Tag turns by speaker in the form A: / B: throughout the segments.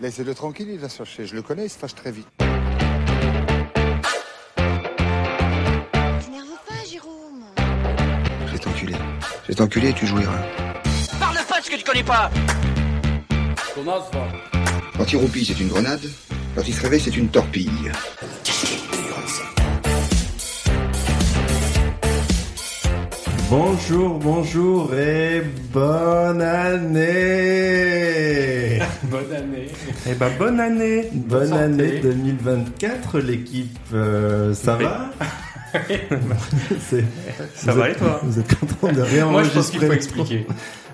A: Laissez-le tranquille, il va se fâcher. Je le connais, il se fâche très vite.
B: T'énerve pas, Jérôme.
C: Je vais t'enculer. Je vais t'enculer et tu jouiras.
D: Parle pas de ce que tu connais pas
C: Quand il roupille, c'est une grenade. Quand il se réveille, c'est une torpille.
E: Bonjour, bonjour et bonne année
F: Bonne année.
E: Eh ben bonne année Bonne
F: santé.
E: année 2024 l'équipe, euh, ça
F: Oui.
E: va C'est-
F: Ça
E: vous
F: va
E: êtes-
F: et toi
E: Vous êtes content de réenregistrer
F: Moi, je pense qu'il faut
E: le-
F: expliquer.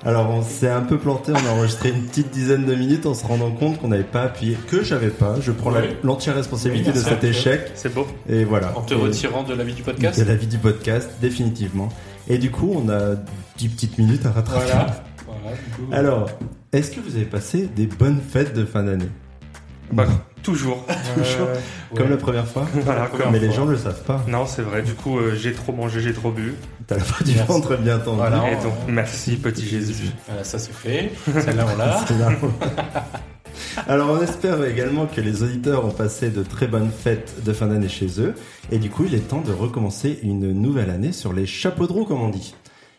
E: Alors on s'est un peu planté, on a enregistré une petite dizaine de minutes en se rendant compte qu'on n'avait pas appuyé, que j'avais pas, je prends la-
F: Oui.
E: l'entière responsabilité
F: Oui,
E: de
F: ça,
E: cet
F: ça.
E: échec,
F: C'est beau.
E: et voilà.
F: En te
E: Et-
F: retirant de la vie du podcast.
E: de la vie du podcast, définitivement. Et du coup, on a 10 petites minutes à rattraper.
F: Voilà. Voilà, du coup.
E: Alors, est-ce que vous avez passé des bonnes fêtes de fin d'année
G: Bah, toujours.
E: Toujours.
G: Euh,
E: Comme
F: Ouais.
E: la première fois
G: voilà,
F: Première
G: comme-
E: Mais les
F: fois.
E: gens le savent pas.
G: Non, c'est vrai. Du coup, euh, j'ai trop mangé, j'ai trop bu.
E: T'as pas du
F: Merci.
E: ventre bien tendu.
F: Voilà.
G: et donc, merci, petit Jésus.
F: Voilà, ça c'est fait. Celle-là, on l'a.
E: C'est là. Alors on espère également que les auditeurs ont passé de très bonnes fêtes de fin d'année chez eux. Et du coup, il est temps de recommencer une nouvelle année sur les chapeaux de roue, comme on dit.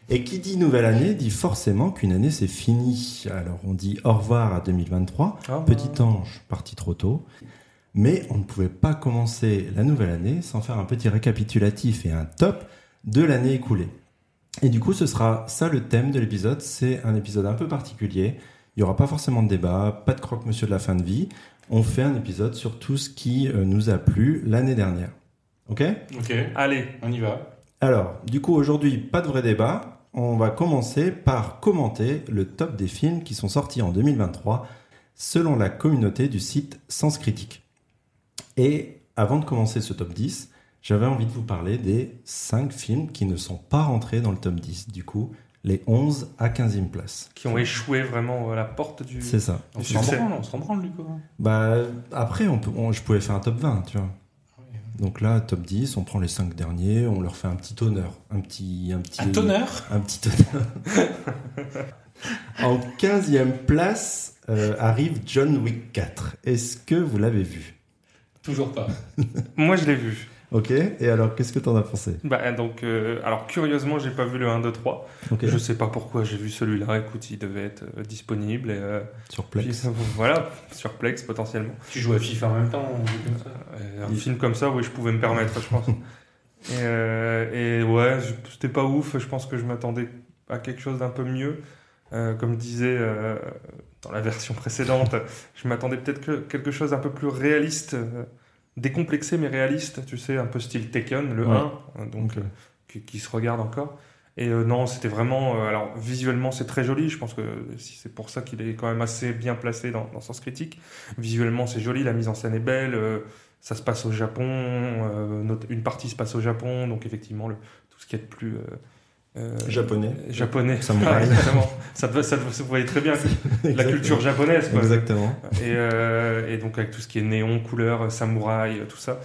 E: Et qui dit nouvelle année dit forcément qu'une année c'est fini. Alors on dit au revoir à 2023.
G: Au revoir.
E: Petit ange parti trop tôt. Mais on ne pouvait pas commencer la nouvelle année sans faire un petit récapitulatif et un top de l'année écoulée. Et du coup, ce sera ça le thème de l'épisode. C'est un épisode un peu particulier. Il n'y aura pas forcément de débat, pas de croque-monsieur de la fin de vie. On fait un épisode sur tout ce qui euh, nous a plu l'année dernière. Ok
F: Ok,
G: Allez,
F: on y va.
E: Alors, du coup, aujourd'hui, pas de vrai débat. On va commencer par commenter le top des films qui sont sortis en 2023 selon la communauté du site Sens Critique. Et avant de commencer ce top 10, j'avais envie de vous parler des 5 films qui ne sont pas rentrés dans le top 10. Du coup, les 11 à 15e place.
G: qui ont échoué vraiment à la porte du.
E: C'est ça.
F: On
G: Du
F: s'en
G: succès.
F: branle, on s'en branle, Lucas.
E: Bah après, on peut, on- je pouvais faire un top 20, tu vois.
F: Ouais.
E: Donc là, top 10, on prend les 5 derniers, on leur fait un petit honneur. Un petit, un petit,
F: Un tonneur
E: Un petit honneur. en 15e place euh, arrive John Wick 4. Est-ce que vous l'avez vu
F: Toujours pas.
G: Moi, je l'ai vu.
E: Ok, et alors qu'est-ce que t'en as pensé
G: Bah, donc, euh, alors, curieusement, j'ai pas vu le 1, 2, 3.
E: Ok,
G: Je sais pas pourquoi j'ai vu celui-là. Écoute, il devait être euh, disponible. Et, euh,
E: sur
G: puis,
E: Plex.
G: ça- voilà, sur Plex potentiellement.
F: Tu joues à FIFA en même temps. on joue comme ça.
G: Euh, un
E: Il-
G: film comme ça, oui, je pouvais me permettre, je pense. et, euh, et ouais, je- c'était pas ouf. Je pense que je m'attendais à quelque chose d'un peu mieux. Euh, comme disait euh, dans la version précédente, je m'attendais peut-être que quelque chose d'un peu plus réaliste, euh, décomplexé mais réaliste, tu sais, un peu style Taken, le
E: Ouais.
G: 1, euh, donc
E: Ok.
G: euh, qui, qui se regarde encore. Et euh, non, c'était vraiment. euh, alors visuellement, c'est très joli. Je pense que si c'est pour ça qu'il est quand même assez bien placé dans, dans Sens Critique. Visuellement, c'est joli. La mise en scène est belle. euh, ça se passe au Japon. euh, notre- une partie se passe au Japon, donc effectivement, le, tout ce qu'il y a de plus euh, euh,
E: Japonais.
G: japonais.
E: Samouraï.
G: Ouais, exactement. ça, te, ça te- ça vous voyez très bien la
E: Exactement.
G: culture japonaise. Quoi.
E: Exactement.
G: Et, euh, et donc avec tout ce qui est néon, couleur, samouraï, tout ça.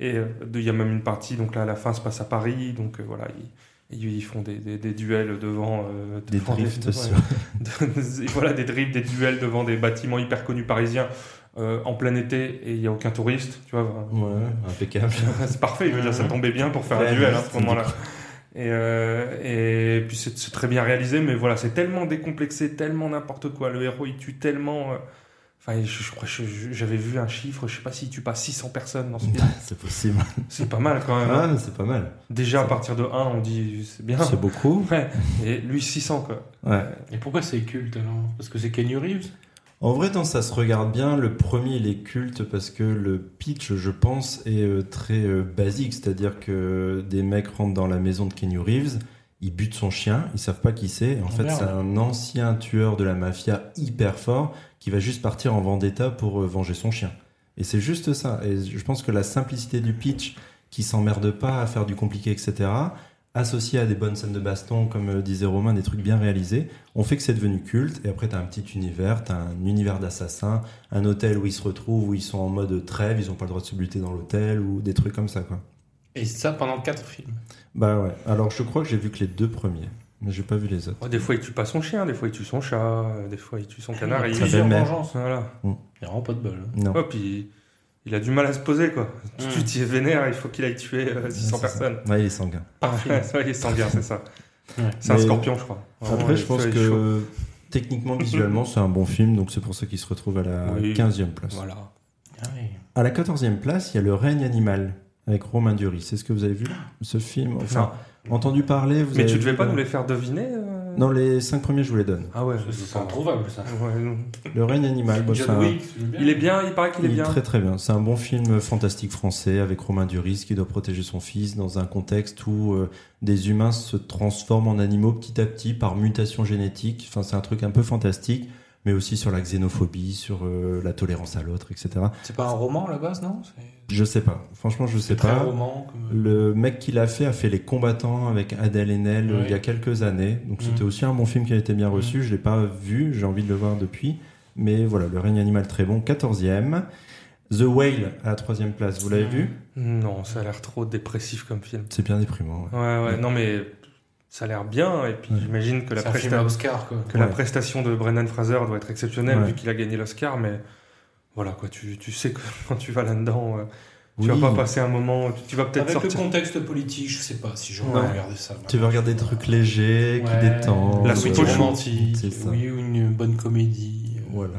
G: Et euh, de- il y a même une partie, donc là à la fin se passe à Paris, donc euh, voilà, ils, ils- ils font des, des- des duels devant... euh,
E: Des
G: devant
E: drifts
G: ouais.
E: sur...
G: De- et voilà, des drifts, des duels devant des bâtiments hyper connus parisiens euh, en plein été et il n'y a aucun touriste, tu vois. vraiment.
E: Ouais, impeccable.
G: Ah, c'est parfait, je veux dire, ça tombait bien pour faire un
E: Ouais,
G: duel
E: ouais,
G: à ce
E: c'est
G: moment-là. Et, euh, et puis c'est c'est très bien réalisé, mais voilà, c'est tellement décomplexé, tellement n'importe quoi. Le héros, il tue tellement. euh, Enfin, je, je crois que je- je- j'avais vu un chiffre, je sais pas s'il tue pas 600 personnes dans ce film.
E: c'est possible.
G: C'est pas mal quand même. hein.
E: Ah, c'est pas mal.
G: Déjà, à partir de 1, on dit c'est bien.
E: C'est beaucoup.
G: Ouais. Et lui, 600 quoi.
E: Ouais.
F: Et pourquoi c'est culte alors Parce que c'est Kenny Reeves
E: En vrai, tant ça se regarde bien, le premier il est culte parce que le pitch, je pense, est euh, très euh, basique. C'est-à-dire que des mecs rentrent dans la maison de Kenny Reeves, ils butent son chien, ils savent pas qui c'est. En
F: Oh,
E: fait,
F: merde.
E: c'est un ancien tueur de la mafia hyper fort qui va juste partir en vendetta pour euh, venger son chien. Et c'est juste ça. Et je pense que la simplicité du pitch, qui s'emmerde pas à faire du compliqué, etc., associé à des bonnes scènes de baston, comme euh, disait Romain, des trucs bien réalisés, on fait que c'est devenu culte. Et après, t'as un petit univers, t'as un univers d'assassins, un hôtel où ils se retrouvent, où ils sont en mode trêve, ils ont pas le droit de se buter dans l'hôtel, ou des trucs comme ça, quoi.
F: Et ça pendant 4 films.
E: Bah ouais. Alors, je crois que j'ai vu que les deux premiers. Mais j'ai pas vu les autres.
G: Ouais, Oh, des fois, il tue pas son chien, des fois, il tue son chat, euh, des fois, il tue son
F: Ah,
G: canard. Il
E: Sa
F: plusieurs
E: belle-mère.
F: vengeances.
G: Voilà.
F: Il n'y a vraiment pas de bol. hein.
E: Non.
G: Ouais, puis il a du mal à se poser, quoi. Tout de
F: Mm.
G: suite, il est vénère, il faut qu'il aille tuer euh, 600
E: Ouais, c'est ça.
G: personnes.
E: Ouais, il est sanguin.
G: Ouais, ouais, il est sanguin, c'est ça.
F: Ouais.
G: C'est un
E: Mais-
G: scorpion, je crois. Vraiment,
E: Après,
G: il-
E: je pense
G: il est chaud.
E: que techniquement, visuellement, c'est un bon film, donc c'est pour ça qu'il se retrouve à la
G: Oui.
E: 15e place.
G: Voilà.
F: Ah oui.
E: À la 14e place, il y a Le règne animal avec Romain Duris. Est-ce que vous avez vu ce film Enfin, entendu parler vous
G: Mais
E: avez
G: tu
E: vu-
G: devais pas nous les faire deviner euh
E: Non, les cinq premiers, je vous les donne.
G: Ah ouais,
F: Parce que C'est
G: ça.
F: introuvable ça.
G: Ouais, non.
E: Le règne animal, bon, c'est
F: John
E: un-
F: Wick, c'est bien.
G: Il est bien, il paraît qu'il est
E: il est
G: bien.
E: très très bien. C'est un bon film fantastique français avec Romain Duris qui doit protéger son fils dans un contexte où euh, des humains se transforment en animaux petit à petit par mutation génétique. Enfin, c'est un truc un peu fantastique, mais aussi sur la xénophobie, sur euh, la tolérance à l'autre, etc.
F: C'est pas un roman à la base, non C'est
E: Je sais pas. Franchement, je sais
F: très
E: pas.
F: roman. Comme...
E: Le mec qui l'a fait a fait Les Combattants avec Adèle Haenel euh,
F: Ouais. Mm.
E: il y a quelques années. Donc
F: Mhm.
E: c'était aussi un bon film qui a été bien reçu. Je l'ai pas vu, j'ai envie de le voir depuis. Mais voilà, Le règne animal très bon, 14e. The Whale à la troisième place, vous l'avez
F: Mhm.
E: vu
G: Non, ça a l'air trop dépressif comme film.
E: C'est bien déprimant. ouais.
G: Ouais, ouais, non, mais ça a l'air bien. Et puis
E: Ouais.
G: j'imagine que la
F: C'est un film à
G: prestation.
F: Oscar quoi.
G: que la
E: Ouais.
G: prestation de Brennan Fraser doit être exceptionnelle
E: Ouais.
G: vu qu'il a gagné l'Oscar, mais voilà quoi, tu, tu sais que quand tu vas là-dedans, euh, tu
E: Oui.
G: vas pas passer un moment, tu, tu vas peut-être
F: Avec
G: sortir.
F: le contexte politique, je sais pas si j'aurais
G: Ouais.
F: regardé ça.
E: Tu veux regarder des trucs légers qui
F: Ouais.
E: détendent.
G: La
F: Oui,
G: soupe
E: euh,
G: au chou.
F: romantique,
E: C'est ça.
F: oui, ou une bonne comédie. euh,
E: Voilà.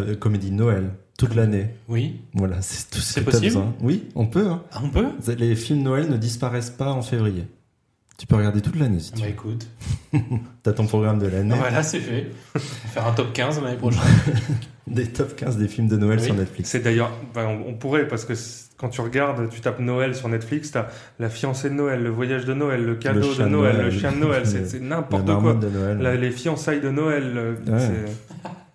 E: Euh, comédie de Noël, toute l'année.
F: Oui,
E: Voilà, c'est tout ce
F: C'est
E: que t'as
F: possible
E: besoin. Oui, on peut. hein.
F: Ah, on peut
E: Les films Noël ne disparaissent pas en février. Tu peux regarder toute l'année si
F: Ah
E: tu
F: Bah
E: veux.
F: écoute,
E: T'as ton programme de l'année.
F: voilà, c'est fait. On va faire un top 15 l'année prochaine.
E: Des top 15 des films de Noël
F: Oui.
E: sur Netflix.
G: C'est d'ailleurs, ben, on, on pourrait parce que c'est- quand tu regardes, tu tapes Noël sur Netflix, t'as la fiancée de Noël, le voyage de Noël, le cadeau de
E: chien de
G: Noël,
E: Noël.
G: le chien de Noël, c'est
E: Le-
G: c'est
E: La
G: n'importe quoi.
E: marmotte de Noël.
G: La- les fiançailles de Noël, euh,
E: Ouais.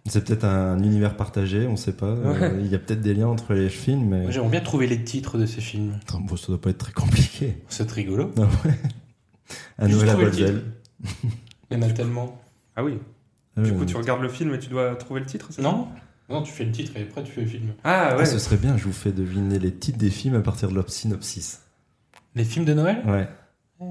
E: C'est peut-être un univers partagé, on sait pas. Euh,
G: Ouais.
E: Il y a peut-être des liens entre les films, mais
F: Moi, J'aimerais bien trouver les titres de ces films.
E: Attends, bon, ça doit pas être très compliqué.
F: C'est rigolo.
E: Ah ouais. À
F: Juste
E: Noël à
F: trouver le titre.
E: Bolzel.
F: Il y en a tellement.
G: c'est- Ah oui,
E: Ah
G: du
E: ouais.
G: coup tu regardes le film et tu dois trouver le titre, c'est ça
F: Non Non, tu fais le titre et après tu fais le film.
G: Ah
E: Ah,
G: ouais,
E: ce serait bien, je vous fais deviner les titres des films à partir de leur synopsis.
F: Les films de Noël
E: Ouais.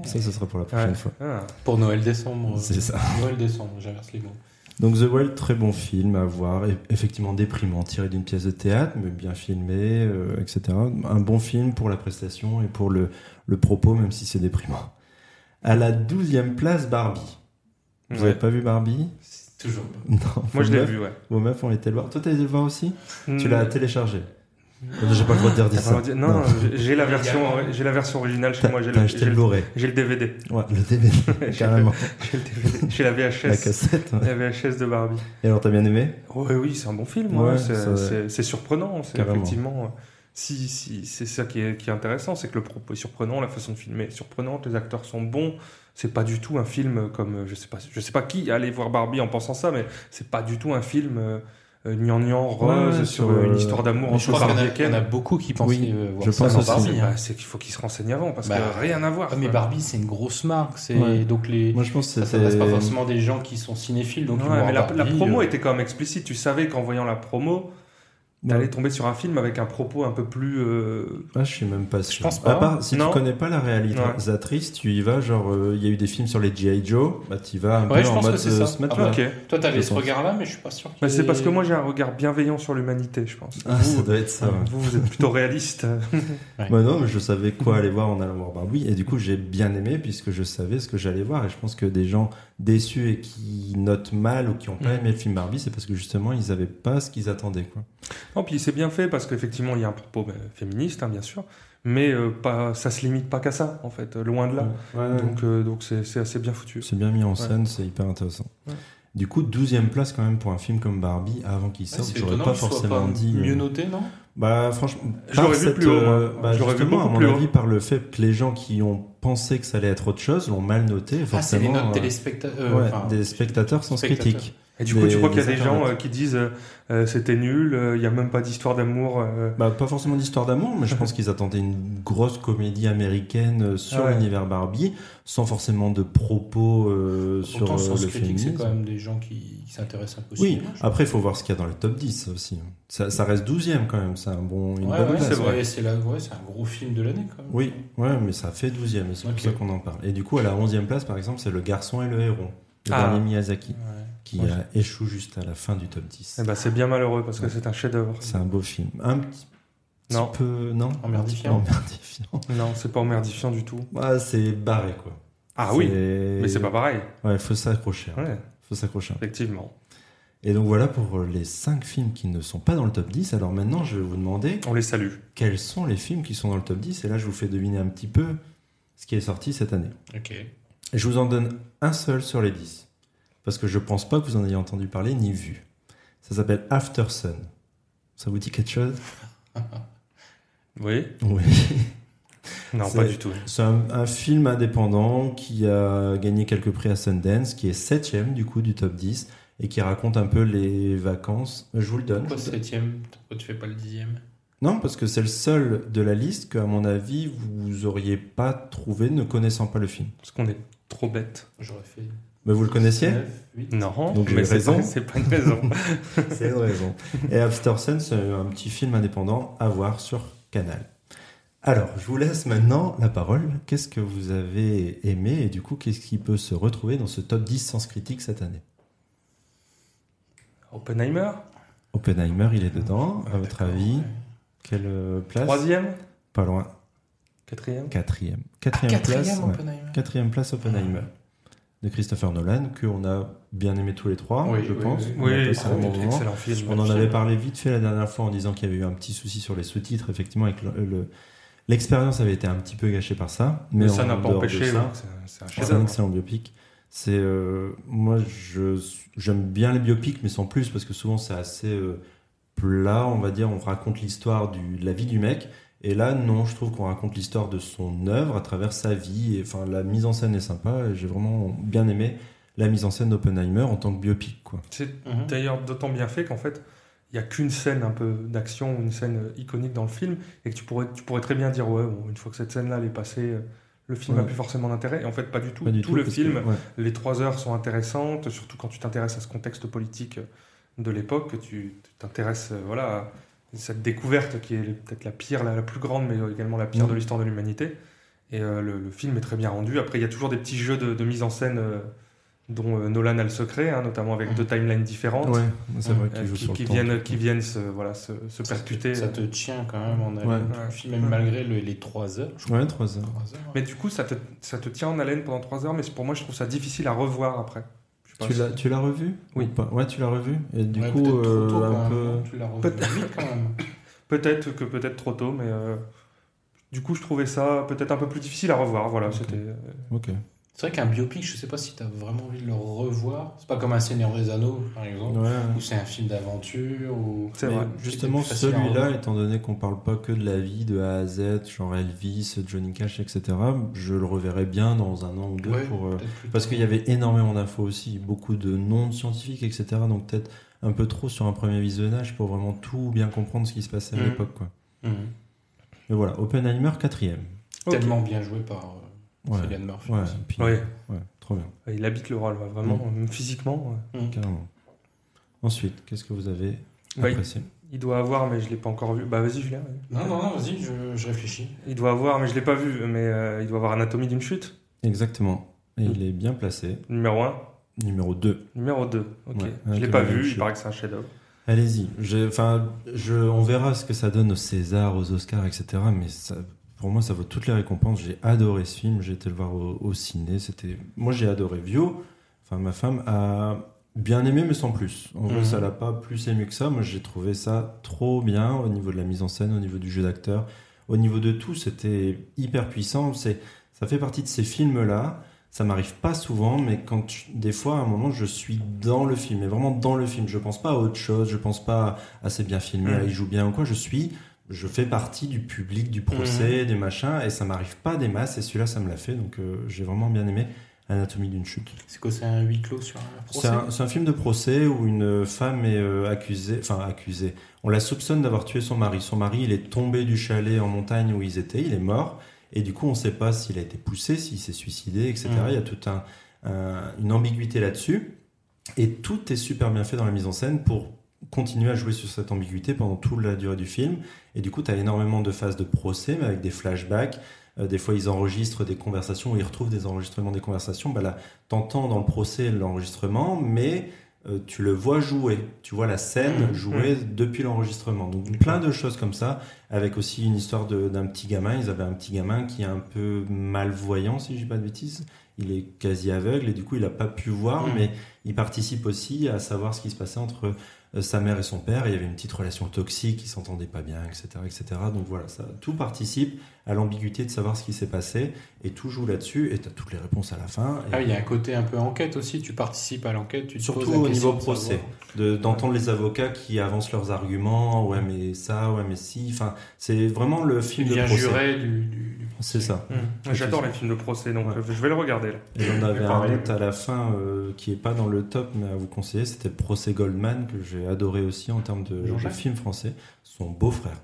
E: Ça, ce sera pour la prochaine
G: Ouais.
E: fois.
G: Ah.
F: Pour Noël-décembre. euh,
E: C'est ça.
F: Noël-décembre, j'inverse les mots.
E: Donc The Well, très bon film à voir, et- effectivement déprimant, tiré d'une pièce de théâtre, mais bien filmé, euh, etc. Un bon film pour la prestation et pour le, le propos, même si c'est déprimant. À la douzième place, Barbie. Vous
G: Ouais.
E: avez pas vu Barbie
F: Toujours pas.
E: Non.
G: Moi je l'ai
E: Vos
G: vu, ouais.
E: meufs- Vos meufs ont été le voir. Toi, t'as été le voir aussi Tu
G: Hmm.
E: l'as téléchargé. J'ai pas le droit de dire
G: T'as pas
E: ça.
G: le droit de dire- Non, non, j'ai- j'ai la version, j'ai la version originale chez
E: T'as
G: moi. J'ai
E: t'as
G: le,
E: acheté
G: j'ai
E: le
G: le,
E: Blu-ray.
G: j'ai le DVD.
E: Ouais, le DVD, carrément.
G: J'ai le DVD. J'ai la
E: La
G: VHS.
E: cassette. ouais.
G: La VHS de Barbie.
E: Et alors, t'as bien aimé
G: Ouais, oui, c'est un bon film.
E: Ouais,
G: ouais, c'est-
E: ça-
G: C'est c'est surprenant. C'est
E: Carrément.
G: effectivement. euh, Si, si, c'est ça qui est, qui est intéressant, c'est que le propos est surprenant, la façon de filmer est surprenante, les acteurs sont bons. C'est pas du tout un film comme euh, je sais pas, je sais pas qui allait voir Barbie en pensant ça, mais c'est pas du tout un film euh, euh, gnangnan rose
E: Ouais,
G: sur
E: sur,
G: euh, une
E: euh,
G: histoire d'amour
E: mais
F: Je
G: entre
F: crois qu'il y en
G: Barbie
F: a-
G: et
F: il y en a
G: Ken.
F: beaucoup qui pensaient
E: Oui,
F: euh, voir
E: je
F: ça
E: pense
F: dans
E: aussi.
F: Barbie. hein.
G: Bah, c'est qu'il faut qu'ils se renseignent avant parce
F: Bah,
G: que rien à voir.
F: Ah, mais
G: quoi.
F: Barbie, c'est une grosse marque. C'est
E: Ouais.
F: donc les.
E: Moi, je pense que
F: Ça s'adresse pas
E: c'était.
F: forcément des gens qui sont cinéphiles, donc ils
G: Ouais,
F: vont
G: mais la,
F: voir
G: la
F: Barbie,
G: promo
F: euh,
G: était quand même explicite. Tu savais qu'en voyant la promo, t'allais tomber sur un film avec un propos un peu plus. euh,
E: Ah, je suis même pas sûr.
F: Je pense pas.
E: À part, si
G: Non.
E: tu connais pas la réalisatrice, tu y vas, genre, euh, il y a eu des films sur les G.I. Joe, bah t'y vas un
F: Ouais,
E: peu
F: je
E: en
F: pense
E: mode
F: que c'est
E: euh,
F: ça.
E: se mettre
F: Ah
E: là.
G: Ok.
F: Toi, t'avais
E: Je
F: ce
E: pense.
F: regard-là, mais je suis pas sûr. qu'il
G: Bah, c'est
F: ait-
G: parce que moi j'ai un regard bienveillant sur l'humanité, je pense.
F: bah,
E: Ah, ça doit être ça. ouais.
G: Vous, vous êtes plutôt réaliste.
E: Bah non, mais je savais quoi
F: Mhm.
E: aller voir en allant voir Barbie, et du coup, j'ai bien aimé puisque je savais ce que j'allais voir, et je pense que des gens déçus et qui notent mal ou qui ont pas
F: Mhm.
G: Mm.
E: aimé le film Barbie, c'est parce que justement, ils avaient pas ce qu'ils attendaient, quoi.
G: Non, puis c'est bien fait parce qu'effectivement il y a un propos bah, féministe, hein, bien sûr, mais euh, pas, ça se limite pas qu'à ça, en fait, euh, loin de là.
E: Donc,
G: Donc euh, donc c'est c'est assez bien foutu.
E: c'est bien mis en scène, c'est hyper intéressant.
G: Ouais.
E: Du coup, 12ème place quand même pour un film comme Barbie, avant qu'il
F: Ouais,
E: sorte,
F: c'est
E: j'aurais
F: étonnant
E: pas
F: qu'il soit
E: forcément dit.
F: Mieux
E: euh,
F: noté, non Ah,
E: Bah franchement,
G: Je
E: par
G: l'aurais vu
E: cette,
G: plus haut, moi.
E: euh, bah,
G: Je l'aurais vu
E: justement, à
G: beaucoup
E: mon
G: plus haut.
E: avis, par le fait que les gens qui ont pensé que ça allait être autre chose l'ont mal noté.
F: Ah, c'est les
E: Forcément,
F: notes
E: euh,
F: téléspectateurs.
E: ouais, des spectateurs sont
F: spectateurs.
E: critiques.
G: Et du coup,
E: Des-
G: tu crois qu'il y a
E: des
G: des gens
E: internautes.
G: euh, qui disent euh, euh, c'était nul, euh, il y n'y a même pas d'histoire d'amour. euh,
E: Bah, pas forcément d'histoire d'amour, mais je pense qu'ils attendaient une grosse comédie américaine euh, sur
G: Ouais.
E: l'univers Barbie, sans forcément de propos euh, sur
F: Pourtant,
E: euh,
F: Sens
E: le
F: Critique,
E: féminisme.
F: c'est quand même des gens qui, qui s'intéressent un peu au
E: Oui, ah,
F: cinéma, je
E: après, il faut voir ce qu'il y a dans le top 10 ça aussi. Ça, ça reste 12ème quand même, c'est un bon, une
F: Ouais,
E: bonne
F: ouais,
E: place,
F: c'est
E: ouais.
F: vrai, c'est la- ouais, c'est un gros film de l'année quand même.
E: Oui, ouais, mais ça fait 12ème, et c'est
F: Ok.
E: pour ça qu'on en parle. Et du coup, à la 11ème place, par exemple, c'est Le garçon et le héros, le
G: Ah.
E: dernier Miyazaki,
F: Ouais.
E: qui
G: Ouais.
E: euh, échoue juste à la fin du top 10.
G: Eh ben, c'est bien malheureux parce que c'est un chef-d'œuvre.
E: C'est un beau film. Un petit, petit
G: Non.
E: peu. Non
F: Emmerdifiant.
E: Emmerdifiant.
G: Non, c'est pas emmerdifiant du tout.
E: Bah, c'est barré, quoi.
G: Ah
E: C'est-
G: oui, mais c'est pas pareil.
E: Ouais, faut s'accrocher. hein.
G: Ouais,
E: Faut s'accrocher.
G: effectivement.
E: Et donc voilà pour euh, les 5 films qui ne sont pas dans le top 10. Alors maintenant, je vais vous demander
G: On les salue.
E: quels sont les films qui sont dans le top 10. Et là, je vous fais deviner un petit peu ce qui est sorti cette année.
F: Ok.
E: Et je vous en donne un seul sur les 10. Parce que je pense pas que vous en ayez entendu parler ni vu. Ça s'appelle After Sun. Ça vous dit quelque chose
G: Oui
E: Oui.
G: Non,
E: C'est-
G: pas du tout.
E: C'est un, un film indépendant qui a gagné quelques prix à Sundance, qui est septième du coup du top 10 et qui raconte un peu les vacances. Je vous le donne.
F: Pourquoi
E: Je vous le donne.
F: septième Pourquoi tu fais pas le dixième
E: Non, parce que c'est le seul de la liste que, à mon avis, vous auriez pas trouvé ne connaissant pas le film.
G: Parce qu'on est trop bête.
F: J'aurais fait.
E: Mais vous le connaissiez
F: 9, 8.
G: Non,
E: Donc j'ai
G: mais
E: eu
G: c'est
E: raison.
G: pas- C'est pas une raison.
E: C'est une raison. Et Abstersen, c'est un petit film indépendant à voir sur Canal. Alors, je vous laisse maintenant la parole. Qu'est-ce que vous avez aimé et du coup, qu'est-ce qui peut se retrouver dans ce top 10 sans critique cette année
G: Oppenheimer
E: Oppenheimer, il est
F: Ah,
E: dedans. À
F: Ouais,
E: votre
F: d'accord,
E: avis,
F: ouais.
E: quelle euh, place
G: Troisième
E: Pas loin.
G: Quatrième
E: Quatrième.
F: Ah,
E: Quatrième
F: quatrième
E: place. ouais.
F: Oppenheimer.
E: Quatrième place Oppenheimer
F: Ah.
E: de Christopher Nolan que on a bien aimé tous les trois,
F: Oui,
E: je
F: oui,
E: pense.
F: oui.
E: On a passé un
G: ah oui,
E: bon moment.
G: excellent film.
E: On en avait parlé vite fait la dernière fois en disant qu'il y avait eu un petit souci sur les sous-titres. Effectivement, avec le- le- l'expérience avait été un petit peu gâchée par ça. Mais,
G: Mais ça
E: en
G: n'a pas
E: dehors de
G: empêché.
E: ça,
G: hein, c'est- C'est un
E: c'est un
G: chef-d'œuvre.
E: excellent biopic. C'est euh, moi je j'aime bien les biopics mais sans plus parce que souvent c'est assez euh, plat, on va dire, on raconte l'histoire du de la vie du mec et là non, je trouve qu'on raconte l'histoire de son œuvre à travers sa vie et enfin la mise en scène est sympa et j'ai vraiment bien aimé la mise en scène d'Oppenheimer en tant que biopic quoi.
G: C'est
F: Mhm.
G: d'ailleurs d'autant bien fait qu'en fait, il n'y a qu'une scène un peu d'action, une scène euh, iconique dans le film, et que tu pourrais, tu pourrais très bien dire, ouais, bon, une fois que cette scène-là elle est passée, euh, le film n'a
E: Ouais.
G: plus forcément d'intérêt. Et en fait, pas du tout.
E: Pas du
G: tout, le
E: parce
G: film,
E: que- ouais.
G: les trois heures sont intéressantes, surtout quand tu t'intéresses à ce contexte politique de l'époque, que tu tu t'intéresses euh, voilà, à cette découverte qui est peut-être la pire, la, la plus grande, mais également la pire
E: Mhm.
G: de l'histoire de l'humanité. Et euh, le, le film est très bien rendu. Après, il y a toujours des petits jeux de, de mise en scène euh, dont euh, Nolan a le secret, hein, notamment avec
F: Mhm.
G: deux timelines différentes,
E: Mm. Ouais, c'est vrai
G: euh,
E: qu'il joue
G: qui,
E: sur
G: qui
E: le temps.
G: viennent, qui viennent se, voilà, se, se
F: Ça te-
G: percuter.
F: Ça te tient quand même en
E: Ouais.
F: haleine. tout le
G: Ouais.
F: film, même
G: Ouais.
F: malgré le- les 3 heures. Je
E: Ouais, trois heures.
F: crois, trois heures.
G: Mais du coup, ça te, ça te tient en haleine pendant trois heures, mais c'est- pour moi, je trouve ça difficile à revoir après. Je sais pas
E: Tu
G: si-
E: l'as, tu l'as revu
G: Oui.
E: Ou pas Ouais, tu l'as revu. Et du
F: Ouais,
E: coup,
F: peut-être trop
E: euh,
F: tôt,
E: un
F: quand
E: peu.
F: même, Tu l'as revu
G: Peut-être.
F: vite, quand même.
G: Peut-être que peut-être trop tôt, mais euh, du coup, je trouvais ça peut-être un peu plus difficile à revoir. Voilà,
E: Ok.
G: c'était. euh,
E: Ok.
F: C'est vrai qu'un biopic, je sais pas si t'as vraiment envie de le revoir. C'est pas comme un Seigneur des Anneaux, par exemple,
E: Ouais.
F: où c'est un film d'aventure. Ou...
G: C'est
E: Mais
G: vrai.
E: Justement,
F: C'était plus facile à
E: celui-là,
F: revoir.
E: étant donné qu'on parle pas que de la vie de A à Z, genre Elvis, Johnny Cash, etc., je le reverrai bien dans un an ou deux
F: Ouais,
E: pour. euh,
F: peut-être plus
E: Parce
F: tard.
E: qu'il y avait énormément d'infos aussi, beaucoup de noms de scientifiques, etc. Donc peut-être un peu trop sur un premier visionnage pour vraiment tout bien comprendre ce qui se passait à
F: Mhm.
E: l'époque. Quoi.
F: Mhm.
E: Mais voilà, Oppenheimer quatrième.
F: Tellement bien joué par euh,
E: Ouais.
F: Cillian Murphy.
E: Ouais,
F: aussi.
E: puis-
G: Oui,
E: ouais, trop bien,
G: il habite le rôle, ouais, vraiment,
E: Mm.
G: même physiquement. euh. ouais.
E: carrément. Ensuite, qu'est-ce que vous avez
G: Bah, il,
E: apprécié
G: il doit avoir, mais je l'ai pas encore vu. Bah vas-y, Julien. ouais.
F: Non, non, non, vas-y, je, je réfléchis.
G: Il doit avoir, mais je l'ai pas vu. Mais euh, il doit avoir Anatomie d'une chute,
E: Exactement. Et il est bien placé.
G: numéro 1.
E: Numéro 2.
G: Numéro 2, ok.
E: Ouais,
G: je l'ai
E: Anatomie
G: pas
E: d'une
G: vu, il
E: chute.
G: paraît que c'est un chef-d'œuvre.
E: Allez-y. J'ai- Enfin, je, on verra ce que ça donne aux Césars, aux Oscars, etc. Mais ça- pour moi, ça vaut toutes les récompenses. J'ai adoré ce film. J'ai été le voir au, au ciné. C'était, moi, j'ai adoré Vio. Enfin, ma femme a bien aimé, mais sans plus. En vrai,
F: Mhm.
E: ça l'a pas plus ému que ça. Moi, j'ai trouvé ça trop bien au niveau de la mise en scène, au niveau du jeu d'acteur, au niveau de tout. C'était hyper puissant. C'est, ça fait partie de ces films-là. Ça m'arrive pas souvent, mais quand je- des fois, à un moment, je suis dans le film, mais vraiment dans le film. Je pense pas à autre chose, je pense pas à c'est bien filmé,
G: Mm.
E: à il joue bien ou quoi. Je suis, je fais partie du public, du procès, des machins, et ça m'arrive pas des masses. Et celui-là, ça me l'a fait, donc euh, j'ai vraiment bien aimé. Anatomie d'une chute.
F: C'est quoi, c'est un huis clos sur un procès
E: C'est un, c'est un film de procès où une femme est euh, accusée, enfin accusée. On la soupçonne d'avoir tué son mari. Son mari, il est tombé du chalet en montagne où ils étaient, il est mort. Et du coup, on ne sait pas s'il a été poussé, s'il s'est suicidé, etc.
F: Mhm.
E: Il y a toute un, un- une ambiguïté là-dessus. Et tout est super bien fait dans la mise en scène pour continuer à jouer sur cette ambiguïté pendant toute la durée du film. Et du coup, tu as énormément de phases de procès, mais avec des flashbacks. Euh, des fois, ils enregistrent des conversations ou ils retrouvent des enregistrements des conversations. Bah là, t'entends dans le procès l'enregistrement, mais euh, tu le vois jouer. Tu vois la scène
G: Mmh,
E: jouer depuis l'enregistrement. Donc plein de choses comme ça, avec aussi une histoire de- d'un petit gamin. Ils avaient un petit gamin qui est un peu malvoyant, si je dis pas de bêtises. Il est quasi aveugle et du coup, il n'a pas pu voir,
F: Mmh.
E: mais il participe aussi à savoir ce qui se passait entre euh, sa mère et son père. Il y avait une petite relation toxique, ils s'entendaient pas bien, etc., etc. Donc voilà, ça tout participe à l'ambiguïté de savoir ce qui s'est passé et tout joue là-dessus. Et t'as toutes les réponses à la fin. Et
F: Ah oui, il y a un côté un peu enquête aussi. Tu participes à l'enquête, tu te
E: Surtout
F: poses la
E: au
F: question
E: niveau
F: de savoir.
E: procès. de- d'entendre les avocats qui avancent leurs arguments. Ouais, mais ça, ouais, mais si. Enfin, c'est vraiment le
F: Tu
E: film de
F: deviens
E: procès.
F: juré du. du- du-
E: C'est ça.
G: Mmh. J'adore les films de procès, donc
E: Ouais.
G: euh, je vais le regarder. Là.
E: Et j'en avais
G: pareil.
E: un autre à la fin euh, qui est pas dans le top, mais à vous conseiller, c'était le procès Goldman que j'ai adoré aussi en termes de, de
F: Jean-Jacques
E: film français. Son beau-frère.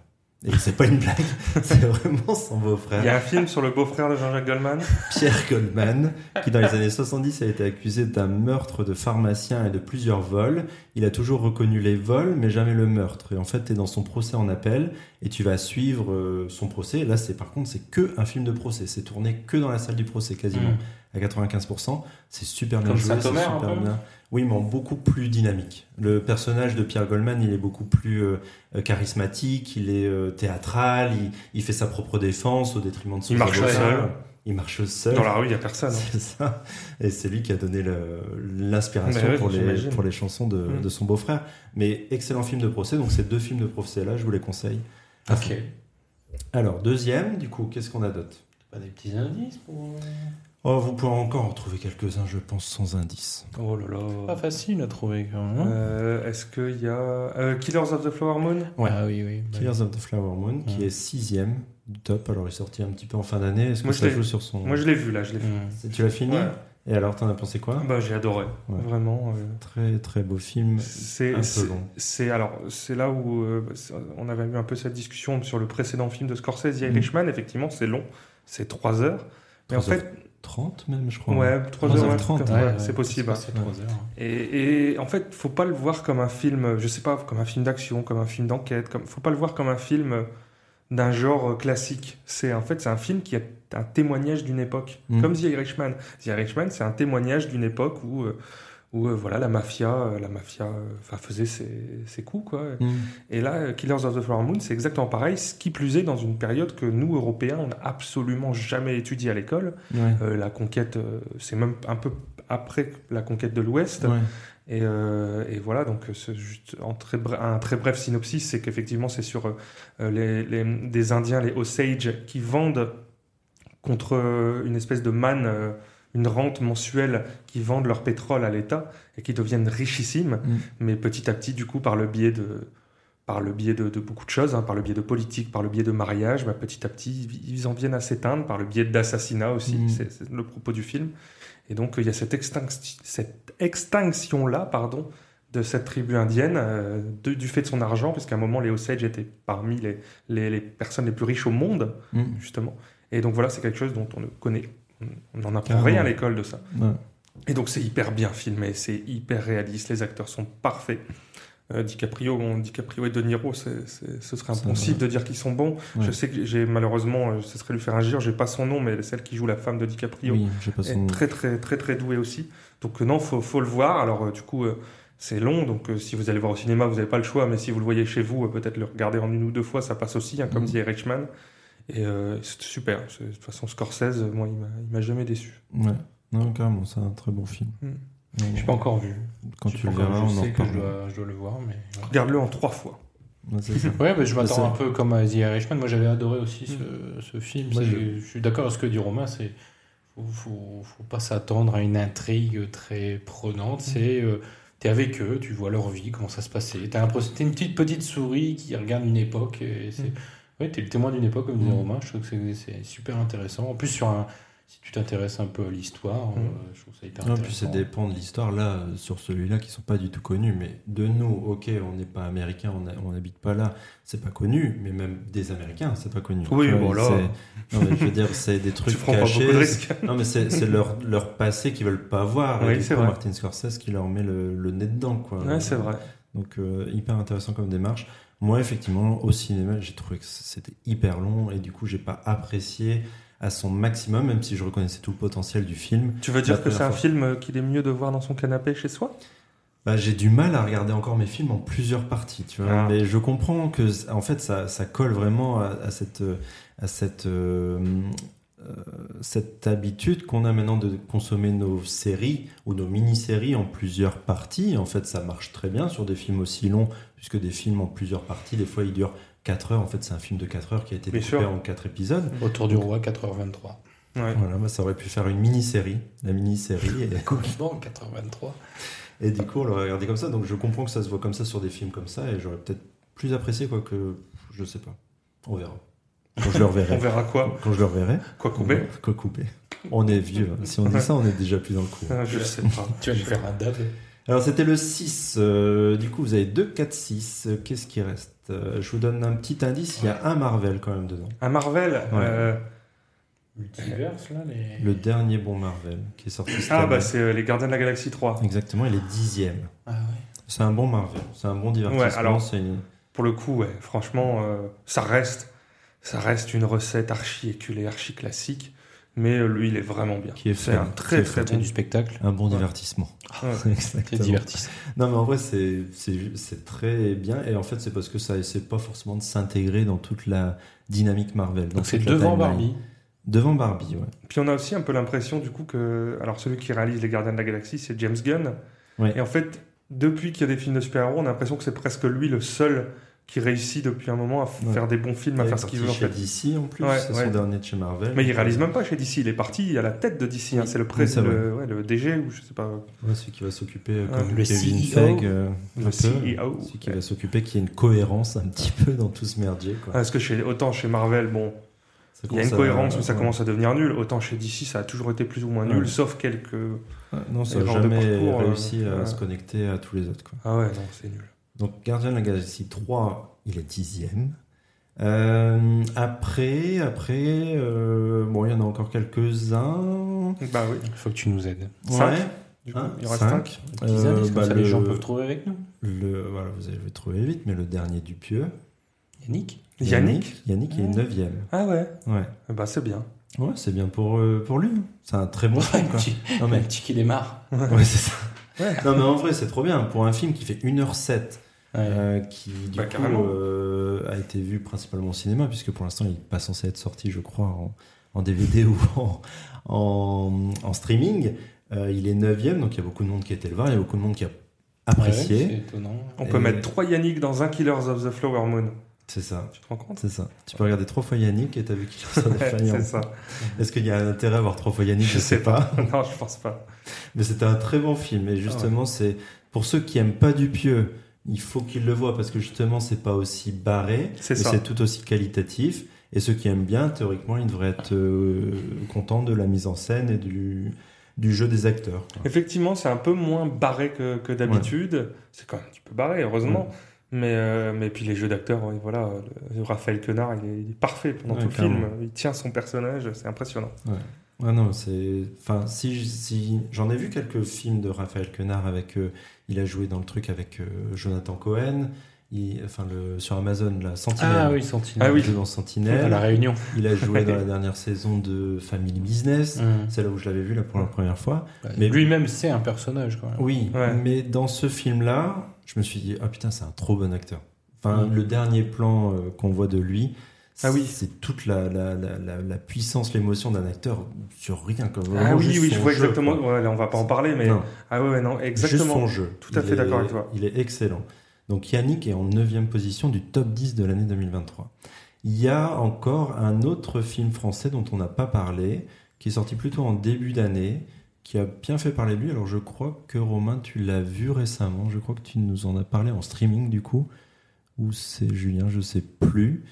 E: Et c'est pas une blague, c'est vraiment son beau-frère.
G: Il y a un film sur le beau-frère de Jean-Jacques Goldman.
E: Pierre Goldman, qui dans les années 70 a été accusé d'un meurtre de pharmacien et de plusieurs vols. Il a toujours reconnu les vols, mais jamais le meurtre. Et en fait, tu es dans son procès en appel et tu vas suivre euh, son procès. Et là, c'est par contre, c'est que un film de procès. C'est tourné que dans la salle du procès, quasiment
F: Mmh.
E: à 95%. C'est super bien
F: Comme
E: joué, c'est
F: Saint-Omer, un
E: super
F: peu
E: bien. Oui, mais en beaucoup plus dynamique. Le personnage de Pierre Goldman, il est beaucoup plus euh, euh, charismatique, il est euh, théâtral, il, il fait sa propre défense au détriment de son
G: Il marche seul.
E: Il marche seul.
G: Dans la rue, il n'y a personne. hein.
E: C'est ça. Et c'est lui qui a donné le- l'inspiration
G: Mais ouais,
E: pour, les,
G: j'imagine.
E: pour les chansons de,
G: Mm.
E: de son beau-frère. Mais excellent film de procès. Donc ces deux films de procès-là, je vous les conseille. à
F: Ok.
E: fond. Alors, deuxième, du coup, qu'est-ce qu'on a d'autre
F: Pas des petits indices pour.
E: Oh, vous pourrez encore en trouver quelques-uns, je pense, sans indice.
G: Oh là là.
F: Pas facile à trouver quand même. hein
G: Euh, Est-ce qu'il y a euh, Killers of the Flower Moon
E: ouais.
F: Ah oui, oui. bah,
E: Killers of the Flower Moon, qui
F: Ouais.
E: est sixième du top. Alors, il est sorti un petit peu en fin d'année. Est-ce que
G: Moi, je
E: ça
G: l'ai-
E: joue sur son...
G: Moi, je l'ai vu là, je l'ai vu.
F: hum.
E: Tu l'as fini
G: Ouais.
E: Et alors, t'en as pensé quoi
G: Bah, j'ai adoré.
E: Ouais.
G: Vraiment. euh,
E: Très, très beau film.
G: C'est
E: Un peu
G: c'est-
E: long.
G: c'est- alors c'est là où euh, c'est- on avait eu un peu cette discussion sur le précédent film de Scorsese,
E: Mm.
G: Irishman. Effectivement, c'est long, c'est 3 heures. Mais en
E: 3 heures
G: fait,
E: 30 même, je crois.
G: ouais, 3
E: 3
G: heures,
E: heures
G: ouais,
E: 30,
G: ouais,
E: ouais, hein.
G: c'est possible. hein.
F: C'est trois heures.
G: Et, et en fait, faut pas le voir comme un film, je sais pas, comme un film d'action, comme un film d'enquête, comme faut pas le voir comme un film euh, d'un genre euh, classique. C'est en fait c'est un film qui est un témoignage d'une époque,
E: Mm.
G: comme The Irishman. The Irishman, c'est un témoignage d'une époque où euh, où euh, voilà la mafia, euh, la mafia, euh, enfin faisait ses, ses coups quoi.
E: Mm.
G: Et là, euh, Killers of the Flower Moon, c'est exactement pareil. Ce qui plus est dans une période que nous Européens, on n'a absolument jamais étudié à l'école.
E: Ouais.
G: Euh, la conquête, euh, c'est même un peu après la conquête de l'Ouest.
E: Ouais.
G: Et, euh, et voilà, donc euh, ce- juste en très bre- un très bref synopsis, c'est qu'effectivement, c'est sur euh, les, les- des Indiens, les Osage, qui vendent contre euh, une espèce de manne, euh, une rente mensuelle, qui vendent leur pétrole à l'État et qui deviennent richissimes,
E: Mm.
G: mais petit à petit, du coup, par le biais de par le biais de, de beaucoup de choses, hein, par le biais de politique, par le biais de mariage, bah, petit à petit, ils- ils en viennent à s'éteindre, par le biais d'assassinats aussi,
E: Mm.
G: c'est c'est le propos du film. Et donc, euh, il y a cette, extinction, cette extinction-là, pardon, de cette tribu indienne, euh, de- du fait de son argent, puisqu'à un moment, les Osage étaient parmi les, les, les personnes les plus riches au monde,
E: Mm.
G: justement. Et donc, voilà, c'est quelque chose dont on ne connaît, on n'en apprend
E: Carrément.
G: rien à l'école de ça.
E: Ouais.
G: Et donc, c'est hyper bien filmé, c'est hyper réaliste, les acteurs sont parfaits. Euh, DiCaprio, bon, DiCaprio et De Niro, c'est- c'est- ce serait
E: Ça,
G: impossible de dire qu'ils sont bons.
E: Ouais.
G: Je sais que j'ai malheureusement, euh, ce serait lui faire injure, j'ai pas son nom, mais elle est celle qui joue la femme de DiCaprio
E: Oui, je sais pas
G: est
E: son-
G: très très très très doué aussi. Donc euh, non, faut faut le voir. Alors euh, du coup euh, c'est long, donc euh, si vous allez voir au cinéma, vous n'avez pas le choix, mais si vous le voyez chez vous, euh, peut-être le regarder en une ou deux fois, ça passe aussi, hein, comme
E: Mhm.
G: dit Richman. Et euh, c'est super. C'est- De toute façon, Scorsese, euh, moi, il m'a- il m'a jamais déçu.
E: Ouais. Non, carrément, c'est un très bon film.
G: Mm.
E: Non,
F: Je l'ai pas encore vu.
E: Quand
F: J'ai
E: tu
F: pas
E: le
F: encore
E: verras,
F: vu.
E: on
F: je
E: en
F: sais que je
E: reparle.
F: dois, je dois le voir, mais. voilà.
G: Regarde-le en trois fois.
E: Ouais, c'est ça.
F: Ouais, bah, je m'attends
E: Bah,
F: un peu comme à The Irishman. Moi, j'avais adoré aussi ce, ce film.
E: Moi,
F: C'est-
E: je-
F: je... suis d'accord avec ce que dit Romain. C'est faut, faut, faut pas s'attendre à une intrigue très
E: Mm.
F: prenante. C'est euh, t'es avec eux, tu vois leur vie, comment ça se passait. T'as l'impression t'es une petite petite souris qui regarde une époque. Et c'est
G: Mm.
F: ouais, t'es le témoin d'une époque comme disait
E: Mm.
F: Romain. Je trouve que c'est- c'est super intéressant. En plus sur un si tu t'intéresses un peu à l'histoire,
E: Mm.
F: euh, je trouve ça hyper
E: Non,
F: intéressant.
E: puis ça dépend de l'histoire, là, euh, sur celui-là, qui sont pas du tout connus. Mais de nous, ok, on n'est pas américain, on a- on n'habite pas là, c'est pas connu, mais même des américains, c'est pas connu.
G: Oui,
E: Tu vois,
G: bon, là-
E: c'est- Non, mais je veux dire, c'est des
G: Tu
E: trucs
G: prends pas
E: cachés.
G: beaucoup de risques.
E: Non, mais c'est c'est leur, leur passé qu'ils veulent pas voir. et
G: Oui,
E: du
G: c'est
E: coup,
G: vrai.
E: Martin Scorsese qui leur met le, le nez dedans, quoi.
G: Ouais, c'est vrai.
E: Donc, euh, hyper intéressant comme démarche. Moi, effectivement, au cinéma, j'ai trouvé que c'était hyper long et du coup, j'ai pas apprécié à son maximum, même si je reconnaissais tout le potentiel du film.
G: Tu veux dire
E: La
G: que c'est un
E: première fois.
G: film euh, qu'il est mieux de voir dans son canapé chez soi
E: Bah, j'ai du mal à regarder encore mes films en plusieurs parties, tu vois.
G: Ah.
E: Mais je comprends que, c- en fait, ça, ça colle vraiment à, à cette, euh, à cette, euh, euh, cette habitude qu'on a maintenant de consommer nos séries ou nos mini-séries en plusieurs parties. En fait, ça marche très bien sur des films aussi longs, puisque des films en plusieurs parties, des fois, ils durent 4 heures. En fait, c'est un film de 4 heures qui a été
G: Bien
E: découpé
G: sûr.
E: en 4 épisodes.
F: Autour du roi, 4h23.
G: Ouais.
E: Voilà, moi, ça aurait pu faire une mini-série. La mini-série. et-
F: Bon, 4h23.
E: Et du coup, on l'aurait regardé comme ça. Donc, je comprends que ça se voit comme ça sur des films comme ça. Et j'aurais peut-être plus apprécié, quoi que. Je sais pas. On verra. Quand je le
G: On
E: reverrai.
G: verra quoi
E: Quand je le reverrai.
G: Quoi couper
E: Quoi couper. On est vieux. hein. Si on dit ça, on est déjà plus dans le coup.
G: Ah, Je sais pas.
F: Tu vas nous faire un dab.
E: Alors, c'était le 6. euh, du coup, vous avez 2, 4, 6. Euh, Qu'est-ce qui reste Euh, Je vous donne un petit indice. Il y a un Marvel quand même dedans.
G: Un Marvel euh,
F: Multiverse, là, les...
E: Le dernier bon Marvel qui est sorti cette
G: Ah,
E: année.
G: bah c'est euh, Les Gardiens de la Galaxie 3.
E: Exactement, il est dixième.
F: Ah ouais.
E: C'est un bon Marvel. C'est un bon divertissement.
G: alors-
E: c'est une-
G: Pour le coup, ouais, franchement, euh, ça reste ça reste une recette archi éculée, archi classique. Mais euh, lui, il est vraiment bien.
E: Qui est
G: C'est
E: fun,
G: un
E: qui
G: très
E: est
G: très
E: fun.
G: bon.
F: du spectacle.
E: un bon
G: Ouais.
E: divertissement.
G: Ouais.
F: Très
E: Exactement.
F: divertissant.
E: Non, mais en vrai, c'est, c'est, c'est très bien. Et en fait, c'est parce que ça essaie pas forcément de s'intégrer dans toute la dynamique Marvel. dans
F: Donc c'est
E: toute la
F: devant
E: timeline.
F: Barbie.
E: Devant Barbie, ouais.
G: Puis on a aussi un peu l'impression du coup que alors celui qui réalise les Gardiens de la Galaxie c'est James Gunn.
E: Ouais.
G: Et en fait depuis qu'il y a des films de super-héros on a l'impression que c'est presque lui le seul qui réussit depuis un moment à f-
E: Ouais.
G: faire des bons films, à
E: Il est
G: faire ce qu'il veut en
E: parti
G: fait.
E: chez DC en plus,
G: Ouais,
E: c'est
G: ouais.
E: son dernier de chez Marvel.
G: Mais il réalise même pas chez DC, il est parti à la tête de DC, hein. c'est le, pré-
E: Oui, c'est
G: le, ouais, le DG ou je sais pas,
E: Ouais, celui qui va s'occuper, euh,
G: Ouais,
E: comme
F: le E
E: Kevin
F: CEO.
E: Feige, euh, un
G: le E
E: peu.
G: CEO.
E: Celui qui va s'occuper, qu'il y ait une cohérence un petit peu dans tout ce merdier. Quoi.
G: Parce que chez, autant chez Marvel, bon,
E: Ça
G: il y a
E: commence
G: une
E: à-
G: cohérence, mais ça
E: ouais.
G: commence à devenir nul. Autant chez DC, ça a toujours été plus ou moins nul,
E: Ouais.
G: sauf quelques.
E: Ouais, Non, ça n'a
G: erreur de
E: jamais
G: parcours, euh,
E: réussi à
G: ouais.
E: se connecter à tous les autres. Quoi.
G: Ah ouais, non, c'est nul.
E: Donc Gardien de la Galaxie 3, il est dixième. Euh, après, après, euh, bon, il y en a encore quelques-uns.
G: Bah oui,
F: Il faut que tu nous aides.
G: Cinq.
E: Ouais,
G: du coup,
E: hein,
G: il reste
E: cinq.
G: 5.
F: Petits indices,
E: Euh,
F: comme
E: bah,
F: ça
E: le-
F: les gens peuvent trouver avec nous.
E: le- voilà, vous allez le trouver vite, mais le dernier du pieux.
F: Yannick
G: Yannick
E: Yannick, il est
F: Ouais.
E: neuvième.
G: Ah ouais,
E: Ouais.
G: bah c'est bien.
E: Ouais, c'est bien pour, euh, pour lui. C'est un très bon film, quoi.
F: petit,
E: Non,
F: un
E: mais,
F: petit qui démarre.
E: ouais, c'est ça. Non, mais en vrai, c'est trop bien. Pour un film qui fait 1h07,
F: Ouais.
E: Euh, qui du
G: Bah,
E: coup
G: carrément.
E: euh, a été vu principalement au cinéma puisque pour l'instant il n'est pas censé être sorti je crois en, en DVD ou en, en, en streaming Euh, il est 9ème donc il y a beaucoup de monde qui a été le voir il y a beaucoup de monde qui a apprécié
F: Ouais, c'est étonnant.
G: On peut
E: Et-
G: mettre trois Yannick dans un Killers of the Flower Moon.
E: c'est ça
G: Tu te rends compte
E: c'est ça tu peux regarder trois fois Yannick et t'as vu qu'il en sort des
G: Ouais,
E: failles en-
G: C'est ça.
E: est-ce qu'il y a un intérêt à voir trois fois Yannick je sais pas
G: non, je pense pas.
E: Mais c'était un très bon film. Et justement, c'est pour ceux qui aiment pas Dupieux, il faut qu'ils le voient parce que justement, c'est pas aussi barré,
G: C'est
E: mais
G: ça.
E: c'est tout aussi qualitatif. Et ceux qui aiment bien, théoriquement, ils devraient être euh, contents de la mise en scène et du, du jeu des acteurs. quoi.
G: Effectivement, c'est un peu moins barré que, que d'habitude. C'est quand même un petit peu barré, heureusement. Mais, euh, mais puis les jeux d'acteurs, ouais, voilà, le- Raphaël Quenard, il est, il est parfait pendant
E: Ouais,
G: tout le
E: clairement.
G: film. Il tient son personnage, c'est impressionnant.
E: Ouais, non, c'est. Enfin, si, j- si j'en ai vu quelques films de Raphaël Quenard avec. euh, il a joué dans le truc avec euh, Jonathan Cohen. Il, enfin, le, sur Amazon, là, Sentinelle.
F: Ah oui, Sentinelle.
G: Ah oui.
E: Il joue dans
F: À
E: Sentinelle.
F: la réunion.
E: Il a joué dans la dernière saison de Family
G: Mm.
E: Business. C'est là où je l'avais vu là pour la première fois.
F: Mais lui-même, c'est un personnage quand même.
E: Oui,
G: Ouais.
E: mais dans ce film-là, je me suis dit ah putain c'est un trop bon acteur. Enfin le dernier plan euh, qu'on voit de lui, c'est
G: Mm. Ah oui.
E: c'est toute la, la, la, la, la puissance, l'émotion d'un acteur sur rien comme.
G: ah
E: vraiment
G: oui,
E: juste
G: oui,
E: son
G: je vois
E: jeu,
G: exactement.
E: quoi.
G: Ouais, là, on va pas en parler, mais
E: Non,
G: ah ouais, ouais, non,
E: juste son
G: exactement.
E: jeu.
G: Tout à
E: Il
G: fait
E: est-
G: d'accord avec toi.
E: Il est excellent. Donc Yannick est en 9 position du top 10 de l'année 2023. Il y a encore un autre film français dont on n'a pas parlé, qui est sorti plutôt en début d'année, qui a bien fait parler de lui. Alors je crois que Romain, tu l'as vu récemment, je crois que tu nous en as parlé en streaming du coup, ou c'est Julien, je sais plus.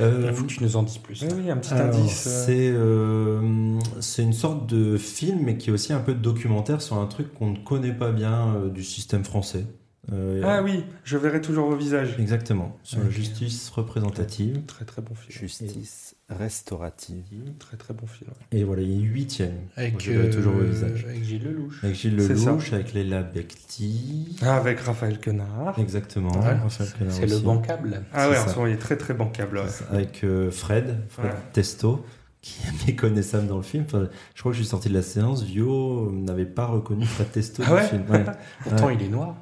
E: Euh,
F: Il faut que tu nous en dises plus.
G: Oui, oui, un petit
E: alors,
G: indice. euh,
E: C'est euh, c'est une sorte de film, mais qui est aussi un peu de documentaire sur un truc qu'on ne connaît pas bien euh, du système français. Euh,
G: Ah oui, je verrai toujours vos visages.
E: Exactement, sur la
G: Ok.
E: justice représentative.
G: Très très bon film.
B: Justice restaurative.
G: Très très bon film.
E: Et voilà, il est huitième.
F: Avec, euh,
E: Je verrai toujours vos visages.
F: avec Gilles Lelouch.
E: Avec Gilles
G: euh, C'est ça. Ah.
E: Lelouch, avec Léla Becti.
G: Avec Raphaël Quenard.
E: Exactement.
F: Ouais,
E: Raphaël Quenard
F: C'est le
E: aussi.
F: bancable.
G: Ah ouais,
E: C'est
G: en
E: ça.
G: ce moment, il est très très bancable. ouais.
E: Avec euh, Fred, Fred
G: Ouais.
E: Testo, qui est méconnaissable dans le film. Enfin, je crois que je suis sorti de la séance, Vio n'avait pas reconnu Fred Testo
G: Ah
E: dans le
G: ouais
E: film. Ouais.
F: Pourtant, il est noir.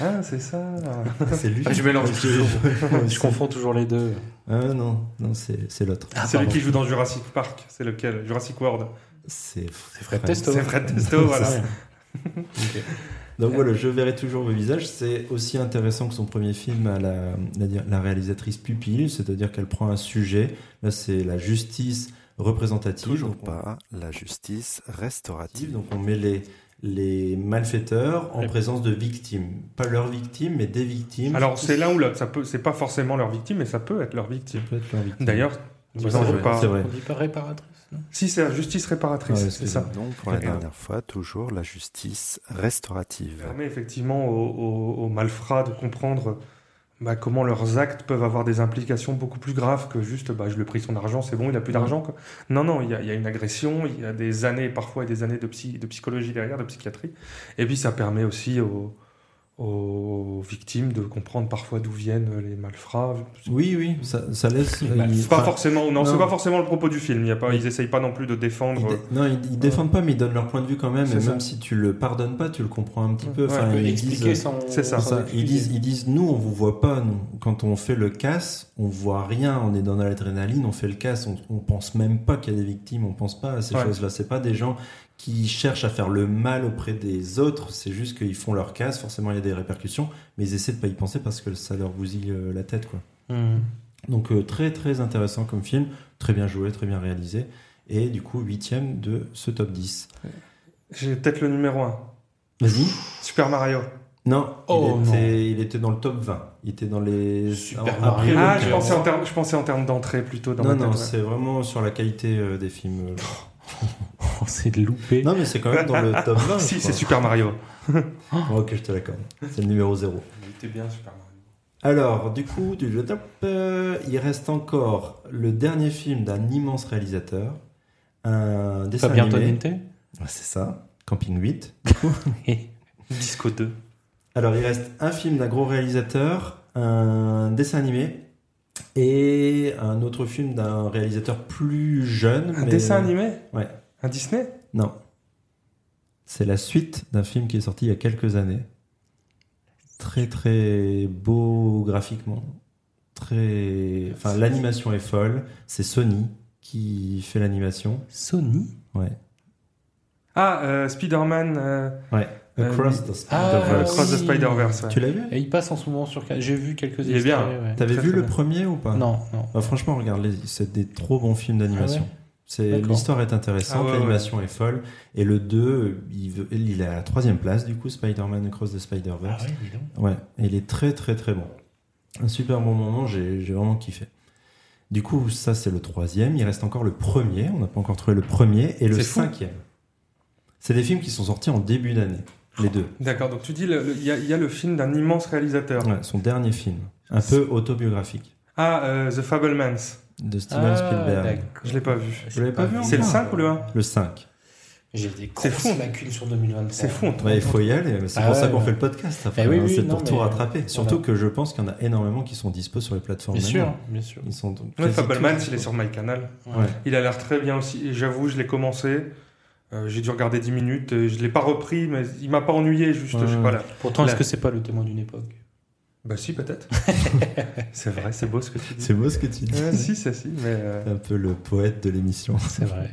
G: Ah, c'est ça.
E: C'est lui.
G: Ah,
F: Je mélange
E: Je-
F: toujours.
E: je-
F: Je confonds toujours les deux.
E: Ah non, non c'est c'est l'autre.
G: c'est lui qui joue dans Jurassic Park. C'est lequel Jurassic World.
E: C'est
F: Fred Testo.
G: C'est Fred Testo, voilà.
F: Ouais.
E: Donc voilà, je verrai toujours vos visages. C'est aussi intéressant que son premier film à la, la, la réalisatrice pupille, c'est-à-dire qu'elle prend un sujet. Là, c'est la justice représentative.
B: Toujours
E: Donc, on-
B: pas la justice restaurative.
E: Donc on met les, les malfaiteurs en
F: Ouais.
E: présence de victimes. Pas leurs victimes, mais des victimes.
G: Alors, c'est l'un ou l'autre. Ça peut, c'est pas forcément leur victime, mais ça peut être leur victime.
E: Ça peut être leurs victimes.
G: D'ailleurs,
F: On
G: Ils
F: dit
G: en
F: pas-
G: veulent pas.
E: C'est vrai.
F: On dit pas réparatrice. non
G: si c'est la justice réparatrice,
E: Ah Ouais, c'est
G: c'est ça.
E: ça.
B: Donc pour la
G: Et, euh,
B: dernière fois, toujours la justice restaurative.
G: permet effectivement aux, aux- aux malfrats de comprendre bah, comment leurs actes peuvent avoir des implications beaucoup plus graves que juste bah, je lui ai pris son argent, c'est bon, il n'a plus d'argent. quoi. Non, non, il y, a, il y a une agression, il y a des années, parfois et des années de, psy- de psychologie derrière, de psychiatrie. Et puis ça permet aussi aux, aux victimes de comprendre parfois d'où viennent les malfrats.
E: Oui, oui, ça, ça laisse.
F: Bah,
E: il-
G: C'est pas
E: enfin,
G: forcément,
E: non.
G: non, c'est pas forcément le propos du film. Il y a pas, ils essayent pas non plus de
E: ils
G: défendre.
E: dé- Non, ils, ils défendent pas, mais ils donnent leur point de vue quand même.
G: C'est
E: Et
G: ça.
E: même si tu le pardonnes pas, tu le comprends un petit peu.
G: Ouais,
E: Enfin,
F: On peut
E: ils
F: expliquer
E: disent-
F: sans-
G: c'est ça.
E: C'est
F: sans
E: ça. Ils
F: expliquer.
E: disent, ils disent, nous, on vous voit pas. Nous. Quand on fait le casse, on voit rien. On est dans l'adrénaline, on fait le casse. On, on pense même pas qu'il y a des victimes. On pense pas à ces
G: Ouais.
E: choses-là. C'est pas des gens qui cherchent à faire le mal auprès des autres. C'est juste qu'ils font leur casse. Forcément, il y a des répercussions, mais ils essaient de pas y penser parce que ça leur bousille euh, la tête, quoi.
F: Hmm.
E: Donc euh, très très intéressant comme film, très bien joué, très bien réalisé. Et du coup, huitième de ce top 10.
G: J'ai peut-être le numéro 1.
E: Vas-y.
G: Super Mario.
E: Non,
F: Oh,
E: il, était, il était dans le top 20. Il était dans les...
F: Super
E: Alors,
F: Mario.
E: après le
G: Ah,
F: ok.
E: 15.
G: je pensais en termes, je pensais en termes d'entrée plutôt dans
E: Non,
G: ma tête.
E: non,
G: ouais.
E: c'est vraiment sur la qualité euh, des films. euh.
F: Oh, c'est loupé.
E: Non, mais c'est quand même dans le top 20.
G: si,
E: je
G: c'est
E: crois.
G: Super Mario.
E: Ok, je te l'accorde. C'est le numéro 0.
G: Il était bien, Super Mario.
E: Alors, du coup, du le top, euh, il reste encore le dernier film d'un immense réalisateur. Un dessin
F: Fabien
E: animé.
F: Tonente
E: Ouais, c'est ça. Camping 8.
G: Disco 2.
E: Alors, il reste un film d'un gros réalisateur, un dessin animé et un autre film d'un réalisateur plus jeune.
G: Un
E: mais-
G: dessin animé
E: Ouais.
G: Un Disney
E: Non. C'est la suite d'un film qui est sorti il y a quelques années. Très, très beau graphiquement. Très... Enfin, l'animation est folle. C'est Sony qui fait l'animation.
F: Sony
E: Ouais.
G: Ah, euh, Spider-Man. euh,
E: Ouais.
G: Euh,
E: Across the Spider-Verse.
G: Cross the
F: oui.
G: Spider-Verse. ouais.
E: Tu l'as vu
F: Et il passe en ce moment sur. J'ai vu quelques
G: Il est bien.
F: extraits, ouais.
E: T'avais
G: Très,
E: vu
G: très
E: le
G: bien.
E: premier ou pas
F: Non, non.
E: Bah, franchement, regarde, les- c'est des trop bons films d'animation.
F: Ah ouais
E: C'est
F: D'accord.
E: L'histoire est intéressante,
G: Ah ouais,
E: l'animation est folle. Et le 2, il, veut- il est à la troisième place, du coup, Spider-Man Across the
G: Ah
E: Spider-Verse.
F: dis donc.
E: Ah ouais. Et il est très, très, très bon. Un super bon moment, j'ai j'ai vraiment kiffé. Du coup, ça, c'est le troisième. Il reste encore le premier. On n'a pas encore trouvé le premier. Et le
G: C'est fou.
E: cinquième. C'est des films qui sont sortis en début d'année, les deux.
G: D'accord, donc tu dis, le- le- il y, a- il y a le film d'un immense réalisateur.
E: Ouais, son dernier film. Un peu autobiographique
G: Ah, euh, The Fablemans.
E: de
F: Ah,
E: Steven Spielberg.
G: Je l'ai pas vu.
E: Vous l'avez pas vu
G: C'est le
E: Ah.
G: 5 ou le 1
E: Le 5.
F: J'ai des
G: C'est fou.
F: grosses lacunes sur 2023.
G: C'est fou, on te-
E: Ouais, il faut y aller, mais c'est
F: Ah
E: pour
F: ouais,
E: ça qu'on
F: ouais.
E: fait le podcast.
F: Eh
E: après,
F: oui,
E: hein,
F: oui,
E: c'est
F: non,
E: pour tout
F: mais-
E: rattraper. Surtout
F: Voilà.
E: que je pense qu'il y en a énormément qui sont dispo sur les plateformes.
F: Bien sûr,
E: maintenant.
F: bien sûr.
E: Ils sont donc
G: Ouais,
E: quasi
G: Fablemans,
E: tous
G: il est sur MyCanal.
E: Ouais.
G: Il a l'air très bien aussi. Et J'avoue, je l'ai commencé. euh, j'ai dû regarder 10 minutes. euh, Je l'ai pas repris, mais il m'a pas ennuyé, juste, je sais
E: Ouais.
G: pas là.
F: Pourtant, est-ce
G: La-
F: que c'est pas le témoin d'une époque
G: Bah si, peut-être. c'est vrai, c'est beau ce que tu dis.
E: C'est beau ce que tu dis.
G: Ouais, si, ça, si, mais... euh,
E: T'es un peu le poète de l'émission.
F: C'est vrai.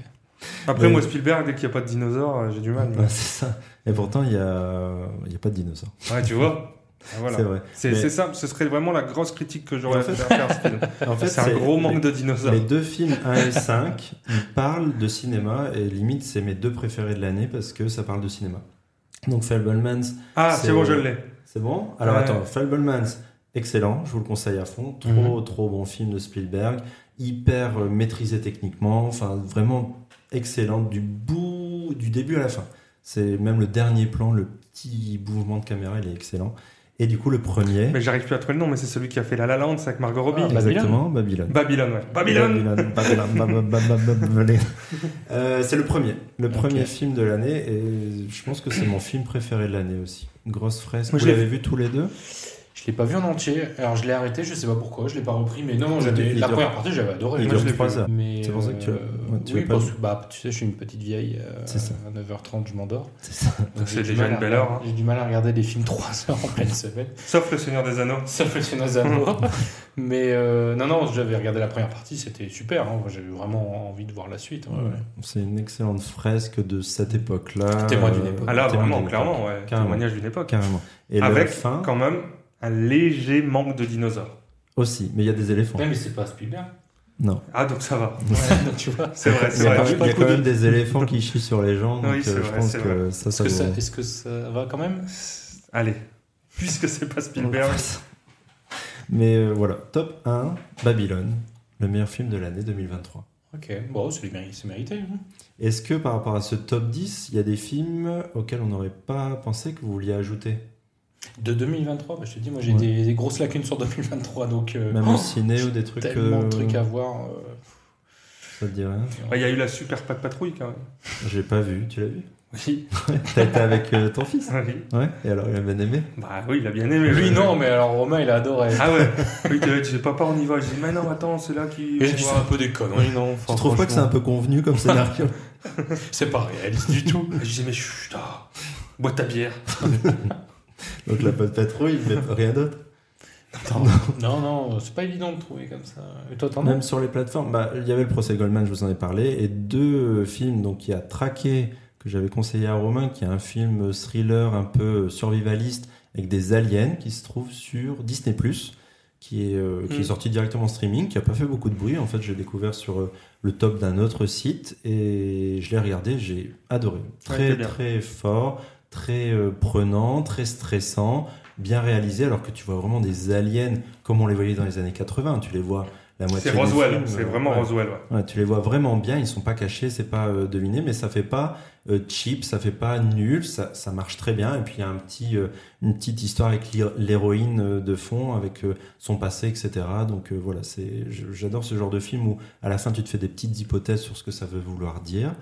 G: Après,
E: Ouais.
G: moi, Spielberg, dès qu'il n'y a pas de dinosaures, euh, j'ai du mal.
E: Ouais, c'est ça. Et pourtant, il n'y a... il y a pas de dinosaures.
G: Ouais, tu vois Ah, voilà.
E: C'est vrai.
G: C'est
E: Mais-
G: c'est ça, ce serait vraiment la grosse critique que j'aurais
E: En fait-
G: fait à faire ce film.
E: En fait,
G: c'est un gros manque de
E: Les,
G: dinosaures.
E: les deux films 1 et 5 ils parlent de cinéma et limite, c'est mes deux préférés de l'année parce que ça parle de cinéma. Donc, Fablemans,
G: Ah,
E: c'est-
G: c'est bon, je l'ai.
E: c'est bon Alors,
G: Ouais.
E: attends, Fablemans, excellent, je vous le conseille à fond.
G: Mhm.
E: Trop, trop bon film de Spielberg, hyper euh, maîtrisé techniquement, enfin vraiment excellent du bout, du début à la fin. C'est même le dernier plan, le petit mouvement de caméra, il est excellent. Et du coup, le premier,
G: Mais j'arrive plus à trouver le nom, mais c'est celui qui a fait La La Land, c'est avec Margot Robbie.
F: Ah, bah,
E: exactement, Babylone.
G: Babylone, ouais. Babylone
E: Babylone, Babylone, Babylone, Babylone, Babylone. Euh, C'est le premier, le premier film de l'année, et je pense que c'est mon film préféré de l'année aussi. Grosse fraise.
G: Moi,
E: Vous
G: je l'ai-
E: l'avez vu tous les deux
F: Je l'ai pas vu en entier. Alors je l'ai arrêté, je sais pas pourquoi, je l'ai pas repris. Mais non, j'avais-
E: Il
F: la
E: dure-
F: première partie j'avais adoré.
E: il
F: Moi,
E: dure
F: je l'ai
E: trois
F: vu.
E: heures.
F: Mais,
E: C'est pour ça que tu-
F: euh,
E: ouais, tu
F: oui,
E: l'as pas
F: parce
E: vu.
F: que, bah, tu sais, je suis une petite vieille. euh,
E: C'est ça.
F: À 9h30, je m'endors.
E: C'est ça.
F: Donc,
G: C'est
F: j'ai du
G: déjà
F: mal
G: une
F: à
G: belle
F: regarder-
G: heure, hein.
F: J'ai du mal à regarder des films 3 heures en pleine semaine.
G: Sauf Le Seigneur des Anneaux.
F: Ça fait chez nos amours. Mais euh, non, non, j'avais regardé la première partie, c'était super. hein. Moi, J'avais vraiment envie de voir la suite. hein.
E: C'est une excellente fresque de cette époque-là.
F: Témoin d'une
E: Euh,
F: époque.
G: Ah là,
E: témoin
G: vraiment,
E: d'une
G: clairement, ouais.
E: Carrément.
G: Témoignage d'une
E: époque,
G: époque.
E: Carrément. Et
G: Avec,
E: la fin
G: quand même, un léger manque de dinosaures.
E: aussi, mais il y a des éléphants.
F: Ouais, mais c'est pas Spielberg.
E: Non.
G: Ah, donc ça va.
F: Ouais, tu vois.
G: C'est vrai,
E: Il
G: c'est
E: y a, quand même- il
G: vrai.
E: y a
F: beaucoup
E: quand
F: de-
E: même des éléphants qui chient sur les gens, donc
G: Oui, c'est
E: euh, je
G: vrai,
E: pense
G: c'est
E: que ça,
F: Est-ce
E: ça
F: que, ça,
E: doit-
F: est-ce que ça va quand même
G: Allez, puisque c'est pas Spielberg.
E: Mais euh, voilà, top 1, Babylone, le meilleur film de l'année 2023.
F: Ok, bon, c'est méri- c'est mérité. hein.
E: Est-ce que par rapport à ce top 10, il y a des films auxquels on n'aurait pas pensé que vous vouliez ajouter
F: De 2023, bah, je te dis, moi j'ai
E: Ouais.
F: des, des grosses lacunes sur 2023, donc euh,
E: Même
F: oh,
E: au ciné ou des trucs.
F: tellement
E: euh,
F: de trucs à voir. euh,
E: Ça te dit rien
G: Ouais, Il y a eu la super pack patrouille quand même.
E: J'ai pas vu, tu l'as vu
G: Oui.
E: T'as été avec euh, ton fils
G: oui.
E: Ouais, et alors il a bien aimé
G: Bah oui, il a bien aimé.
F: Lui
G: mais-
F: non, mais alors Romain il a adoré.
G: Ah ouais. Oui, tu tu dis papa, on y va. Je dis mais non, attends, c'est là qui.
F: Et
E: Eh,
F: tu fais un peu des conneries, non
E: Tu trouves pas que c'est un peu convenu comme scénario
F: C'est pas réaliste du tout.
G: Je dis mais chut, ah, bois ta bière.
E: Donc la bonne patrouille, mais rien d'autre.
F: Non, non, c'est pas évident de trouver comme ça. Et toi, t'en as
E: Même sur les plateformes, bah, il y avait le procès Goldman, je vous en ai parlé, et deux euh, films donc il y a Traqué que j'avais conseillé à Romain, qui est un film euh, thriller un peu euh, survivaliste avec des aliens qui se trouve sur Disney qui est euh, qui
G: Mm.
E: est sorti directement en streaming, qui a pas fait beaucoup de bruit. En fait, j'ai découvert sur euh, le top d'un autre site et je l'ai regardé, j'ai adoré,
G: t'es
E: très
G: bien.
E: très fort, très euh, prenant, très stressant bien réalisé alors que tu vois vraiment des aliens comme on les voyait dans les années 80 tu les vois la moitié
G: C'est
E: du
G: Roswell.
E: film,
G: C'est
E: euh,
G: vraiment
E: ouais.
G: Roswell. ouais.
E: Ouais, tu les vois vraiment bien ils sont pas cachés c'est pas euh, deviné mais ça fait pas euh, cheap ça fait pas nul ça, ça marche très bien et puis il y a un petit euh, une petite histoire avec l'hé- l'héroïne euh, de fond avec euh, son passé etc donc euh, voilà c'est je- j'adore ce genre de film où à la fin tu te fais des petites hypothèses sur ce que ça veut vouloir dire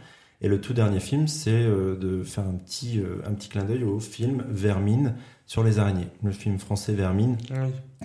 E: et le tout dernier film c'est euh, de faire un petit euh, un petit clin d'œil au film Vermine sur les araignées le film français Vermine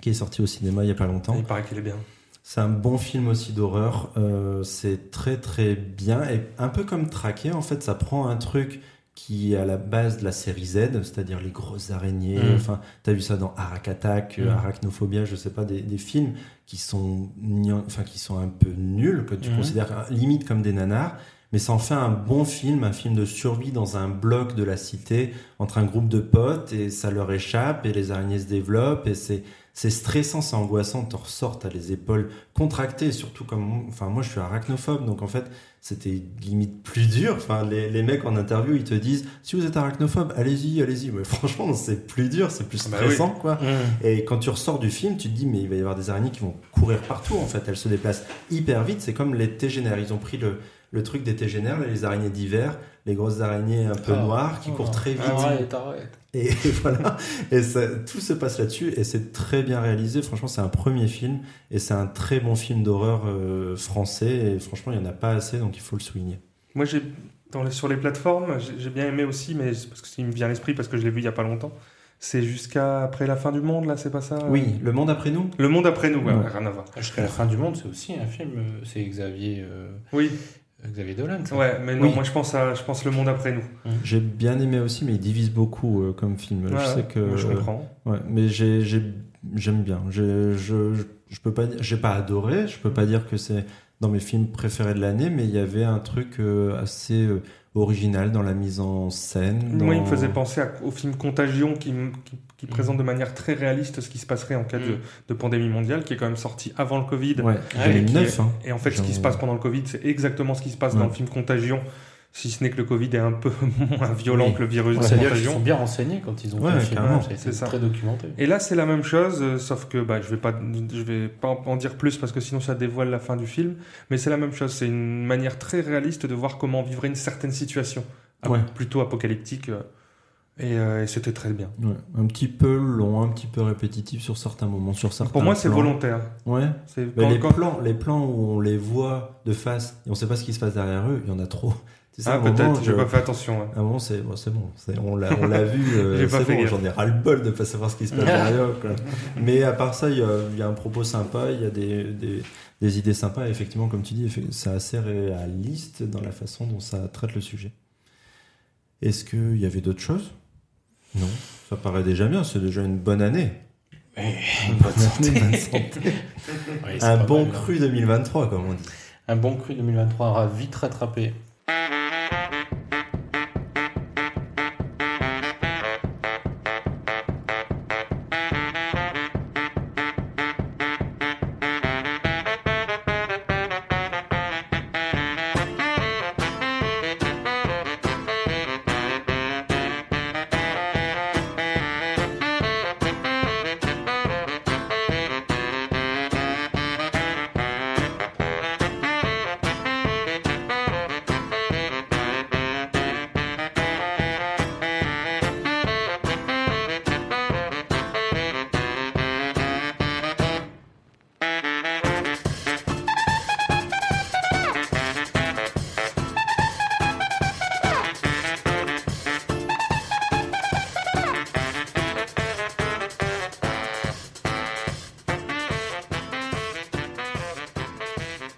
E: qui est sorti au cinéma il y a pas longtemps
G: Il paraît qu'il est bien.
E: c'est un bon film aussi d'horreur. Euh, c'est très très bien et un peu comme Traqué en fait, ça prend un truc qui est à la base de la série Z, c'est-à-dire les grosses araignées.
F: Mm.
E: Enfin, t'as vu ça dans Arak Attack, euh,
F: Mm.
E: Arachnophobia, je sais pas, des, des films qui sont, gnan- enfin qui sont un peu nuls que tu
F: Mm.
E: considères euh, limite comme des nanars. Mais ça en fait un bon film, un film de survie dans un bloc de la cité entre un groupe de potes et ça leur échappe et les araignées se développent et c'est c'est stressant, c'est angoissant, t'en ressors, t'as les épaules contractées, surtout comme, enfin moi je suis arachnophobe, donc en fait c'était limite plus dur. Enfin les, les mecs en interview ils te disent si vous êtes arachnophobe, allez-y, allez-y. Mais franchement c'est plus dur, c'est plus
G: Ah bah oui.
E: stressant quoi.
F: Mmh.
E: Et quand tu ressors du film, tu te dis, mais il va y avoir des araignées qui vont courir partout, en fait. Elles se déplacent hyper vite. C'est comme les tégénaires. Ils ont pris le, le truc des tégénaires, là, les araignées d'hiver, les grosses araignées un peu
F: Ah.
E: noires qui
F: Oh,
E: courent très vite.
F: Arrête, arrête.
E: Et voilà. Et ça, tout se passe là-dessus. Et c'est très bien réalisé. Franchement, c'est un premier film. Et c'est un très bon film d'horreur euh, français. Et franchement, il n'y en a pas assez, donc il faut le souligner.
G: Moi, j'ai dans les- sur les plateformes, j'ai j'ai bien aimé aussi, mais c'est parce que il me vient à l'esprit parce que je l'ai vu il y a pas longtemps. C'est jusqu'à après la fin du monde, là, c'est pas ça
E: Oui, Le Monde après nous.
G: Le monde après nous, ouais,
E: Ouais.
G: rien à voir.
F: Ah, Jusqu'à la fin du monde, c'est aussi un film. euh, C'est Xavier, euh,
G: Oui,
F: Xavier Dolan. ça.
G: ouais, mais non,
E: Oui.
G: moi je pense à, je pense le monde après nous.
E: J'ai bien aimé aussi, mais il divise beaucoup euh, comme film.
G: Ouais,
E: je sais que.
G: moi, je comprends.
E: Ouais, mais j'ai, j'ai- j'aime bien. J'ai- je, je, je peux pas, dire- j'ai pas adoré. Je peux pas dire que c'est dans mes films préférés de l'année, mais il y avait un truc euh, assez euh, original dans la mise en scène. Dans... Mm.
G: Moi, il me faisait penser à- au film Contagion qui, m- qui- qui présente de manière très réaliste ce qui se passerait en cas de,
F: Mm.
G: de pandémie mondiale, qui est quand même sorti avant le Covid.
E: Ouais,
F: Ouais,
G: et qui
E: 2009. hein.
G: Et en fait, ce qui
E: Genre-
G: se passe pendant le Covid, c'est exactement ce qui se passe
E: Ouais.
G: dans le film Contagion. si ce n'est que le Covid est un peu moins violent
F: Oui.
G: que le virus de
F: C'est-à-dire qu'ils
G: contagion.
F: sont bien renseignés quand ils ont
E: Ouais,
F: fait le
E: carrément,
F: film. Ça a été
G: c'est ça.
F: très documenté.
G: Et là, c'est la même chose, euh, sauf que bah, je vais pas, je vais pas en dire plus parce que sinon ça dévoile la fin du film. Mais c'est la même chose. C'est une manière très réaliste de voir comment vivrait une certaine situation, ap-
E: Ouais.
G: plutôt apocalyptique. euh, Et, euh, et c'était très bien.
E: Ouais, un petit peu long, un petit peu répétitif sur certains moments, sur certains.
G: Pour moi, c'est
E: plans.
G: volontaire.
E: Ouais.
G: C'est
E: Mais
G: quand-
E: les
G: quand-
E: plans, les plans où on les voit de face et on sait pas ce qui se passe derrière eux, il y en a trop. C'est
G: Ah, peut-être. J'ai pas fait attention. ouais.
E: À un moment, c'est bon, c'est bon, c'est- on l'a, on l'a vu, euh,
G: J'ai pas
E: c'est
G: fait
E: bon,
G: gaffe.
E: j'en ai ras le bol de pas savoir ce qui se passe derrière. eux, quoi. Mais à part ça, il y, a- il y a un propos sympa, il y a des, des, des idées sympas. Et effectivement, comme tu dis, effe- c'est assez réaliste dans la façon dont ça traite le sujet. Est-ce qu'il y avait d'autres choses Non, ça paraît déjà bien, c'est déjà une bonne année.
F: Mais-
E: Une
F: bonne
E: année,
F: santé.
E: bonne santé.
F: Ouais, c'est
E: un
F: pas
E: bon
F: mal, hein.
E: cru 2023, comme on dit.
F: Un bon cru 2023 aura vite rattrapé.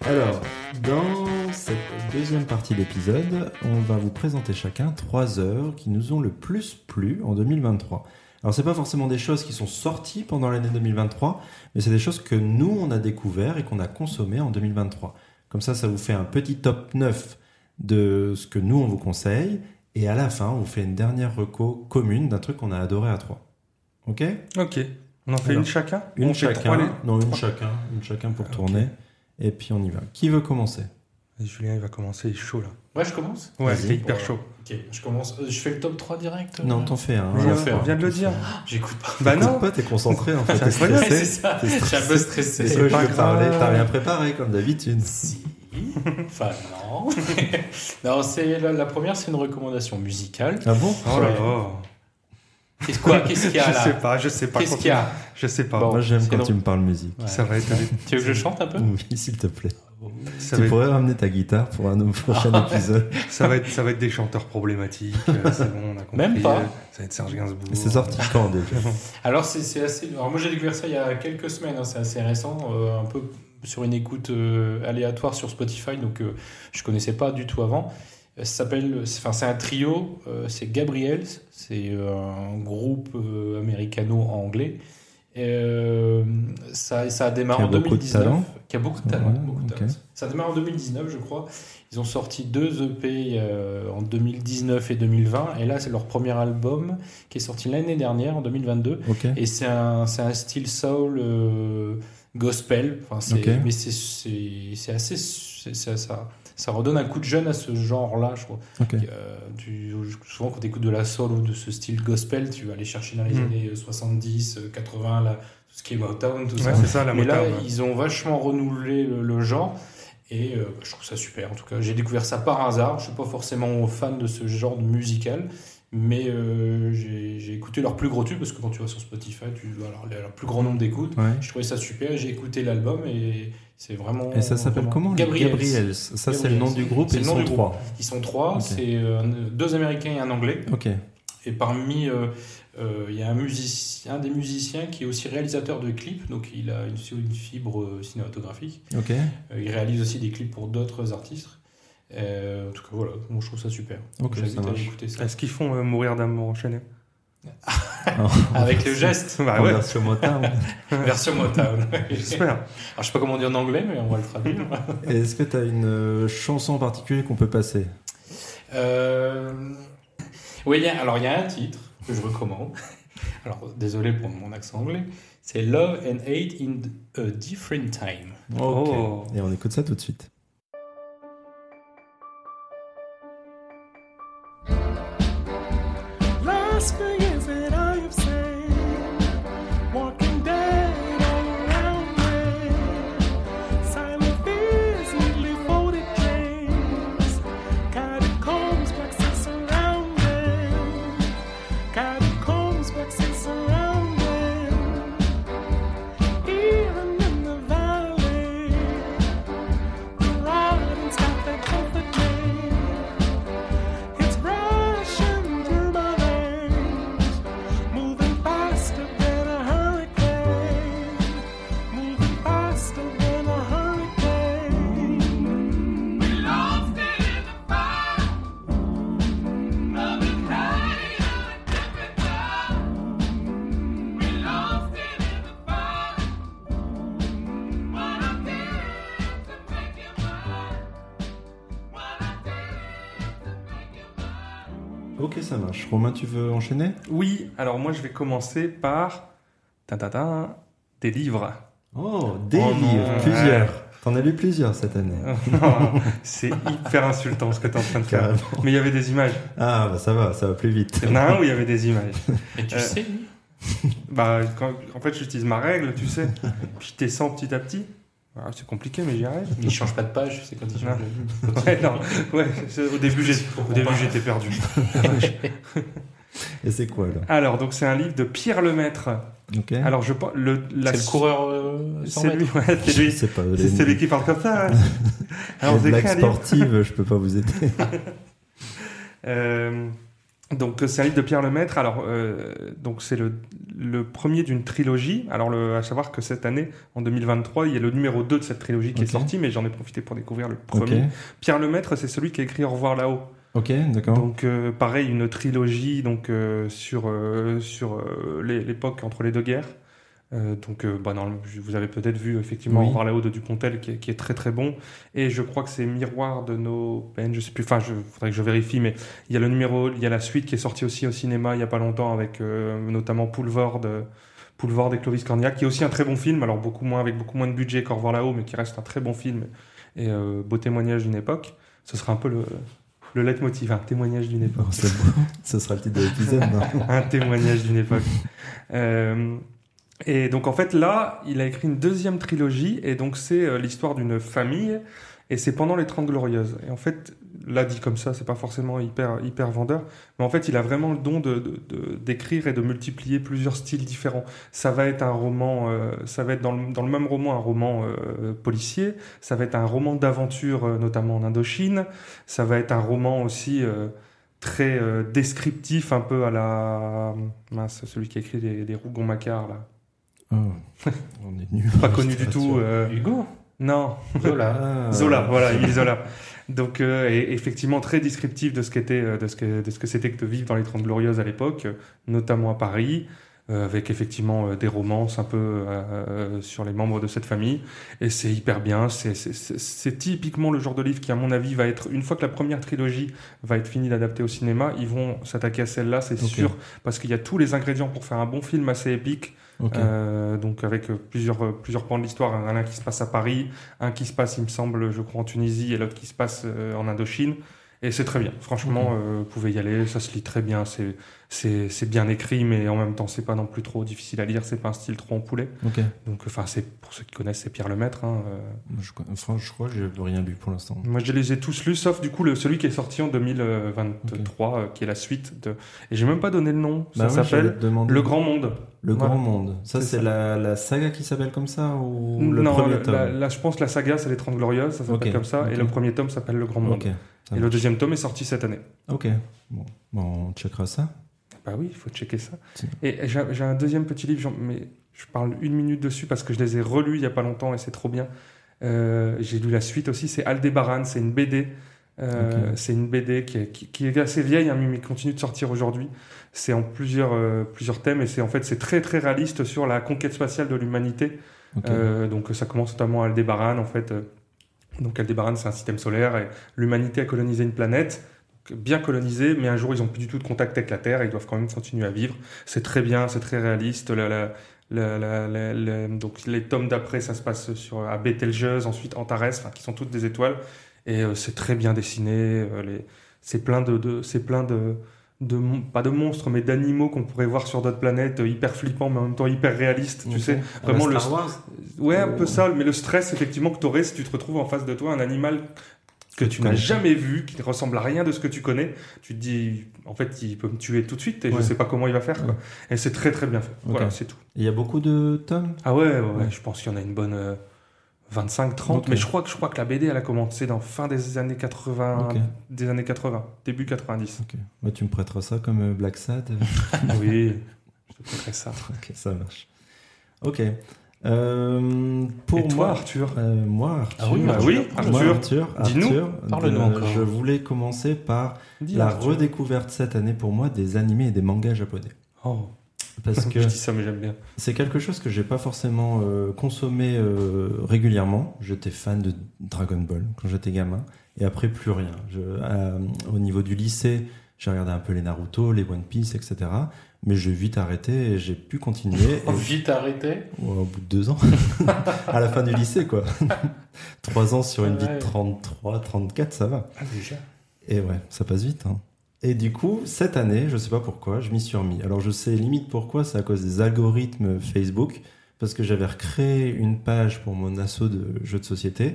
F: Alors, dans cette deuxième partie d'épisode, on va vous présenter chacun trois œuvres qui nous ont le plus plu en 2023. Alors, c'est pas forcément des choses qui sont sorties pendant l'année 2023, mais c'est des choses que nous, on a découvert et qu'on a consommées en 2023. Comme ça, ça vous fait un petit top 9 de ce que nous, on vous conseille. Et à la fin, on vous fait une dernière reco commune d'un truc qu'on a adoré à trois. Ok
G: Ok. On en fait
E: Alors,
G: une chacun.
E: Une
G: On fait trois,
E: chacun.
G: les-
E: Non, une
G: trois.
E: chacun. Une chacun pour
G: Ah, ok.
E: tourner. Et puis, on y va. Qui veut commencer
G: Et Julien, il va commencer. Il est chaud là.
F: Ouais, je commence
G: Ouais,
E: Vas-y.
G: c'est hyper chaud.
F: Ok, je commence. Euh, Je fais le top 3 direct euh,
E: Non, t'en fais un. hein.
G: Mais
F: j'en
G: non,
F: fais
G: on
F: un,
G: vient de le
E: t'en
G: dire.
F: J'écoute pas.
G: Bah
E: Non,
G: non.
E: pas, t'es concentré en fait. T'es
G: incroyable.
E: stressé.
F: Ah c'est Ah. ça.
E: T'es
F: Je suis un peu stressé.
E: C'est pas
G: pas
E: je veux parler,
G: grave.
E: t'as rien préparé comme d'habitude.
F: Si. Enfin, non. non, c'est la, la première, c'est une recommandation musicale.
E: Ah bon
G: Oh là
F: Ouais.
G: là.
F: Qu'est-ce quoi Qu'est-ce qu'il y a
G: Je sais
F: là
G: pas. Je sais pas.
F: Qu'est-ce qu'il y a
G: Je sais pas.
F: Bon.
E: Moi j'aime
F: c'est
E: quand
F: long.
E: tu me parles musique.
F: Ouais.
G: Ça va être.
F: Tu veux que je chante un peu
E: Oui, s'il te plaît.
G: Ça va
E: tu
G: être
E: pourrais ramener ta guitare pour un
F: Ah.
E: prochain épisode.
G: Ça va, être, ça va être des chanteurs problématiques, euh, c'est bon, on a compris.
F: Même pas.
G: Euh, Ça va être Serge Gainsbourg.
E: C'est sorti quand déjà
F: Alors, c'est c'est assez. Alors, moi, j'ai découvert ça il y a quelques semaines, hein, c'est assez récent, euh, un peu sur une écoute euh, aléatoire sur Spotify, donc euh, je connaissais pas du tout avant. Euh, Ça s'appelle, c'est- enfin, c'est un trio, euh, c'est Gabriels, c'est euh, un groupe euh, américano-anglais. Euh, ça, ça a démarré
E: Qui a
F: en
E: beaucoup de
F: 2019.
E: talent.
F: Qui a beaucoup de talent.
E: Ouais,
F: beaucoup de
E: ok.
F: talent. Ça démarre en 2019, je crois. Ils ont sorti deux EP euh, en 2019 et 2020. Et là, c'est leur premier album qui est sorti l'année dernière, en 2022.
E: Ok.
F: Et c'est un, c'est un style soul euh, gospel. Enfin, c'est-
E: Ok.
F: Mais c'est- c'est c'est assez. c'est- c'est- ça, ça redonne un coup de jeune à ce genre-là, je crois.
E: Ok.
F: Euh, tu- souvent, quand tu écoutes de la soul ou de ce style gospel, tu vas aller chercher dans les
E: Hmm.
G: Mm.
F: années 70, euh, 80, là, tout ce qui est Motown, tout ça.
G: Ouais, c'est ça, la
F: Mais là,
G: motard. ouais.
F: ils ont vachement renouvelé le, le genre. Et euh, bah, je trouve ça super, en tout cas. J'ai découvert ça par hasard. Je suis pas forcément fan de ce genre de musical. Mais euh, j'ai j'ai écouté leur plus gros tube, parce que quand tu vas sur Spotify, tu vois leur, leur plus grand nombre d'écoutes.
E: Ouais.
F: Je trouvais ça super. et J'ai écouté l'album et c'est vraiment.
E: Et ça s'appelle
F: vraiment-
E: comment les
F: Gabriels.
E: Gabriels. Ça c'est le nom du groupe
F: C'est
E: et
F: le
E: ils
F: nom
E: sont
F: du groupe.
E: trois.
F: Ils sont trois.
E: Ok.
F: C'est euh, deux Américains et un Anglais.
E: Ok.
F: Et parmi, euh, euh, il y a un, musicien, un des musiciens qui est aussi réalisateur de clips, donc il a une, une fibre euh, cinématographique.
E: Ok.
F: Euh, il réalise aussi des clips pour d'autres artistes. Euh, en tout cas, voilà, moi je trouve ça super.
E: Ok,
F: J'invite
E: ça
F: à
E: marche. Ah,
F: écouter ça.
G: Est-ce qu'ils font euh, mourir d'amour enchaîné
F: Ah Avec le geste,
G: Bah
E: En
G: ouais,
E: version Motown.
F: version Motown. Alors,
G: j'espère.
F: je sais pas comment dire en anglais, mais on va le traduire.
E: Est-ce que t'as une euh, chanson en particulier qu'on peut passer
F: Euh, Oui, il y a- alors il y a un titre que je recommande. Alors, désolé pour mon accent anglais. C'est Love and Hate in a Different Time.
G: Oh.
E: Et on écoute ça tout de suite. Ok, ça marche. Romain, tu veux enchaîner
G: Oui, alors moi je vais commencer par tatatin, des livres.
E: Oh, des
G: Oh non.
E: livres, plusieurs. T'en as lu plusieurs cette année.
G: c'est hyper insultant ce que tu es en train de faire.
E: Carrément.
G: Mais il y avait des images.
E: Ah, bah ça va, ça va plus vite.
G: Il y en a un où il y avait des images.
F: Et tu
G: Euh,
F: sais,
G: Bah, quand- en fait, j'utilise ma règle, tu sais. Je descends petit à petit. Ah, c'est compliqué, mais j'y arrive.
F: il change pas de page, c'est quand il change de- quand il-
G: Ouais, non. Ouais, c'est- au début, j'ai- au début, j'étais perdu.
E: Et c'est quoi là
G: Alors, donc, c'est un livre de Pierre Lemaître.
E: Ok.
G: Alors, je pense. Le, la-
F: C'est le coureur euh, 100
G: C'est lui,
F: mètres.
G: ouais, c'est lui.
E: C'est pas
G: C'est
E: les,
G: c'est lui qui parle comme ça. hein. Alors,
E: les
G: j'ai écrit
E: blagues
G: un livre.
E: sportives, je peux pas vous aider.
G: Euh, donc euh, c'est un livre de Pierre Lemaître. Alors euh, donc c'est le, le premier d'une trilogie. Alors le, à savoir que cette année, en 2023, il y a le numéro 2 de cette trilogie qui
E: Ok.
G: est sorti, mais j'en ai profité pour découvrir le
E: Ok.
G: premier. Pierre Lemaître, c'est celui qui a écrit Au revoir là-haut.
E: Ok, d'accord.
G: Donc euh, pareil, une trilogie donc euh, sur euh, sur euh, l'é- l'époque entre les deux guerres. Euh, donc euh, bah, dans le- vous avez peut-être vu effectivement
E: Oui.
G: par là-haut de Dupontel qui est, qui est très très bon et je crois que c'est Miroir de nos peines je sais plus enfin je faudrait que je vérifie mais il y a le numéro il y a la suite qui est sortie aussi au cinéma il y a pas longtemps avec euh, notamment Poulvord euh, Poulvord et Clovis Cornillac qui est aussi un très bon film alors beaucoup moins avec beaucoup moins de budget qu'Au revoir là-haut mais qui reste un très bon film et euh, beau témoignage d'une époque ce sera un peu le le leitmotiv, un témoignage d'une époque.
E: Bon, c'est bon. Ce sera le titre de l'épisode. non
G: un témoignage d'une époque. Euh, et donc en fait là, il a écrit une deuxième trilogie et donc c'est euh, l'histoire d'une famille et c'est pendant les 30 glorieuses. Et en fait, là dit comme ça, c'est pas forcément hyper hyper vendeur, mais en fait, il a vraiment le don de de- de- d'écrire et de multiplier plusieurs styles différents. Ça va être un roman, euh, ça va être dans le, dans le même roman un roman euh, policier, ça va être un roman d'aventure euh, notamment en Indochine, ça va être un roman aussi euh, très euh, descriptif, un peu à la mince, celui qui a écrit les, les Rougon-Macquart là,
E: Oh, On est nuls.
G: pas connu du tout. euh,
F: Hugo
G: Non,
F: Zola.
E: Ah.
G: Zola, voilà, Émile Zola. Donc, euh, et- effectivement, très descriptif de ce qu'était, euh, de ce que, de ce que c'était que de vivre dans les Trente Glorieuses à l'époque, euh, notamment à Paris, euh, avec effectivement euh, des romances un peu euh, euh, sur les membres de cette famille. Et c'est hyper bien. C'est- C'est c'est- c'est typiquement le genre de livre qui, à mon avis, va être une fois que la première trilogie va être finie d'adapter au cinéma, ils vont s'attaquer à celle-là, c'est
E: Ok.
G: sûr, parce qu'il y a tous les ingrédients pour faire un bon film assez épique.
E: Ok.
G: Euh, donc avec euh, plusieurs, euh, plusieurs pans de l'histoire, un, un qui se passe à Paris, un qui se passe, il me semble, je crois, en Tunisie, et l'autre qui se passe euh, en Indochine. Et c'est très bien. Franchement, euh, vous pouvez y aller, ça se lit très bien, c'est- c'est c'est bien écrit, mais en même temps, c'est pas non plus trop difficile à lire, c'est pas un style trop empoulet.
E: Ok.
G: Donc, enfin, c'est pour ceux qui connaissent, c'est Pierre Lemaître. Hein, euh,
E: Je, enfin, je crois que j'ai rien lu pour l'instant.
G: moi, je les ai tous lus, sauf du coup le, celui qui est sorti en 2023, euh, qui est la suite de. Et j'ai même pas donné le nom.
E: Bah ouais,
G: ça
E: j'allais
G: s'appelle
E: te demander.
G: Le Grand Monde.
E: Le
G: Voilà.
E: Grand Monde. Ça,
G: C'est
E: c'est
G: ça.
E: la, la saga qui s'appelle comme ça ou le
G: non,
E: premier
G: le-
E: tome
G: la- là, je pense que la saga, c'est Les 30 Glorieuses, ça s'appelle
E: Ok,
G: comme ça,
E: ok.
G: et le premier tome s'appelle Le Grand Monde.
E: Ok. ça
G: Et le deuxième tome est sorti cette année.
E: Ok. Bon. Bon, on checkera ça.
G: Bah oui, il faut checker ça.
E: Tiens.
G: Et j'ai j'ai un deuxième petit livre, j'en- mais je parle une minute dessus parce que je les ai relus il y a pas longtemps et c'est trop bien. Euh, j'ai lu la suite aussi, c'est Aldébaran, c'est une BD. Euh, C'est une BD qui est, qui- qui est assez vieille, hein, mais qui continue de sortir aujourd'hui. C'est en plusieurs, euh, plusieurs thèmes et c'est en fait c'est très très réaliste sur la conquête spatiale de l'humanité.
E: Ok.
G: Euh, donc ça commence notamment à Aldébaran en fait. Euh, Donc Aldébaran c'est un système solaire et l'humanité a colonisé une planète, donc bien colonisée, mais un jour ils n'ont plus du tout de contact avec la Terre et ils doivent quand même continuer à vivre. C'est très bien, c'est très réaliste. La- la- la- la- la- la- donc les tomes d'après ça se passe sur, à Betelgeuse, ensuite Antares, enfin, qui sont toutes des étoiles. Et euh, c'est très bien dessiné. euh, les- c'est plein de, de- c'est plein de, de mon- pas de monstres mais d'animaux qu'on pourrait voir sur d'autres planètes, euh, hyper flippants mais en même temps hyper réalistes.
E: Ok.
G: Tu sais,
E: Ah,
G: vraiment
E: la
G: le
E: Star Wars
G: Ouais, un
E: Oh.
G: peu ça, mais le stress, effectivement, que t'aurais si tu te retrouves en face de toi un animal que tu n'as
E: connais.
G: jamais vu, qui ne ressemble à rien de ce que tu connais, tu te dis, en fait, il peut me tuer tout de suite et je
E: Ouais.
G: sais pas comment il va faire. Quoi.
E: Ouais.
G: Et c'est très très bien fait. Voilà, c'est tout.
E: Il y a beaucoup de tomes
G: Ah ouais, ouais, ouais,
E: Ouais.
G: je pense qu'il y en a une bonne 25-30,
E: Ok.
G: mais je crois, que, je crois que la BD, elle a commencé dans fin des années 80,
E: Ok.
G: des années 80 début 90.
E: Ok. Bah, tu me prêteras ça comme euh, Black Sad. Ah
G: oui, je te prêterai ça.
E: ok, ça marche. Ok. Euh, pour
G: et toi,
E: moi,
G: Arthur
E: Euh, moi, Arthur.
F: Ah oui, Ah,
G: bah oui,
E: Moi,
G: Arthur,
E: Arthur,
G: dis-nous.
E: Arthur,
F: Parle-nous
E: euh,
F: encore.
E: Je voulais commencer par
G: Dis,
E: la
G: Arthur.
E: redécouverte cette année pour moi des animés et des mangas japonais.
G: Oh,
E: Parce que
G: je dis ça, mais j'aime bien.
E: c'est quelque chose que j'ai pas forcément euh, consommé euh, régulièrement. J'étais fan de Dragon Ball quand j'étais gamin, et après plus rien. Je- à- au euh, niveau du lycée, J'ai regardé un peu les Naruto, les One Piece, etc. Mais j'ai vite arrêté et j'ai pu continuer. Et-
F: Vite arrêté.
E: Ouais, au bout de deux ans. à la fin du lycée, quoi. Trois ans sur une vie de
F: Ouais.
E: 33, 34, ça va.
F: Ah, déjà.
E: Et ouais, ça passe vite. hein. Et du coup, cette année, je sais pas pourquoi, je m'y suis remis. Alors je sais limite pourquoi, c'est à cause des algorithmes Facebook, parce que j'avais recréé une page pour mon assaut de jeux de société.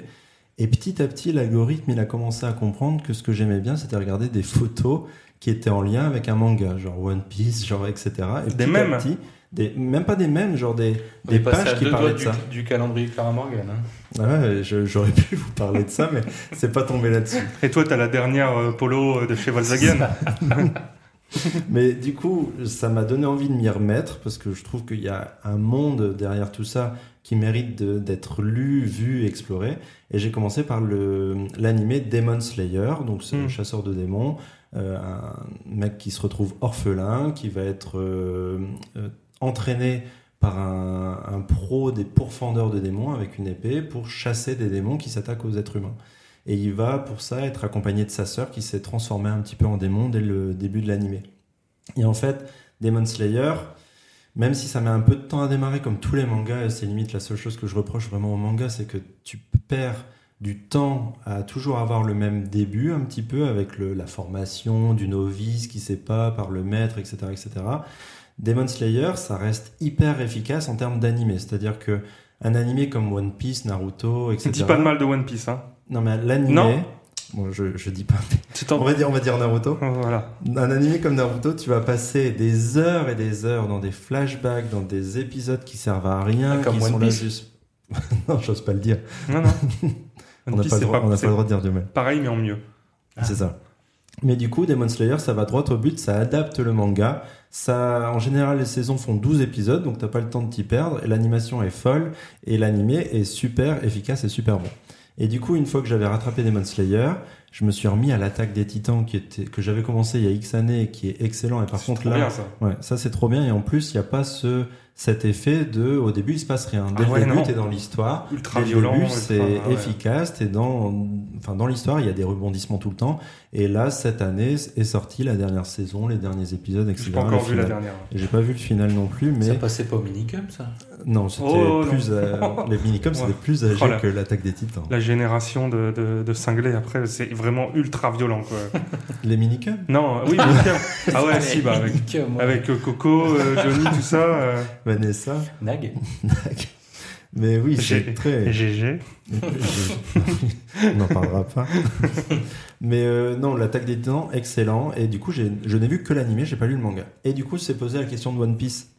E: Et petit à petit, l'algorithme, il a commencé à comprendre que ce que j'aimais bien, c'était regarder des photos qui étaient en lien avec un manga, genre One Piece, genre etc. Et
G: Des
E: petit à
G: mèmes.
E: petit, des, même pas des mêmes, genre des,
F: On
E: des
F: est passé à
E: pages qui
F: deux
E: parlaient
F: doigts
E: de
F: du,
E: ça.
F: du calendrier Clara Morgan. hein.
E: Ah ouais, je- j'aurais pu vous parler de ça, mais c'est pas tombé là-dessus.
G: Et toi, t'as la dernière euh, polo euh, de chez Volkswagen.
E: Mais du coup, ça m'a donné envie de m'y remettre parce que je trouve qu'il y a un monde derrière tout ça qui mérite de- d'être lu, vu, exploré. Et j'ai commencé par le l'animé Demon Slayer, donc c'est un
G: Mm.
E: chasseur de démons, euh, un mec qui se retrouve orphelin, qui va être euh, euh, entraîné par un, un pro des pourfendeurs de démons avec une épée pour chasser des démons qui s'attaquent aux êtres humains. Et il va pour ça être accompagné de sa sœur qui s'est transformée un petit peu en démon dès le début de l'animé. Et en fait, Demon Slayer, même si ça met un peu de temps à démarrer comme tous les mangas, et c'est limite la seule chose que je reproche vraiment au manga, c'est que tu perds du temps à toujours avoir le même début un petit peu avec le- la formation du novice qui sait pas par le maître, etc., etc. Demon Slayer, ça reste hyper efficace en termes d'animé, c'est-à-dire que un animé comme One Piece, Naruto, etc.
G: Dis pas de mal de One Piece. Hein.
E: Non, mais l'animé.
G: Non.
E: Bon, je, je dis pas.
G: Tu
E: On
G: t'en-
E: va dire, on va dire Naruto.
G: Voilà.
E: Un animé comme Naruto, tu vas passer des heures et des heures dans des flashbacks, dans des épisodes qui servent à rien,
F: Comme
E: qui
F: One
E: sont là
F: Piece.
E: juste. non, j'ose pas le dire.
G: Non, non.
E: On
G: One
E: n'a
G: Piece,
E: pas, le
G: c'est
E: droit- on n'a pas
G: c'est
E: le droit de dire du mal.
G: Pareil, mais en mieux.
E: C'est ça. Ah. Mais du coup, Demon Slayer, ça va droit au but, ça adapte le manga. Ça, en général, les saisons font 12 épisodes, donc t'as pas le temps de t'y perdre. Et L'animation est folle et l'animé est super efficace et super bon. Et du coup, une fois que j'avais rattrapé Demon Slayer, je me suis remis à l'attaque des Titans qui était, que j'avais commencé il y a X années et qui est excellent. Et par
G: C'est
E: contre,
G: trop
E: là,
G: bien, ça.
E: Ouais, ça c'est trop bien et en plus il n'y a pas ce cet effet de au début il se passe rien. Dès
G: Ah ouais,
E: le début
G: non.
E: t'es dans l'histoire,
G: Ultra
E: dès le
G: violent.
E: début
G: ultra-
E: c'est
G: ouais.
E: efficace, t'es dans enfin dans l'histoire il y a des rebondissements tout le temps et là cette année est sortie la dernière saison, les derniers épisodes etc.
G: J'ai pas encore
E: le
G: vu la
E: final.
G: dernière.
E: Et J'ai pas vu le final non plus
F: Ça
E: mais
F: passait pas au minicum, ça
E: non c'était
G: Oh, non.
E: plus euh, les minicoms c'était
G: Ouais.
E: plus âgé
G: Oh là.
E: que l'attaque des Titans.
G: La génération de, de, de cinglés après, c'est vraiment ultra violent quoi.
E: Les minicoms
G: non, euh, oui, mais tiens. ah ouais, si, bah avec,
F: Minicum, ouais.
G: avec euh, Coco, euh, Johnny, tout ça, euh,
E: Vanessa.
F: Nag.
E: Mais oui, c'est
G: J'ai-
E: très
G: et GG.
E: Je- On n'en parlera pas. Mais euh, non, l'attaque des titans, excellent. Et du coup, j'ai- je n'ai vu que l'animé, j'ai pas lu le manga. Et du coup, c'est posé la question de One Piece.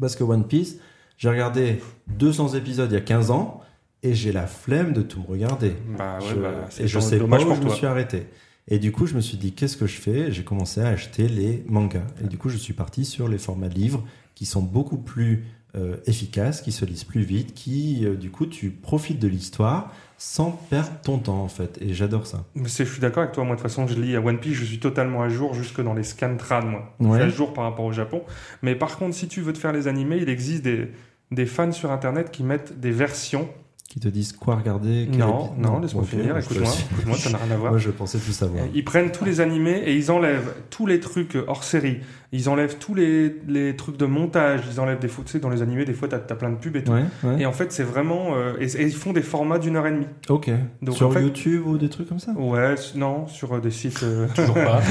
E: Parce que One Piece, j'ai regardé 200 épisodes il y a 15 ans et j'ai la flemme de tout me regarder.
G: Bah ouais,
E: Je-
G: bah, c'est
E: et je sais pas
G: dommage
E: où
G: pour
E: je me
G: toi.
E: suis arrêté. Et du coup, je me suis dit, qu'est-ce que je fais J'ai commencé à acheter les mangas. Et du coup, je suis parti sur les formats livres qui sont beaucoup plus euh, efficaces, qui se lisent plus vite, qui, euh, du coup, tu profites de l'histoire sans perdre ton temps, en fait. Et j'adore ça.
G: Mais c'est- je suis d'accord avec toi. Moi, de toute façon, je lis à One Piece, je suis totalement à jour jusque dans les scans trad, moi.
E: Ouais.
G: Je suis à jour par rapport au Japon. Mais par contre, si tu veux te faire les animés, il existe des, des fans sur Internet qui mettent des versions.
E: Qui te disent quoi regarder quel
G: Non,
E: épi-
G: non, laisse-moi
E: ok,
G: finir,
E: je te
G: écoute-moi,
E: suis.
G: écoute-moi, ça n'a rien à voir.
E: Moi, je pensais tout savoir.
G: Ils prennent tous les animés et ils enlèvent tous les trucs hors série. Ils enlèvent tous les, les trucs de montage. Ils enlèvent des fautes. Tu sais, dans les animés, des fois, t'as as plein de pubs et tout.
E: Ouais, ouais.
G: Et en fait, c'est vraiment. euh, et, et ils font des formats d'une heure et demie.
E: Ok.
G: Donc,
E: sur
G: en fait-
E: YouTube ou des trucs comme ça
G: Ouais, s- non, sur euh, des sites. euh,
F: Toujours pas.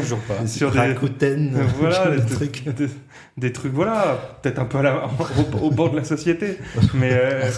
F: Toujours pas.
G: Sur des-
E: Rakuten,
G: voilà,
E: des
G: des
E: trucs.
G: des, des trucs, voilà, peut-être un peu à la- au, au bord de la société. Mais. euh,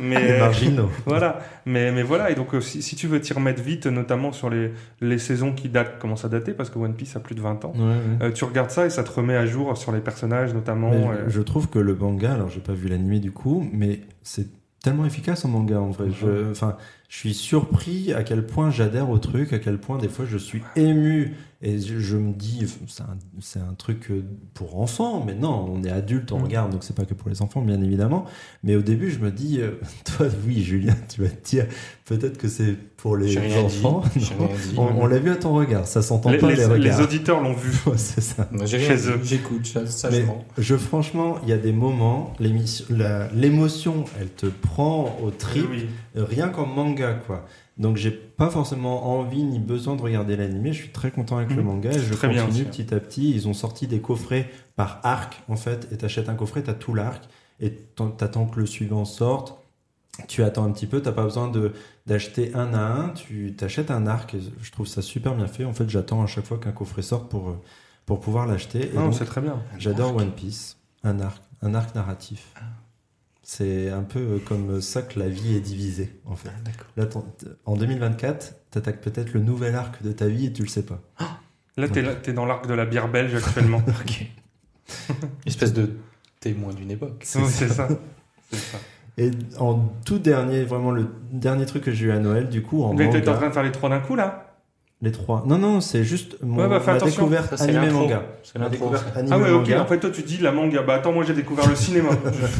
G: mais euh,
E: Les marginaux.
G: Voilà, mais, mais voilà, et donc euh, si, si tu veux t'y remettre vite, notamment sur les, les saisons qui datent, commencent à dater, parce que One Piece a plus de 20 ans,
E: Ouais, ouais.
G: Euh, tu regardes ça et ça te remet à jour sur les personnages notamment.
E: Mais
G: euh,
E: Je trouve que le manga, alors j'ai pas vu l'animé du coup, mais c'est tellement efficace en manga en vrai. Je, enfin, je suis surpris à quel point j'adhère au truc, à quel point des fois je suis ému et je, je me dis c'est un, c'est un truc euh, pour enfants, mais non, on est adulte, on
G: Mm.
E: regarde, donc c'est pas que pour les enfants bien évidemment. Mais au début, je me dis, euh, toi, oui, Julien, tu vas te dire peut-être que c'est pour les
F: J'ai rien dit.
E: enfants.
F: J'ai
E: Non.
F: rien dit.
E: On, on l'a vu à ton regard, ça s'entend
G: les,
E: pas
G: les-
E: les
G: les
E: regards.
G: auditeurs l'ont vu.
E: c'est ça.
F: Moi, j'ai
G: Chez
F: rien dit.
G: eux.
F: J'écoute, ça, ça
E: Mais
F: je mens.
E: je franchement, il y a des moments, l'émission- la- l'émotion, elle te prend au trip.
G: Oui.
E: Rien qu'en manga, manga, quoi. Donc j'ai pas forcément envie ni besoin de regarder l'animé. Je suis très content avec le
G: Mhm.
E: manga. et Je
G: Très bien
E: continue
G: aussi,
E: petit à petit. Ils ont sorti des coffrets par arc, en fait. Et t'achètes un coffret, t'as tout l'arc. Et t'en- t'attends que le suivant sorte. Tu attends un petit peu. T'as pas besoin de d'acheter un à un. Tu t'achètes un arc. et je trouve ça super bien fait. En fait, j'attends à chaque fois qu'un coffret sorte pour euh, pour pouvoir l'acheter. Et
G: Non,
E: donc,
G: Ah, c'est très bien.
E: J'adore One Piece, un arc, un arc narratif. C'est un peu euh, comme ça que la vie est divisée, en fait. Là, t'en- t- en 2024, t'attaques peut-être le nouvel arc de ta vie et tu le sais pas.
G: Là, t'es, là, t'es dans l'arc de la bière belge actuellement.
F: Ok. Espèce de témoin d'une époque.
G: Non, c'est ça. C'est ça.
E: Et en tout dernier, vraiment le dernier truc que j'ai eu à Noël, du coup, en
G: Mais t'es en
E: manga,
G: train de faire les trois d'un coup là
E: les trois. Non, non, c'est juste mon,
G: Ouais, bah, fais
E: ma
G: attention.
E: découverte
F: Ça, c'est
E: animé
F: l'intro.
E: manga.
F: C'est
E: Ma
F: l'intro.
E: découverte animé
G: Ah ouais, ok.
E: manga.
G: En fait, toi, tu dis la manga. Bah attends, moi j'ai découvert le cinéma.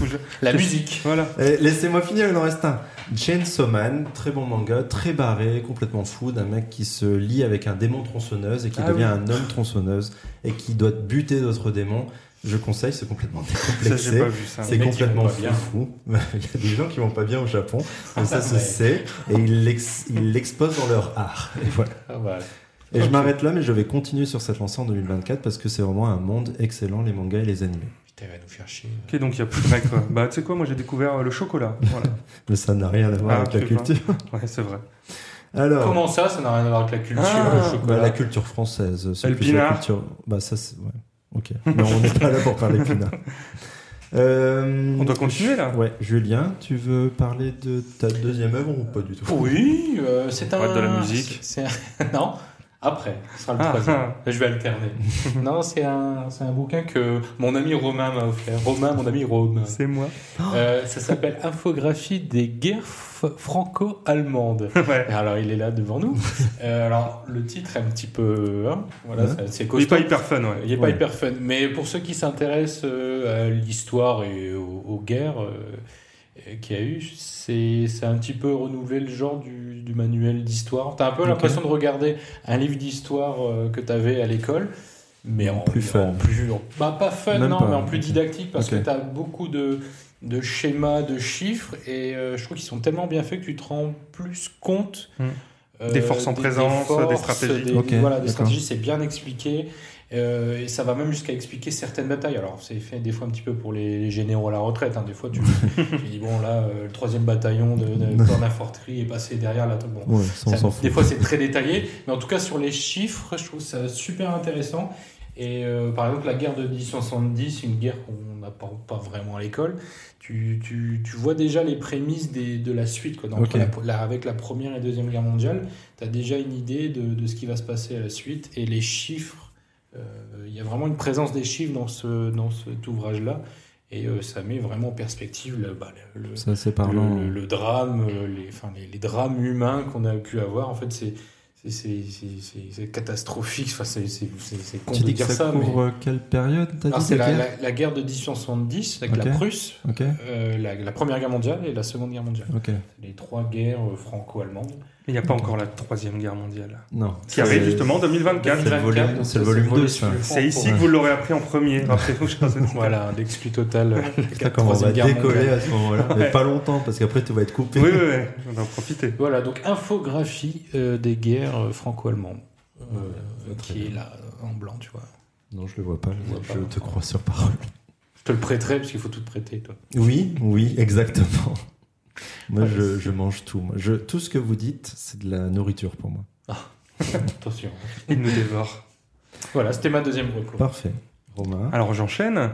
G: Je- je-
F: La musique.
G: Voilà.
E: Eh, Laissez-moi finir, il en reste un. Chainsaw Man, très bon manga, très barré, complètement fou, d'un mec qui se lie avec un démon tronçonneuse et qui
G: Ah
E: devient un homme tronçonneuse et qui doit buter d'autres démons. Je conseille, c'est complètement
G: Ça, j'ai
E: décomplexé.
G: pas vu ça.
E: C'est
F: Les mecs qui
E: complètement
F: vont pas
E: fou,
F: bien.
E: fou. Il y a des gens qui vont pas bien au Japon, mais
G: Ah,
E: ça se
F: Ouais.
E: sait et ils l'ex- ils l'exposent dans leur art. Et voilà.
F: Ah, voilà.
E: Et je m'arrête là, mais je vais continuer sur cette lancée en 2024 parce que c'est vraiment un monde excellent, les mangas et les animés.
F: Putain, il va nous faire chier.
G: Ok, donc il y a plus de règles. quoi. Bah tu sais quoi, moi j'ai découvert euh, le chocolat. Voilà.
E: Mais ça n'a rien à voir
G: Ah,
E: avec la
G: tu vois.
E: culture.
G: Ouais, c'est vrai.
E: Alors.
F: Comment ça, ça n'a rien à voir avec la culture,
G: Ah,
F: le
E: Bah,
F: chocolat
E: la culture française, c'est
G: Elle
E: plus la
G: pinard.
E: culture. Bah ça c'est ouais. Ok. Mais on n'est pas là pour parler pinard. Euh,
G: On doit continuer, là
E: Ouais, Julien, tu veux parler de ta deuxième œuvre ou pas du tout
F: Oui, euh, c'est
G: On
F: un.
G: va être de la musique.
F: c'est- c'est un- non, après, ce sera le
G: Ah,
F: troisième.
G: ah.
F: Là, Je vais alterner. non, c'est un, c'est un bouquin que mon ami Romain m'a offert. Romain, mon ami Romain.
G: C'est moi.
F: Euh, ça s'appelle Infographie des guerres f- franco-allemandes.
G: ouais.
F: Et Alors, il est là devant nous. Euh, alors, le titre est un petit peu. hein, voilà,
E: Ouais.
F: ça- c'est
G: Il est
F: costaud.
G: pas hyper fun, ouais.
F: Il n'est pas
E: Ouais.
F: hyper fun. Mais pour ceux qui s'intéressent euh, à l'histoire et aux, aux guerres euh, euh, qu'il y a eu, c'est c'est un petit peu renouveler le genre du, du manuel d'histoire. T'as un peu
E: Ok.
F: l'impression de regarder un livre d'histoire euh, que t'avais à l'école, mais en
E: Plus fun.
F: en plus, en- bah, pas fun,
E: Même
F: non,
E: pas,
F: mais en plus
E: ok.
F: didactique parce
E: Ok.
F: que t'as beaucoup de de schémas, de chiffres, et euh, je trouve qu'ils sont tellement bien faits que tu te rends plus compte
G: Mm.
F: euh,
G: Des forces en présence, des stratégies.
F: des-
E: Ok,
F: voilà, des
E: d'accord.
F: stratégies, c'est bien expliqué. Euh, et ça va même jusqu'à expliquer certaines batailles. Alors, c'est fait des fois un petit peu pour les généraux à la retraite. hein. Des fois, tu, tu dis, bon, là, euh, le troisième bataillon de, de Cornaforterie est passé derrière la Bon,
E: Ouais, ça, on
F: ça-
E: s'en fout.
F: Des fois, c'est très détaillé, mais en tout cas, sur les chiffres, je trouve ça super intéressant. Et euh, par exemple, la guerre de 1070, une guerre qu'on n'apprend pas vraiment à l'école, tu, tu- tu vois déjà les prémices des- de la suite. Quoi. Donc,
E: Ok.
F: la- la- avec la première et deuxième guerre mondiale, tu as déjà une idée de, de ce qui va se passer à la suite. Et les chiffres, euh, il y a vraiment une présence des chiffres dans, ce, dans cet ouvrage-là. Et euh, ça met vraiment en perspective le, bah, le- le-
E: C'est assez
F: le,
E: parlant.
F: le- le drame, euh, les, enfin, les, les drames humains qu'on a pu avoir, en fait, c'est c'est- c'est- c'est- c'est- c'est catastrophique. Enfin, c'est c'est- c'est- c'est con
E: Tu
F: de
E: dis que
F: dire
E: ça,
F: ça, mais
E: couvre euh, quelle période T'as
F: Ah,
E: dit
F: c'est
E: la
F: la,
E: guerre
F: la- la guerre de 1870 avec
E: Ok.
F: la Prusse,
E: Ok,
F: euh, la, la première guerre mondiale et la seconde guerre mondiale.
E: ok.
F: Les trois guerres euh, franco-allemandes.
G: Mais il n'y a pas encore la troisième guerre mondiale.
E: Non.
G: Qui arrive
E: C'est-
G: justement en 2024.
E: C'est le volume-
F: 2024,
E: c'est le volume deux,
F: sur le
E: ça.
F: fond
G: C'est
F: pour-
G: ici que vous l'aurez appris en premier. Rappelez-vous, je pense que-
F: Voilà, un exclu total. euh,
E: Putain, comment on
F: troisième
E: va
F: guerre
E: décoller
F: mondiale.
E: à ce moment-là Mais
G: Ouais.
E: pas longtemps, parce qu'après tout va être coupé.
G: Oui, oui, oui. On va en profiter.
F: Voilà, donc infographie euh, des guerres euh, franco-allemandes, euh,
E: Ouais, très
F: qui
E: bien.
F: est là euh, en blanc, tu vois.
E: Non, je le vois pas.
F: Je vois
E: je
F: pas.
E: te crois sur parole.
F: Je te le prêterai parce qu'il faut tout te prêter, toi.
E: Oui, oui, exactement. Moi,
F: Ouais,
E: je,
F: c'est-
E: je mange tout. moi. Je, tout ce que vous dites, c'est de la nourriture pour moi.
F: Attention.
G: Il nous dévore.
F: Voilà, c'était ma deuxième reco.
E: Parfait. Romain.
G: Alors j'enchaîne.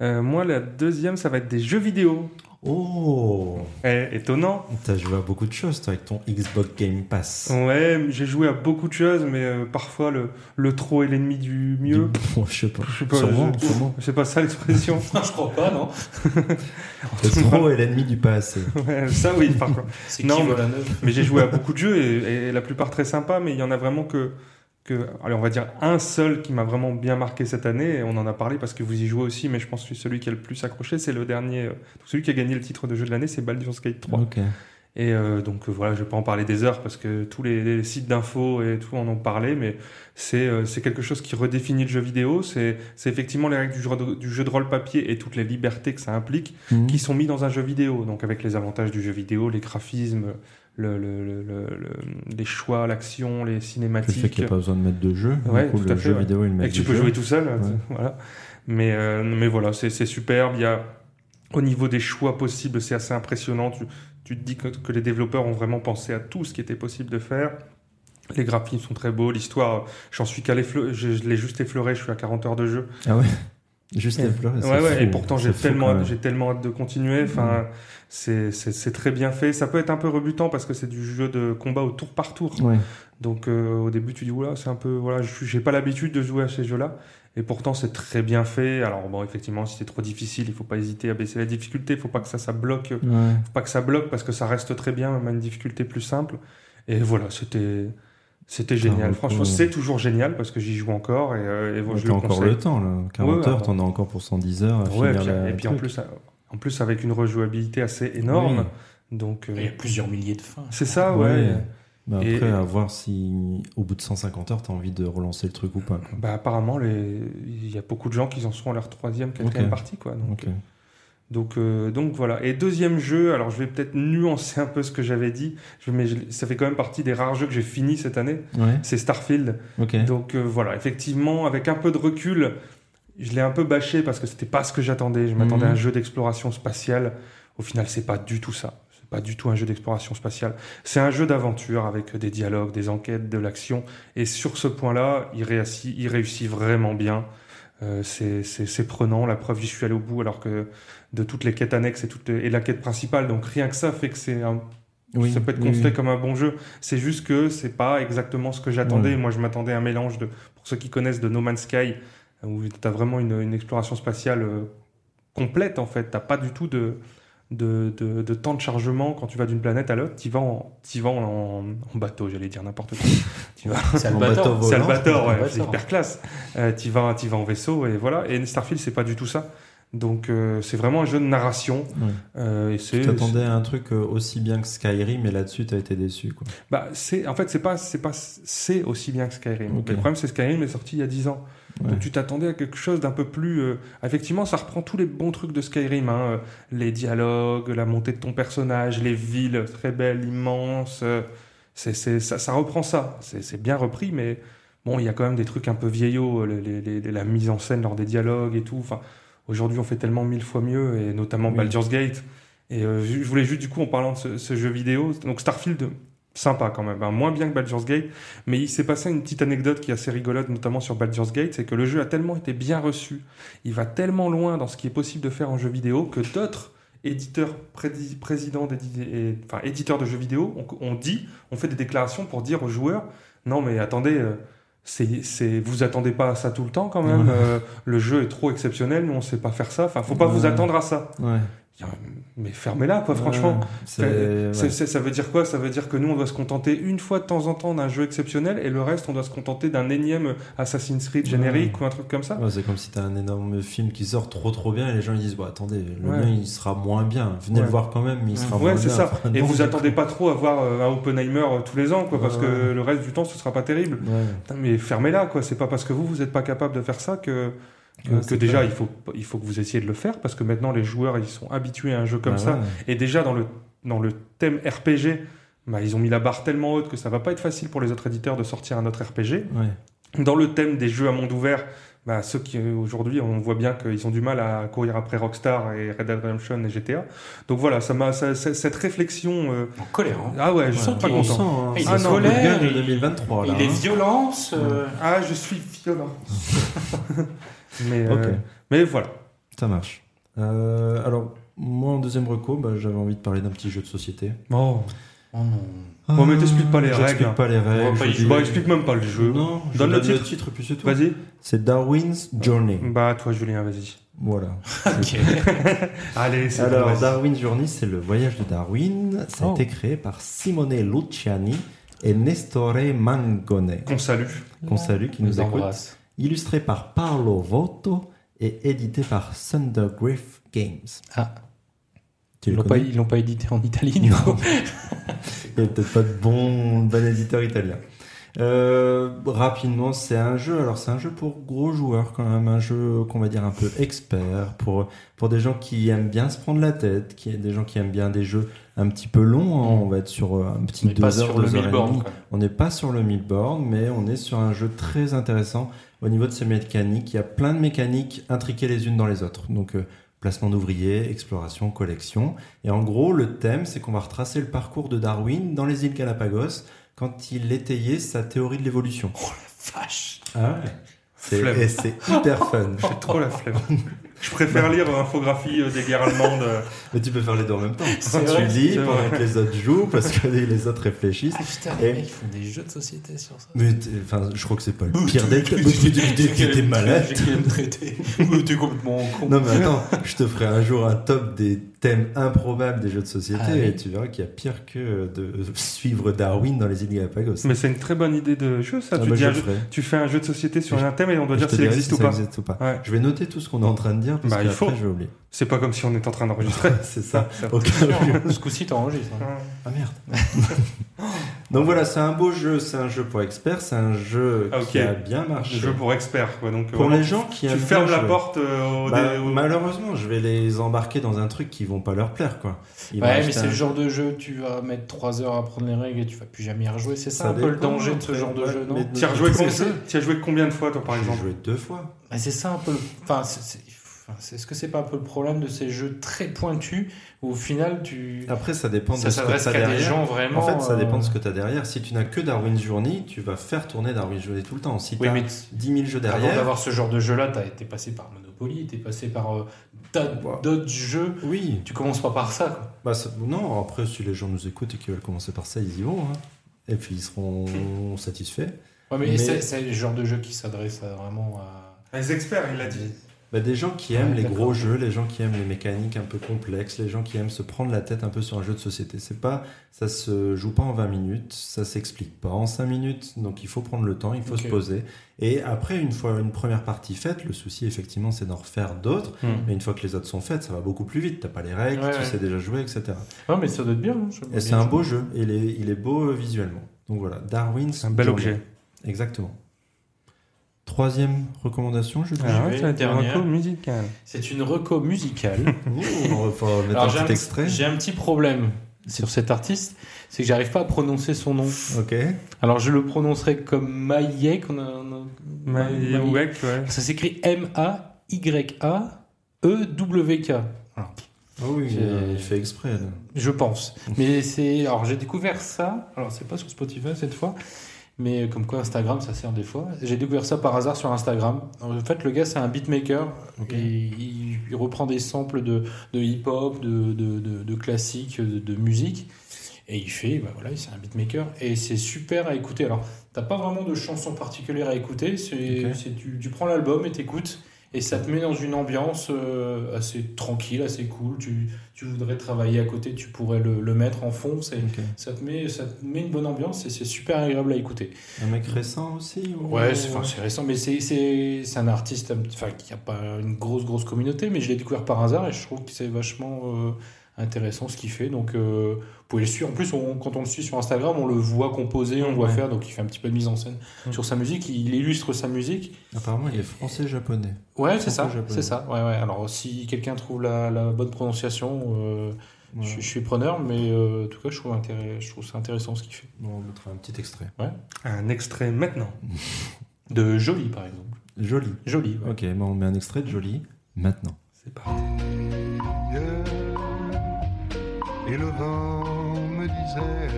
G: Euh, moi, la deuxième, ça va être des jeux vidéo.
E: Oh
G: Eh, étonnant.
E: T'as joué à beaucoup de choses, toi, avec ton Xbox Game Pass.
G: Ouais, j'ai joué à beaucoup de choses, mais euh, parfois le, le trop est l'ennemi du mieux.
E: Du- Bon, je sais pas.
G: Je sais pas,
E: Sûrement,
G: je-
E: sûrement.
G: C'est pas ça l'expression.
F: je crois pas, non
E: Le trop est l'ennemi du pas assez.
G: Ouais, ça oui, par contre.
F: C'est
G: Non,
F: qui
G: mais-
F: Volanov
G: Mais j'ai joué à beaucoup de jeux et, et la plupart très sympas, mais il y en a vraiment que, que, allez, on va dire un seul qui m'a vraiment bien marqué cette année. Et on en a parlé parce que vous y jouez aussi, mais je pense que celui qui a le plus accroché, c'est le dernier, euh, celui qui a gagné le titre de jeu de l'année, c'est Baldur's Gate 3.
E: Ok.
G: Et euh, donc euh, voilà, je vais pas en parler des heures parce que tous les, les sites d'infos et tout en ont parlé, mais c'est euh, c'est quelque chose qui redéfinit le jeu vidéo. C'est c'est effectivement les règles du jeu, de, du jeu de rôle papier et toutes les libertés que ça implique qui sont mis dans un jeu vidéo. Donc avec les avantages du jeu vidéo, les graphismes, le, le, le- le- le- les choix, l'action, les
E: Le fait
G: cinématiques.
E: qu'il n'y a pas besoin de mettre de jeu.
G: Ouais,
E: du coup,
G: tout
E: le
G: à fait,
E: jeu
G: ouais.
E: vidéo, il met
G: Et que
E: du
G: tu peux
E: jeu.
G: jouer tout seul.
E: Ouais.
G: Voilà. Mais, euh, mais voilà, c'est c'est superbe. Il y a, au niveau des choix possibles, c'est assez impressionnant. Tu, tu te dis que, que les développeurs ont vraiment pensé à tout ce qui était possible de faire. Les graphismes sont très beaux, l'histoire, j'en suis qu'à l'effleu- je, je l'ai juste effleuré, je suis à 40 heures de jeu.
E: Ah ouais Juste
G: Et-
E: les fleurs,
G: Ouais,
E: c'est
G: ouais,
E: fou,
G: et pourtant
E: c'est
G: j'ai
E: fou
G: tellement,
E: quand
G: hâte-
E: même. Mm.
G: j'ai tellement hâte de continuer. Enfin, c'est- c'est c'est très bien fait. Ça peut être un peu rebutant parce que c'est du jeu de combat au tour par tour.
E: Ouais.
G: Donc euh, au début tu dis oula c'est un peu voilà je suis- j'ai pas l'habitude de jouer à ces jeux-là et pourtant c'est très bien fait alors bon effectivement si c'est trop difficile il faut pas hésiter à baisser la difficulté faut pas que ça ça bloque faut
E: Ouais.
G: pas que ça bloque parce que ça reste très bien même à une difficulté plus simple et voilà c'était c'était génial
E: le
G: franchement
E: coup,
G: c'est toujours génial parce que j'y joue encore et, euh, et bon, je
E: T'as
G: le
E: encore
G: conseille
E: le temps, là. 40
G: Ouais, ouais,
E: heures, t'en as encore pour 110 heures. à
G: Ouais,
E: finir
G: puis-
E: la-
G: et
E: le
G: puis en
E: truc.
G: plus euh, en plus avec une rejouabilité assez énorme donc euh,
F: Il y a plusieurs milliers de fins.
G: c'est ça
E: Ouais.
G: ouais.
E: Mais
G: Et-
E: après, à voir si au bout de 150 heures, t'as envie de relancer le truc ou pas. quoi.
G: Bah, apparemment, les- il y a beaucoup de gens qui en seront à leur troisième, quatrième
E: Ok.
G: partie. Quoi. Donc,
E: Ok.
G: donc, euh, donc voilà. Et deuxième jeu, alors je vais peut-être nuancer un peu ce que j'avais dit, je- mais je- ça fait quand même partie des rares jeux que j'ai fini cette année,
E: Ouais,
G: c'est Starfield.
E: ok.
G: Donc euh, voilà, effectivement, avec un peu de recul, je l'ai un peu bâché parce que c'était pas ce que j'attendais. Je m'attendais à
E: Mhm.
G: un jeu d'exploration spatiale. Au final, c'est pas du tout ça. C'est pas du tout un jeu d'exploration spatiale. C'est un jeu d'aventure avec des dialogues, des enquêtes, de l'action. Et sur ce point-là, il réussit, il réussit vraiment bien. Euh, c'est- c'est c'est prenant. La preuve, j'y suis allé au bout alors que de toutes les quêtes annexes et, toutes les- et la quête principale. Donc rien que ça fait que c'est un
E: Oui,
G: ça peut être
E: oui,
G: considéré
E: oui.
G: comme un bon jeu. C'est juste que c'est pas exactement ce que j'attendais. Moi, je m'attendais à un mélange de, pour ceux qui connaissent, de No Man's Sky, où tu as vraiment une, une exploration spatiale euh, complète, en fait. T'as pas du tout de, de, de- de temps de chargement quand tu vas d'une planète à l'autre. Tu vas, en, t'y vas en, en- en bateau, j'allais dire n'importe quoi.
F: C'est
E: En
F: Albator.
E: bateau
G: C'est
E: volant.
G: Albator, ouais,
F: Albator.
G: c'est hyper classe. Euh, tu vas, t'y vas en vaisseau, et voilà. Et Starfield, c'est pas du tout ça. Donc, euh, c'est vraiment un jeu de narration.
E: Ouais.
G: Euh, et c'est,
E: Tu t'attendais à un truc euh, aussi bien que Skyrim, mais là-dessus, t'as été déçu. Quoi.
G: Bah, c'est, en fait, c'est pas, c'est pas, c'est aussi bien que Skyrim.
E: Ok.
G: Le problème, c'est que Skyrim est sorti il y a 10 ans.
E: Ouais.
G: Donc, tu t'attendais à quelque chose d'un peu plus, euh, effectivement, ça reprend tous les bons trucs de Skyrim, hein, euh, les dialogues, la montée de ton personnage, les villes très belles, immenses, euh, c'est, c'est, ça, ça reprend ça. C'est, c'est bien repris, mais bon, il y a quand même des trucs un peu vieillots, euh, les- les- les- les- la mise en scène lors des dialogues et tout. Enfin, aujourd'hui, on fait tellement mille fois mieux, et notamment
E: Oui.
G: Baldur's Gate. Et euh, je je voulais juste, du coup, en parlant de ce, ce jeu vidéo, donc Starfield, sympa quand même, hein, moins bien que Baldur's Gate, mais il s'est passé une petite anecdote qui est assez rigolote, notamment sur Baldur's Gate, c'est que le jeu a tellement été bien reçu, il va tellement loin dans ce qui est possible de faire en jeu vidéo que d'autres éditeurs, prédi- présidents, d'édi- et- enfin éditeurs de jeux vidéo ont, ont dit, ont fait des déclarations pour dire aux joueurs, non mais attendez, euh, c'est, c'est- vous attendez pas à ça tout le temps quand même,
E: Ouais.
G: euh, le jeu est trop exceptionnel, nous on sait pas faire ça, enfin faut pas vous
E: Ouais.
G: attendre à ça.
E: Ouais.
G: Mais fermez-la quoi, franchement.
E: Ouais, c'est.
G: Euh, C'est-
E: ouais.
G: c'est- ça veut dire quoi Ça veut dire que nous, on doit se contenter une fois de temps en temps d'un jeu exceptionnel et le reste, on doit se contenter d'un énième Assassin's Creed générique ou un truc comme ça.
E: Ouais, c'est comme si t'as un énorme film qui sort trop trop bien et les gens ils disent bah attendez le
G: Ouais.
E: mien il sera moins bien venez
G: Ouais.
E: le voir quand même mais il sera moins
G: ouais,
E: bien
G: c'est ça.
E: Enfin,
G: et
E: non,
G: vous
E: c'est-
G: attendez pas trop à voir euh, un Oppenheimer euh, tous les ans, quoi, parce
E: Ouais.
G: que le reste du temps, ce sera pas terrible.
E: Ouais.
G: Putain, mais fermez-la, quoi. C'est pas parce que vous, vous êtes pas capable de faire ça que. Que,
E: Ouais,
G: que
E: c'est
G: déjà
E: clair.
G: il faut, il faut que vous essayiez de le faire parce que maintenant les joueurs ils sont habitués à un jeu comme
E: Bah,
G: ça
E: ouais.
G: et déjà dans le, dans le thème RPG bah, ils ont mis la barre tellement haute que ça va pas être facile pour les autres éditeurs de sortir un autre RPG
E: Ouais.
G: dans le thème des jeux à monde ouvert, bah, ceux qui euh, aujourd'hui, on voit bien qu'ils ont du mal à courir après Rockstar et Red Dead Redemption et GTA. Donc voilà, ça m'a ça- ça- cette réflexion. euh,
F: En colère. hein.
G: Ah ouais, je
E: Ouais.
G: suis pas
F: qu'il
E: On
G: content.
E: sent, hein,
F: Il
E: c'est
G: est
E: le coup de
F: colère,
E: gueule de
F: il-
E: 2023 là,
F: Et les
E: hein.
F: violences. euh,
G: Ah, je suis violent. mais euh,
E: Ok.
G: mais voilà.
E: ça marche Euh, alors moi en deuxième reco bah, j'avais envie de parler d'un petit jeu de société
G: Bon,
F: Oh non.
E: Ah.
G: Bon, mais t'expliques pas les
E: J'explique
G: règles, hein.
E: pas les règles
F: va pas y
E: je dis-
F: jouer.
G: bah explique même pas le jeu.
E: non je
G: Donne le
E: donne le
G: titre.
E: titre puis c'est tout
G: Vas-y.
E: c'est Darwin's Journey
G: Bah toi, Julien, vas-y.
E: voilà
F: Ok.
G: Allez, c'est
E: Alors,
G: bon, vas-y.
E: Darwin's Journey, c'est le voyage de Darwin. Ça a
G: Oh.
E: été créé par Simone Luciani et Nestore Mangone,
G: Qu'on salue.
E: qu'on salue, qui nous
F: nous
E: écoute.
F: embrasse.
E: Illustré par Paolo Voto et édité par Thunder Griff Games.
F: Ah.
E: Tu
F: Ils
E: le
F: l'ont pas,
E: connais
F: ils l'ont pas édité en Italie, du coup.
E: Il n'y a peut-être pas de bon, bon éditeur italien. Euh, rapidement, c'est un jeu. Alors, c'est un jeu pour gros joueurs quand même, un jeu qu'on va dire un peu expert pour pour des gens qui aiment bien se prendre la tête, qui des gens qui aiment bien des jeux un petit peu longs. hein. On va être sur euh, un petit
F: On n'est
E: deux
F: pas
E: heures,
F: sur le
E: deux heures et
F: Milborn,
E: demie.
F: quoi.
E: On n'est pas sur le midboard, mais on est sur un jeu très intéressant au niveau de ses mécaniques. Il y a plein de mécaniques intriquées les unes dans les autres. Donc, euh, placement d'ouvriers, exploration, collection. Et en gros, le thème, c'est qu'on va retracer le parcours de Darwin dans les îles Galapagos quand il étayait sa théorie de l'évolution.
F: Vache.
E: Ah ouais. C'est-
G: Flemme.
E: Et c'est hyper fun.
G: J'ai trop la flemme. Je préfère
E: Bah.
G: lire l'infographie euh, des guerres allemandes. euh.
E: Mais tu peux faire les deux en même temps. Tu
G: C'est vrai,
E: lis
G: c'est
E: pendant
G: vrai.
E: que les autres jouent, parce que les autres réfléchissent.
F: Ah putain,
E: Et-
F: les mecs font des jeux de société sur ça.
E: Mais t'es- enfin, je crois que c'est pas
G: Euh,
E: le pire des T'es malade.
F: J'ai quand même traité. Ouais, T'es complètement con.
E: Non mais attends, je te ferai un jour un top des thèmes improbables des jeux de société
F: Ah oui.
E: et tu verras qu'il y a pire que de suivre Darwin dans les îles Galapagos.
G: Mais c'est une très bonne idée de jeu, ça.
E: Ah
G: tu,
E: bah,
G: dis
E: je
G: un
E: le
G: jeu-
E: ferai.
G: tu fais un jeu de société sur
E: Je-
G: un thème et on doit
E: Je
G: dire
E: te
G: s'il
E: dirai
G: existe
E: si
G: ou
E: ça
G: pas.
E: existe ou pas.
G: Ouais.
E: Je vais noter tout ce qu'on est en train de dire parce
G: Bah,
E: que
G: il faut.
E: après, je vais oublier.
G: C'est pas comme si on était en train d'enregistrer.
E: C'est ça.
G: Ça, ça.
E: Au cas où.
F: Ce coup-ci, t'enregistres. hein.
E: Ah merde. Donc voilà, c'est un beau jeu, c'est un jeu pour experts, c'est un jeu
G: Ah, ok.
E: qui a bien
G: Le
E: marché.
G: jeu pour experts, quoi. Donc,
E: Pour
G: vraiment,
E: les gens qui
G: tu
E: aiment
G: fermes
E: bien
G: la
E: jouer.
G: porte euh, au
E: Bah,
G: dé- au-
E: Malheureusement, je vais les embarquer dans un truc qui vont pas leur plaire quoi. Ils vont
F: Ouais, mais
E: acheter
F: c'est
E: un-
F: le genre de jeu, tu vas mettre 3 heures à prendre les règles et tu vas plus jamais y rejouer. C'est ça,
E: Ça
F: un peu le
E: dépend,
F: danger de ce genre de
E: ouais,
F: jeu,
E: mais
F: non
G: T'y as, joué
F: C'est
G: combien-
F: ça.
G: t'y as joué combien de fois, toi, par
E: J'ai
G: exemple
E: joué deux fois.
F: Mais Bah, c'est ça un peu le... Enfin, c'est- c'est- enfin, c'est- est-ce que c'est pas un peu le problème de ces jeux très pointus où au final tu...
E: Après, ça dépend de
F: ça
E: ce que
F: s'adresse
E: t'as
F: qu'à
E: derrière.
F: des gens vraiment...
E: En fait, ça dépend de ce
F: euh,
E: que tu as derrière. Si tu n'as que Darwin's Journey, tu vas faire tourner Darwin's Journey tout le temps. Si tu
F: euh, Oui,
E: as
F: mais
E: 10 000 jeux
F: avant
E: derrière.
F: d'avoir ce genre de jeu-là, t'as été passé par Monopoly, t'es passé par euh, tas
E: Ouais.
F: d'autres jeux.
E: Oui,
F: Tu commences pas par ça, quoi.
E: bah, c'est- non, après, si les gens nous écoutent et qu'ils veulent commencer par ça, ils y vont. hein. Et puis, ils seront satisfaits.
F: Ouais, mais,
E: Mais-
F: c'est c'est le genre de jeu qui s'adresse à vraiment à...
G: Les experts, il l'a dit.
E: Bah, des gens qui aiment
F: Ouais,
E: les
F: d'accord.
E: gros jeux, les gens qui aiment les mécaniques un peu complexes, les gens qui aiment se prendre la tête un peu sur un jeu de société. C'est pas, ça se joue pas en 20 minutes, ça s'explique pas en 5 minutes. Donc il faut prendre le temps, il faut
F: Ok.
E: se poser. Et après, une fois une première partie faite, le souci effectivement c'est d'en refaire d'autres.
G: Hmm.
E: Mais une fois que les autres sont faites, ça va beaucoup plus vite. T'as pas les règles,
F: Ouais,
E: tu
F: ouais.
E: sais déjà jouer, etc.
F: Ouais, mais ça doit être bien. hein, j'aime
E: Et c'est
F: bien
E: un
F: jouer.
E: beau jeu. Et il est, il est beau euh, visuellement. Donc voilà, Darwin's.
G: C'est un bel
E: Journey.
G: objet.
E: Exactement. Troisième recommandation, je dis.
F: Ah ouais, t'as dit un coup
G: musical.
F: C'est une reco musicale.
E: on va pouvoir mettre
F: Alors,
E: un
F: j'ai un
E: petit extrait.
F: J'ai un petit problème sur cet artiste, c'est que j'arrive pas à prononcer son nom.
E: Ok.
F: Alors je le prononcerai comme Maillet, qu'on a- on a-
E: bah
F: Maillet.
G: ouais.
F: Ça s'écrit E M-A-Y-A-E-W-K. Alors,
E: Ah oui,
F: J'ai-
E: euh, il fait exprès. là.
F: Je pense. Mais c'est. Alors j'ai découvert ça. Alors c'est pas sur Spotify cette fois. Mais comme quoi Instagram ça sert des fois. J'ai découvert ça par hasard sur Instagram. En fait le gars c'est un beatmaker.
E: Ok.
F: Et il, il reprend des samples de, de hip-hop, de, de, de, de classiques, de, de musique. Et il fait, bah voilà, c'est un beatmaker. Et c'est super à écouter. Alors t'as pas vraiment de chanson particulière à écouter. C'est
E: Ok.
F: c'est- tu, tu prends l'album et t'écoutes. Et ça te met dans une ambiance euh, assez tranquille, assez cool. Tu, tu voudrais travailler à côté, tu pourrais le, le mettre en fond. C'est, ça, te met, ça te met une bonne ambiance et c'est super agréable à écouter. Euh,
E: Un mec récent aussi ou-
F: Ouais, c'est, enfin, c'est récent, mais c'est, c'est, c'est un artiste enfin, qui n'a pas une grosse, grosse communauté, mais je l'ai découvert par hasard et je trouve que c'est vachement euh, intéressant ce qu'il fait. Donc, euh, vous pouvez le suivre. En plus, on- quand on le suit sur Instagram, on le voit composer, on le voit
G: Ouais.
F: faire, donc il fait un petit peu de mise en scène
G: Mm.
F: sur sa musique. Il illustre sa musique.
E: Apparemment, il est français-japonais.
F: Ouais, c'est ça,
E: Franco-japonais.
F: c'est ça. Ouais, ouais. Alors, si quelqu'un trouve la, la bonne prononciation, euh,
E: Voilà.
F: je, je suis preneur, mais euh, en tout cas, je trouve, intérêt- je trouve ça intéressant ce qu'il fait.
E: Bon, on mettra un petit extrait.
G: Un extrait maintenant.
F: De Jolie, par exemple.
E: Joli.
F: Jolie, ouais.
E: Ok, bon, on met un extrait de Joli maintenant.
G: C'est parti.
A: Et le vent me disait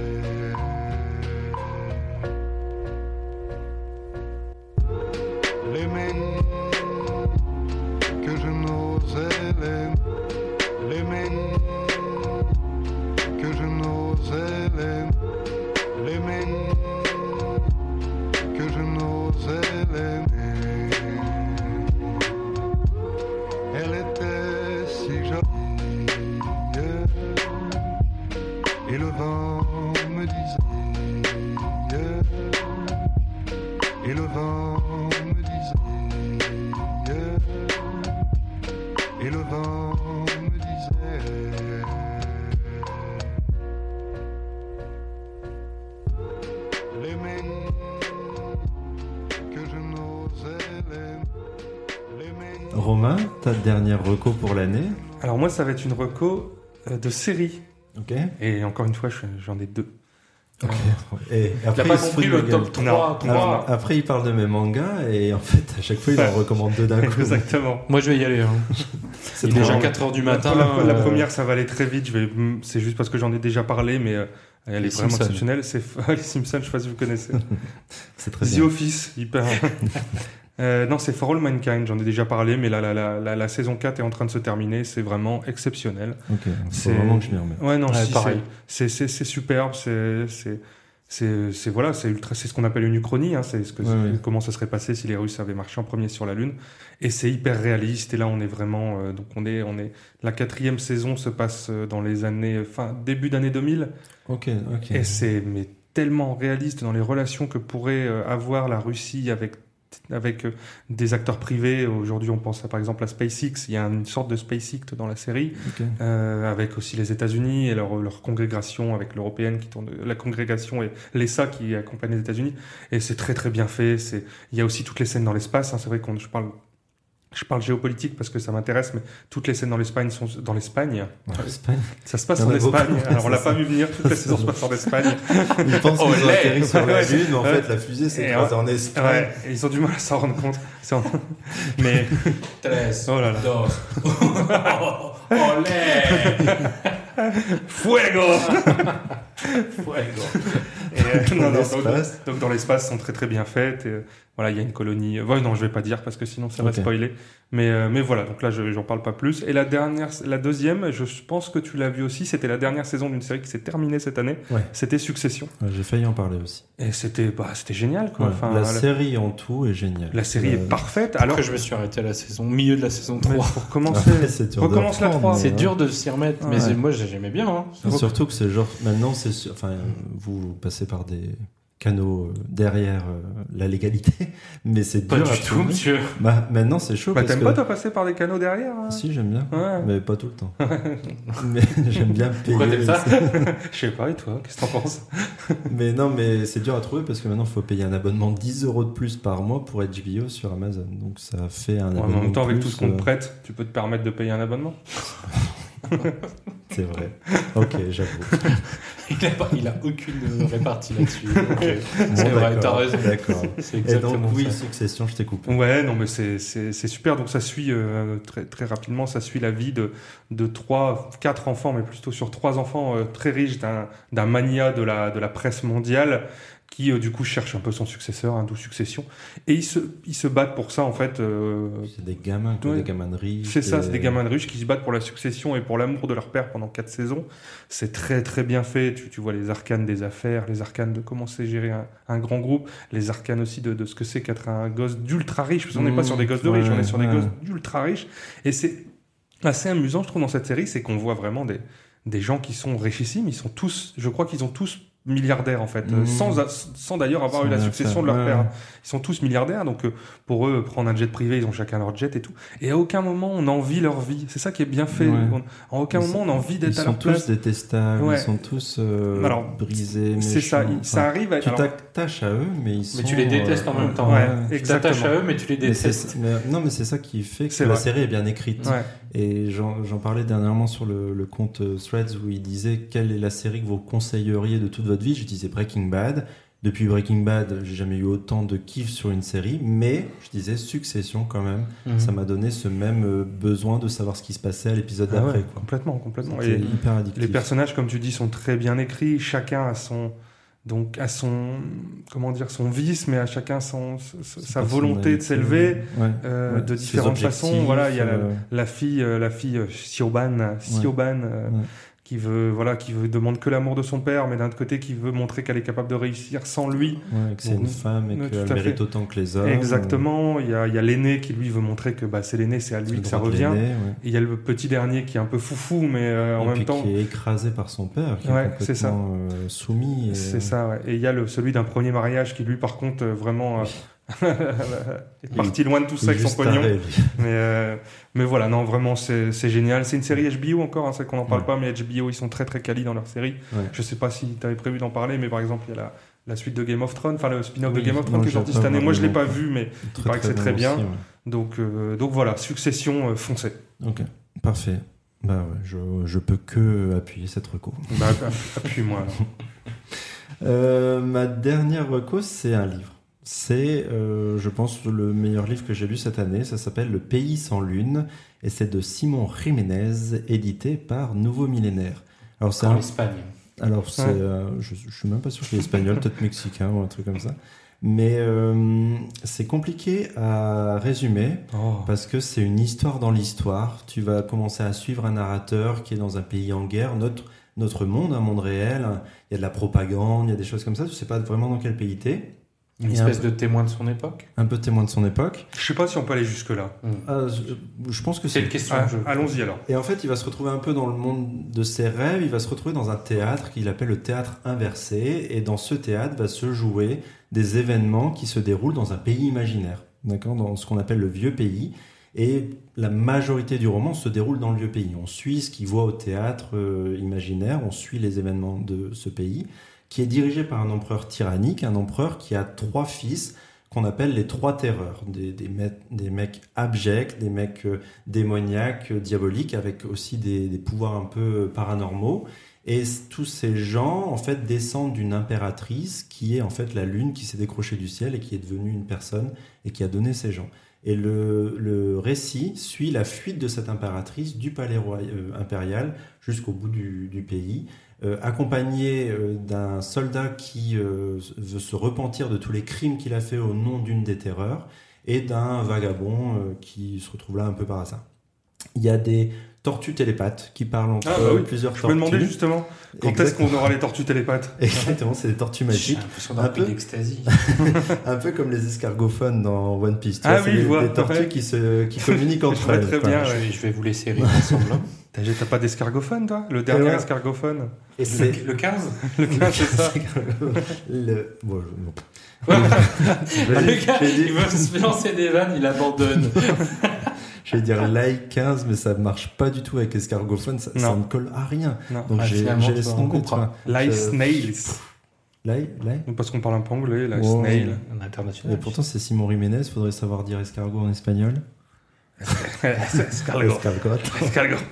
A: L'aimer que je n'osais l'aimer L'aimer que je n'osais l'aimer L'aimer que je n'osais l'aimer elle était si jolie Et le vent me disait Et le vent me disait Et le vent me disait
E: Romain, ta dernière reco pour l'année.
G: Alors moi, ça va être une reco euh, de série.
E: Ok.
G: Et encore une fois, je- j'en ai deux.
E: Ok. Et après,
F: T'as pas
E: il se
F: compris
E: fout de
F: le
E: ma gueule.
F: top
G: Non.
F: 3,
E: Après, après, il parle de mes mangas et en fait, à chaque fois, il en recommande deux d'un coup.
G: Exactement.
F: Moi, je vais y aller. hein.
E: C'est
F: Il est déjà
E: marrant.
F: 4h du
G: La-
F: matin.
G: la, la
F: euh,
G: première, ça va aller très vite. Je vais, mm, c'est juste parce que j'en ai déjà parlé, mais euh, elle
F: Les
G: est vraiment
F: Simpsons.
G: exceptionnelle. C'est les Simpsons. Je sais pas si vous connaissez.
E: C'est très
G: The
E: bien.
G: Office, hyper. Euh, non, c'est For All Mankind, j'en ai déjà parlé, mais là, la, la, la, la saison 4 est en train de se terminer, c'est vraiment exceptionnel.
E: Ok. Faut
G: C'est-
E: vraiment que je m'y remette.
G: Ouais, non,
F: Ouais,
G: si,
F: pareil.
G: C'est, c'est, c'est- c'est superbe, c'est, c'est, c'est, c'est- voilà, c'est ultra, c'est ce qu'on appelle une uchronie, hein, c'est ce que,
E: Ouais, ouais.
G: comment ça serait passé si les Russes avaient marché en premier sur la Lune. Et c'est hyper réaliste, et là, on est vraiment, euh, donc on est, on est, la quatrième saison se passe euh, dans les années, fin, début d'année 2000,
E: Ok. Ok.
G: et c'est mais tellement réaliste dans les relations que pourrait euh, avoir la Russie avec avec euh, des acteurs privés. Aujourd'hui, on pense à, par exemple à SpaceX. Il y a une sorte de SpaceX dans la série,
E: Ok.
G: euh, avec aussi les États-Unis et leur, leur congrégation avec l'européenne qui tourne, la congrégation et l'ESA qui accompagne les États-Unis. Et c'est très très bien fait. C'est il y a aussi toutes les scènes dans l'espace. hein. C'est vrai qu'on je parle je parle géopolitique parce que ça m'intéresse, mais toutes les scènes dans l'Espagne sont dans l'Espagne.
E: En Espagne.
G: Ça se passe
E: Il y en
G: en
E: a beaucoup.
G: Espagne. Alors on l'a
E: C'est
G: pas
E: ça.
G: vu venir. Toute la saison se passe en Espagne.
E: Ils pensent
G: Oh,
E: qu'ils ont
G: lait.
E: atterri sur la
G: Ouais.
E: Lune, mais en
G: Ouais.
E: fait, la fusée s'est
G: Et
E: écrasée
G: ouais.
E: en Espagne.
G: Ouais, et ils ont du mal à s'en rendre compte. C'est en- Mais
F: Tres,
G: oh là là.
F: dos. Oh, Olé
G: Fuego.
F: Fuego.
G: Et, euh, non, non, donc,
E: L'espace.
G: donc dans l'espace, sont très très bien faites. Et, euh, voilà, il y a une colonie. euh, Ouais, non, je vais pas dire parce que sinon ça va
E: Ok.
G: spoiler. Mais euh, mais voilà, donc là je- j'en parle pas plus. Et la dernière, la deuxième, je pense que tu l'as vu aussi. C'était la dernière saison d'une série qui s'est terminée cette année.
E: Ouais.
G: C'était Succession.
E: Ouais, J'ai failli en parler aussi.
G: Et c'était bah c'était génial quoi.
E: Ouais.
G: Enfin,
E: la,
G: la,
E: série en tout est géniale.
G: la série
E: Euh,
G: est parfaite. Alors
F: Après, je me suis arrêté à la saison, milieu de la saison
G: mais
F: 3.
G: pour commencer, bah,
E: après, c'est dur de
G: Recommence la
E: reprendre,
G: trois.
F: C'est
E: mais,
F: dur de s'y remettre, mais
G: Ouais.
F: c'est- moi j'aimais bien. hein.
E: euh, et Surtout que c'est genre. Maintenant, c'est. sûr- Enfin, vous passez par des canaux euh, derrière euh, la légalité, mais c'est dur. à trouver.
F: monsieur.
E: Bah, maintenant, c'est chaud.
G: bah
E: parce
G: t'aimes
E: que...
G: pas toi passer par des canaux derrière hein
E: Si, j'aime bien.
G: Ouais.
E: Mais pas tout le temps. mais j'aime bien payer.
F: Pourquoi t'aimes ça
G: Je sais pas et toi, qu'est-ce que t'en penses
E: Mais non, mais c'est dur à trouver parce que maintenant, il faut payer un abonnement de 10 euros de plus par mois pour HBO sur Amazon. Donc, ça fait un
G: Ouais, mais
E: abonnement.
G: en même temps,
E: de
G: avec
E: plus,
G: tout ce qu'on
E: euh,
G: te prête, tu peux te permettre de payer un abonnement.
E: C'est vrai. Ok, j'avoue.
F: Il a, pas- il a aucune répartie là-dessus.
E: Bon,
F: C'est vrai,
E: d'accord,
F: t'as raison.
E: D'accord.
F: C'est
E: Et donc,
F: exactement
E: oui,
F: ça.
E: Succession, je t'ai coupé.
G: Ouais, non, mais c'est c'est- c'est super. Donc, ça suit euh, très, très rapidement, ça suit la vie de, de trois, quatre enfants, mais plutôt sur trois enfants euh, très riches d'un d'un mania de la, de la presse mondiale qui, euh, du coup, cherche un peu son successeur, hein, d'où succession. Et ils se, ils se battent pour ça, en fait. euh,
E: C'est des gamins, que
G: Ouais.
E: des gamineries.
G: c'est ça, c'est
E: euh,
G: des gamins de riches qui se battent pour la succession et pour l'amour de leur père pendant quatre saisons. C'est très très bien fait. Tu, tu vois les arcanes des affaires, les arcanes de comment c'est gérer un, un grand groupe, les arcanes aussi de, de ce que c'est qu'être un gosse d'ultra riche. Parce qu'on n'est
E: Mmh,
G: pas sur des gosses de
E: ouais,
G: riches, on est sur
E: ouais.
G: des gosses d'ultra riches. Et c'est assez amusant, je trouve, dans cette série, c'est qu'on voit vraiment des, des gens qui sont richissimes. Ils sont tous, je crois qu'ils ont tous milliardaires en fait, euh,
E: Mmh.
G: sans, a- sans d'ailleurs avoir
E: Sans
G: eu la
E: la
G: succession
E: faire,
G: de leur
E: ouais.
G: père. Ils sont tous milliardaires, donc euh, pour eux, prendre un jet privé, ils ont chacun leur jet et tout. Et à aucun moment on envie leur vie. C'est ça qui est bien fait.
E: Ouais.
G: On- en aucun
E: Ils
G: moment on a envie
E: Ils
G: d'être à
E: sont
G: leur
E: tous
G: place.
E: détestables,
G: Ouais.
E: ils sont tous euh,
G: Alors,
E: brisés,
G: C'est ça.
E: méchants.
G: il- ça
E: Enfin,
G: arrive. À,
E: tu
G: alors,
E: t'attaches à eux, mais ils sont.
F: Mais tu les détestes en
E: euh,
F: même temps. hein.
G: ouais.
E: ouais.
F: Tu
G: Exactement.
F: t'attaches à eux, mais tu les
E: Mais c'est-
F: détestes.
E: mais- non, mais c'est ça qui fait que
G: C'est
E: la
G: vrai.
E: série est bien écrite.
G: ouais.
E: Et j'en j'en parlais dernièrement sur le, le compte euh, Threads où il disait quelle est la série que vous conseilleriez de toute votre vie. Je disais Breaking Bad. Depuis Breaking Bad, j'ai jamais eu autant de kiff sur une série, mais je disais Succession quand même.
F: Mhm.
E: Ça m'a donné ce même euh, besoin de savoir ce qui se passait à l'épisode
G: Ah ouais,
E: d'après. quoi.
G: complètement, complètement.
E: C'était
G: Et-
E: hyper addictif.
G: Les personnages, comme tu dis, sont très bien écrits. Chacun a son donc a son comment dire son vice, mais à chacun son, sa- sa volonté de s'élever
E: Ouais.
G: euh,
E: Ouais.
G: de
E: Ses
G: différentes
E: objectifs,
G: façons. Voilà, il y a la,
E: euh,
G: la fille, euh, la fille euh, Siobhan, Siobhan, euh,
E: Ouais.
G: qui veut voilà qui veut demande que l'amour de son père, mais d'un autre côté qui veut montrer qu'elle est capable de réussir sans lui.
E: ouais, que c'est une
G: Ouais,
E: femme et
G: tout à
E: qu'elle
G: fait.
E: mérite autant que les hommes.
G: Exactement. Il y a il y a l'aîné qui lui veut montrer que bah c'est l'aîné, c'est à
E: euh,
G: lui
E: le
G: que ça
E: droit de
G: revient.
E: l'aîné, ouais.
G: Et il y a le petit dernier qui est un peu foufou, mais euh, en
E: et
G: même
E: puis
G: temps
E: qui est écrasé par son père, qui
G: Ouais,
E: est complètement
G: c'est ça.
E: euh, soumis. et-
G: C'est ça, ouais. Et il y a le, celui d'un premier mariage qui, lui, par contre, euh, vraiment euh, est parti loin de tout ça avec son
E: Juste
G: pognon.
E: taré, lui.
G: Mais, euh, mais voilà, non, vraiment, c'est c'est génial. C'est une série HBO encore, hein, c'est qu'on n'en parle
E: Ouais.
G: pas, mais HBO, ils sont très très quali dans leur série.
E: Ouais.
G: Je sais pas si tu avais prévu d'en parler, mais par exemple, il y a la, la suite de Game of Thrones, enfin le spin-off
E: Oui,
G: de Game of Thrones
E: non,
G: qui est
E: j'ai
G: sorti
E: pas
G: cette année. Moi, je l'ai pas
E: vraiment
G: vu, mais
E: Très,
G: paraît que c'est très bien.
E: aussi,
G: donc, euh, donc voilà, succession euh, foncée.
E: ouais. Ok, parfait. Bah ouais, je, je peux que appuyer cette reco.
G: Bah, appuie-moi. alors.
E: Euh, ma dernière reco, c'est un livre. C'est, euh, je pense, le meilleur livre que j'ai lu cette année. Ça s'appelle Le Pays sans lune et c'est de Simon Jiménez, édité par Nouveau Millénaire. Alors, c'est
F: En
E: un,
F: Espagne.
E: alors, c'est,
G: Ouais.
E: euh, je, je suis même pas sûr qu'il est espagnol, peut-être mexicain ou un truc comme ça. Mais euh, c'est compliqué à résumer parce que c'est une histoire dans l'histoire. Tu vas commencer à suivre un narrateur qui est dans un pays en guerre, notre, notre monde, un monde réel. Il y a de la propagande, il y a des choses comme ça. Tu sais pas vraiment dans quel pays t'es.
F: Une
E: Et un
F: espèce de
E: peu-
F: témoin de son époque.
E: Un peu témoin de son époque.
G: Je sais pas si on peut aller jusque-là.
E: Ah, je, je pense que
F: C'est
E: c'est
F: une question.
G: Ah,
F: je-
G: Allons-y alors.
E: Et en fait, il va se retrouver un peu dans le monde de ses rêves. Il va se retrouver dans un théâtre qu'il appelle le théâtre inversé. Et dans ce théâtre va se jouer des événements qui se déroulent dans un pays imaginaire. D'accord Dans ce qu'on appelle le vieux pays. Et la majorité du roman se déroule dans le vieux pays. On suit ce qu'il voit au théâtre euh, imaginaire. On suit les événements de ce pays qui est dirigé par un empereur tyrannique, un empereur qui a trois fils qu'on appelle les trois terreurs, des, des, me- des mecs abjects, des mecs euh, démoniaques, euh, diaboliques, avec aussi des, des pouvoirs un peu euh, paranormaux. Et c- tous ces gens, en fait, descendent d'une impératrice qui est en fait la lune qui s'est décrochée du ciel et qui est devenue une personne et qui a donné ces gens. Et le, le récit suit la fuite de cette impératrice du palais roy- euh, impérial jusqu'au bout du, du pays, euh, accompagnée euh, d'un soldat qui euh, veut se repentir de tous les crimes qu'il a fait au nom d'une des terreurs et d'un vagabond euh, qui se retrouve là un peu par hasard. Il y a des tortues télépathes qui parlent entre
G: Ah, bah
E: eux,
G: oui.
E: plusieurs
G: Je me
E: tortues.
G: demandais justement quand est-ce qu'on aura les tortues télépathes.
E: Exactement, c'est des tortues
F: J'ai
E: magiques,
F: l'impression
E: Un
F: d'un
E: peu. Ah,
F: peu d'extasie.
E: un peu comme les escargophones dans One Piece. tu
G: Ah
E: vois, c'est
G: oui,
E: des,
G: je vois,
E: des tortues
G: ouais.
E: qui, se, qui communiquent
G: Je
E: entre
G: vois
E: elles.
G: très
E: quoi.
G: bien.
F: Je
G: ouais.
F: vais, je vais vous laisser rire ensemble.
G: T'as t'as pas d'escargophone, toi Le dernier
E: Eh ouais.
G: escargophone
E: Et
F: Le,
E: c'est
F: le 15
G: Le gars, c'est ça.
E: le... Bon, je- bon.
F: Le gars,
E: je vais dire-
F: il veut se lancer des vannes, il abandonne.
E: Je vais dire like 15, mais ça marche pas du tout avec escargophone, ça, ça
G: Non.
E: ne colle à rien.
G: Non.
E: Donc
F: Ah,
E: j'ai
F: finalement,
E: j'ai
F: tu
E: laissé
F: vois, on
E: tomber. tu
F: comprend.
E: vois.
G: Live
E: Euh,
G: Snails.
E: Like, like.
G: Parce qu'on parle un peu anglais, Live
E: Wow.
G: Snail.
F: Un international.
E: Et pourtant, c'est Simon Jiménez, faudrait savoir dire escargot en espagnol.
G: Escargot.
E: Escargot.
G: Escargot.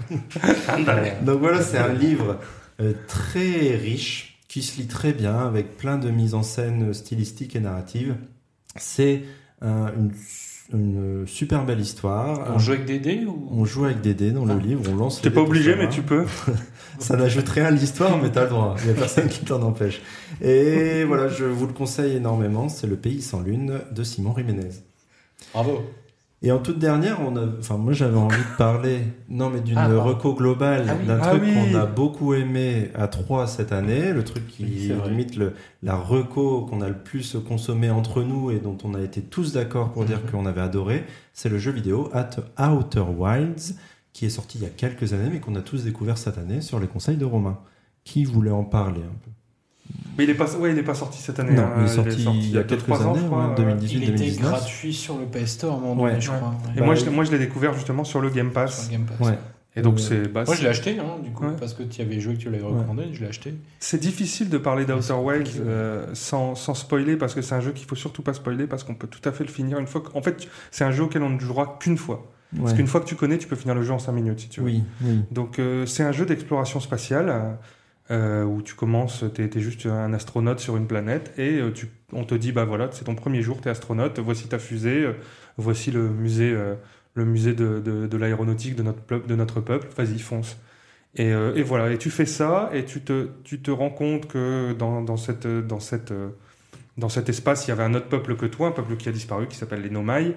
E: Ah,
G: Andale.
E: Donc voilà, c'est un livre euh, très riche qui se lit très bien avec plein de mises en scène stylistiques et narratives. C'est un- une, une super belle histoire.
F: On joue avec des dés ou
E: On joue avec des dés dans le livre, on lance.
G: Ah. T'es
E: les
G: pas
E: dés pour
G: obligé,
E: savoir.
G: mais tu peux.
E: Ça n'ajoute rien à l'histoire, mais t'as le droit. Il n'y a personne qui t'en empêche. Et voilà, je vous le conseille énormément. C'est Le Pays sans lune de Simon Jiménez.
F: Bravo.
E: Et en toute dernière, on a, enfin moi j'avais envie de parler, non mais d'une
F: Ah, pardon.
E: reco globale,
F: Ah oui.
E: d'un
G: Ah
E: truc
G: oui.
E: qu'on a beaucoup aimé à trois cette année, le truc qui
F: Oui, c'est vrai.
E: limite le, la reco qu'on a le plus consommé entre nous et dont on a été tous d'accord pour dire qu'on avait adoré, c'est le jeu vidéo At Outer Wilds qui est sorti il y a quelques années mais qu'on a tous découvert cette année sur les conseils de Romain. Qui voulait en parler un peu
G: Mais il est pas, ouais, il est pas sorti cette année.
E: Non,
G: hein.
E: il est sorti il y a
G: deux,
E: quelques
G: trois ans, je
E: années,
G: crois, euh,
E: ouais,
G: ouais.
E: 2018,
F: Il était
E: 2019.
F: gratuit sur le PS Store, à un moment
E: Ouais.
F: donné, je
G: Ouais.
F: crois.
G: Et
F: Ouais.
G: moi,
E: Bah,
G: je, l'ai- moi, je l'ai découvert justement sur le Game
F: Sur
G: Pass.
F: le Game Pass.
E: Ouais.
G: Et donc,
E: Ouais.
G: c'est bah,
F: Moi, je l'ai acheté, hein, du coup,
G: Ouais.
F: parce que tu y avais joué, que tu l'avais recommandé, je l'ai aché.
G: c'est difficile de parler d'Outer Wilds
F: compliqué, ouais.
G: euh, sans, sans spoiler parce que c'est un jeu qu'il faut surtout pas spoiler parce qu'on peut tout à fait le finir une fois. que- En fait, c'est un jeu auquel on ne jouera qu'une fois. Parce
E: Ouais.
G: qu'une fois que tu connais, tu peux finir le jeu en 5 minutes si tu veux.
E: Oui, oui.
G: Donc euh, c'est un jeu d'exploration spatiale euh, où tu commences, tu es, juste un astronaute sur une planète et euh, tu, on te dit, bah voilà, c'est ton premier jour, tu es astronaute, voici ta fusée, euh, voici le musée, euh, le musée de, de- de l'aéronautique de notre, peu- de notre peuple, vas-y, fonce. Et, euh, et voilà, et tu fais ça et tu te, tu te rends compte que dans, dans cette... Dans cette euh, dans cet espace, il y avait un autre peuple que toi, un peuple qui a disparu, qui s'appelle les Nomai.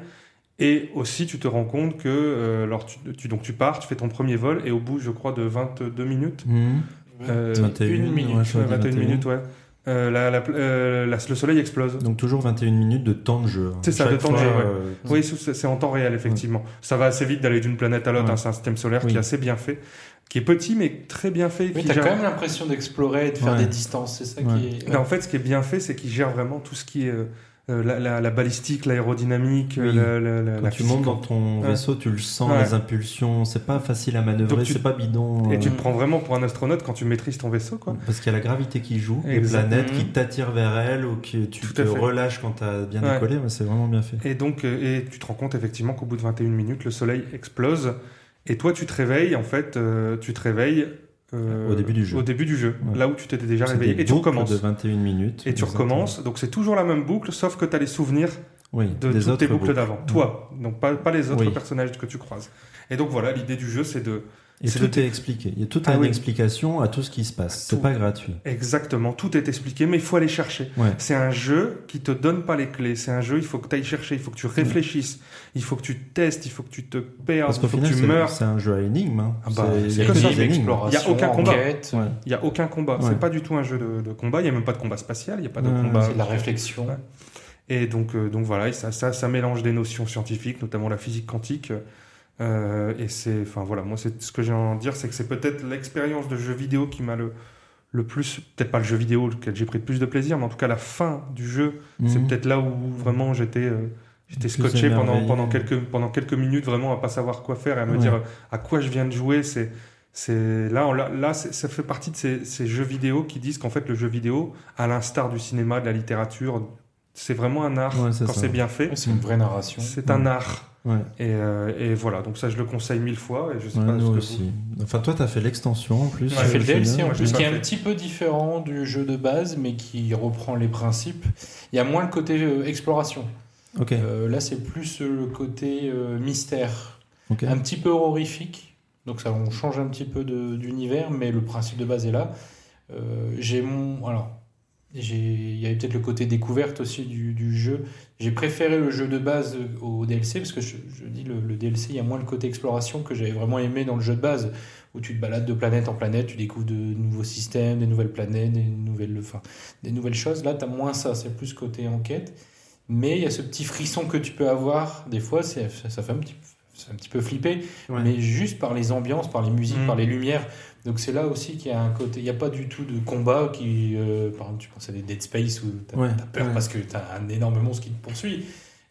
G: Et aussi, tu te rends compte que euh, alors tu, tu- donc tu pars, tu fais ton premier vol, et au bout, je crois, de 22 minutes,
E: Mhm.
G: euh,
E: 21,
F: une minute,
E: ouais, je
G: ouais,
E: vois
G: 21
E: 21.
G: minutes, ouais, euh, la- la- euh, la- le soleil explose.
E: Donc toujours 21 minutes de temps de jeu. hein.
G: C'est ça,
E: Chaque
G: de temps de jeu,
E: fois,
G: ouais.
E: euh,
G: Oui, c'est c'est en temps réel, effectivement. Ça va assez vite d'aller d'une planète à l'autre,
E: Ouais.
G: hein, c'est un système solaire qui
E: Oui.
G: est assez bien fait, qui est petit, mais très bien fait.
F: Mais
G: qui
F: t'as
G: gère-
F: quand même l'impression d'explorer et de faire
E: Ouais.
F: des distances, c'est ça
E: Ouais.
F: qui est.
G: Non, en fait, ce qui est bien fait, c'est qu'il gère vraiment tout ce qui est euh, euh, la, la- la balistique, l'aérodynamique,
E: Oui.
G: la, la- la-
E: Quand
G: la
E: tu
G: physique,
E: montes dans ton
G: Ouais.
E: vaisseau, tu le sens,
G: Ouais.
E: les impulsions, c'est pas facile à manœuvrer,
G: Donc tu-
E: c'est pas bidon.
G: Et
E: euh,
G: tu te prends vraiment pour un astronaute quand tu maîtrises ton vaisseau, quoi.
E: Parce qu'il y a la gravité qui joue, les
G: Exactement.
E: planètes qui t'attirent vers elle ou que tu
G: Tout
E: te
G: à fait.
E: relâches quand t'as bien
G: Ouais.
E: décollé, mais c'est vraiment bien fait.
G: Et donc, euh, et tu te rends compte effectivement qu'au bout de 21 minutes, le soleil explose. Et toi, tu te réveilles, en fait, euh, tu te réveilles. euh,
E: Au début du jeu.
G: Au début du jeu,
E: Ouais.
G: là où tu t'étais déjà
E: C'est
G: réveillé.
E: des
G: Et tu
E: boucles
G: recommences.
E: de 21 minutes.
G: Et tu
E: exactement.
G: recommences. Donc, c'est toujours la même boucle, sauf que tu as les souvenirs
E: Oui,
G: de
E: des
G: toutes
E: autres
G: tes boucles, d'avant. Toi, donc pas, pas les autres
E: Oui.
G: personnages que tu croises. Et donc, voilà, l'idée du jeu, c'est de.
E: Et
G: C'est
E: tout
G: noté.
E: est expliqué. Il y a toute
G: Ah
E: une
G: oui. Ah,
E: explication à tout ce qui se passe. C'est
G: Tout.
E: pas gratuit.
G: Exactement, tout est expliqué, mais il faut aller chercher.
E: Ouais.
G: C'est un jeu qui te donne pas les clés. C'est un jeu, il faut que tu ailles chercher, il faut que
E: Mm.
G: tu réfléchisses, il faut que tu testes, il faut que tu te perds,
E: Parce
G: il
E: qu'au
G: Ah, faut que
E: final,
G: tu
E: c'est
G: meurs.
E: c'est un jeu à énigme. hein.
G: Ah bah,
E: C'est- il y a
G: c'est
E: que
G: énigme,
E: des énigmes.
F: exploration,
G: Il y a aucun combat.
F: enquête,
E: Ouais.
G: Il n'y a aucun combat.
E: Ouais.
G: C'est pas du tout un jeu de, de combat. Il n'y a même pas de combat spatial. Il n'y a pas de
E: Ouais,
G: combat.
F: c'est de la réflexion.
G: Ouais. Et donc, euh, donc voilà, et ça, ça, ça mélange des notions scientifiques, notamment la physique quantique. Euh, et c'est, enfin voilà, moi, c'est ce que j'ai à en dire, c'est que c'est peut-être l'expérience de jeu vidéo qui m'a le le plus, peut-être pas le jeu vidéo auquel j'ai pris le plus de plaisir, mais en tout cas la fin du jeu, c'est
E: Mhm.
G: peut-être là où vraiment j'étais. euh, J'étais
E: Plus
G: scotché pendant,
E: émerveillé.
G: pendant, quelques, pendant quelques minutes vraiment à pas savoir quoi faire et à me
E: Ouais.
G: dire à quoi je viens de jouer. C'est, c'est, là, on- là, là, c'est- ça fait partie de ces, ces jeux vidéo qui disent qu'en fait le jeu vidéo, à l'instar du cinéma, de la littérature, c'est vraiment un art
E: Ouais, c'est
G: quand
E: ça.
G: c'est bien fait.
F: C'est une vraie narration.
G: C'est un art.
E: Ouais.
G: Et, euh, et voilà, donc ça je le conseille mille fois et je sais
E: Ouais,
G: pas ce
E: nous
G: que
E: aussi. Enfin, toi, t'as fait l'extension en plus.
G: Ouais,
F: Tu as fait le
E: final.
F: DLC en
G: moi, je l'ai
F: plus,
G: pas
F: qui est
G: fait.
F: un petit peu différent du jeu de base, mais qui reprend les principes. Il y a moins le côté euh, exploration.
E: Ok.
F: Euh, là, c'est plus euh, le côté euh, mystère,
E: ok.
F: un petit peu horrifique. Donc, ça, on change un petit peu de- d'univers, mais le principe de base est là. Euh, j'ai mon. Alors, j'ai- il y avait peut-être le côté découverte aussi du, du jeu. J'ai préféré le jeu de base au DLC, parce que je, je dis le, le DLC, il y a moins le côté exploration que j'avais vraiment aimé dans le jeu de base, où tu te balades de planète en planète, tu découvres de nouveaux systèmes, des nouvelles planètes, des nouvelles, enfin, des nouvelles choses. Là, tu as moins ça, c'est plus côté enquête. Mais il y a ce petit frisson que tu peux avoir, des fois, c'est- ça, ça fait un petit, c'est un petit peu flipper,
E: Ouais.
F: ah, mais juste par les ambiances, par les musiques,
E: Mm.
G: Mhm.
F: par les lumières. Donc c'est là aussi qu'il y a un côté, il n'y a pas du tout de combat qui, euh, par exemple, tu penses à des Dead Space où t'as
E: Ouais,
F: t'as peur
E: ouais.
F: parce que t'as un énorme monstre qui te poursuit.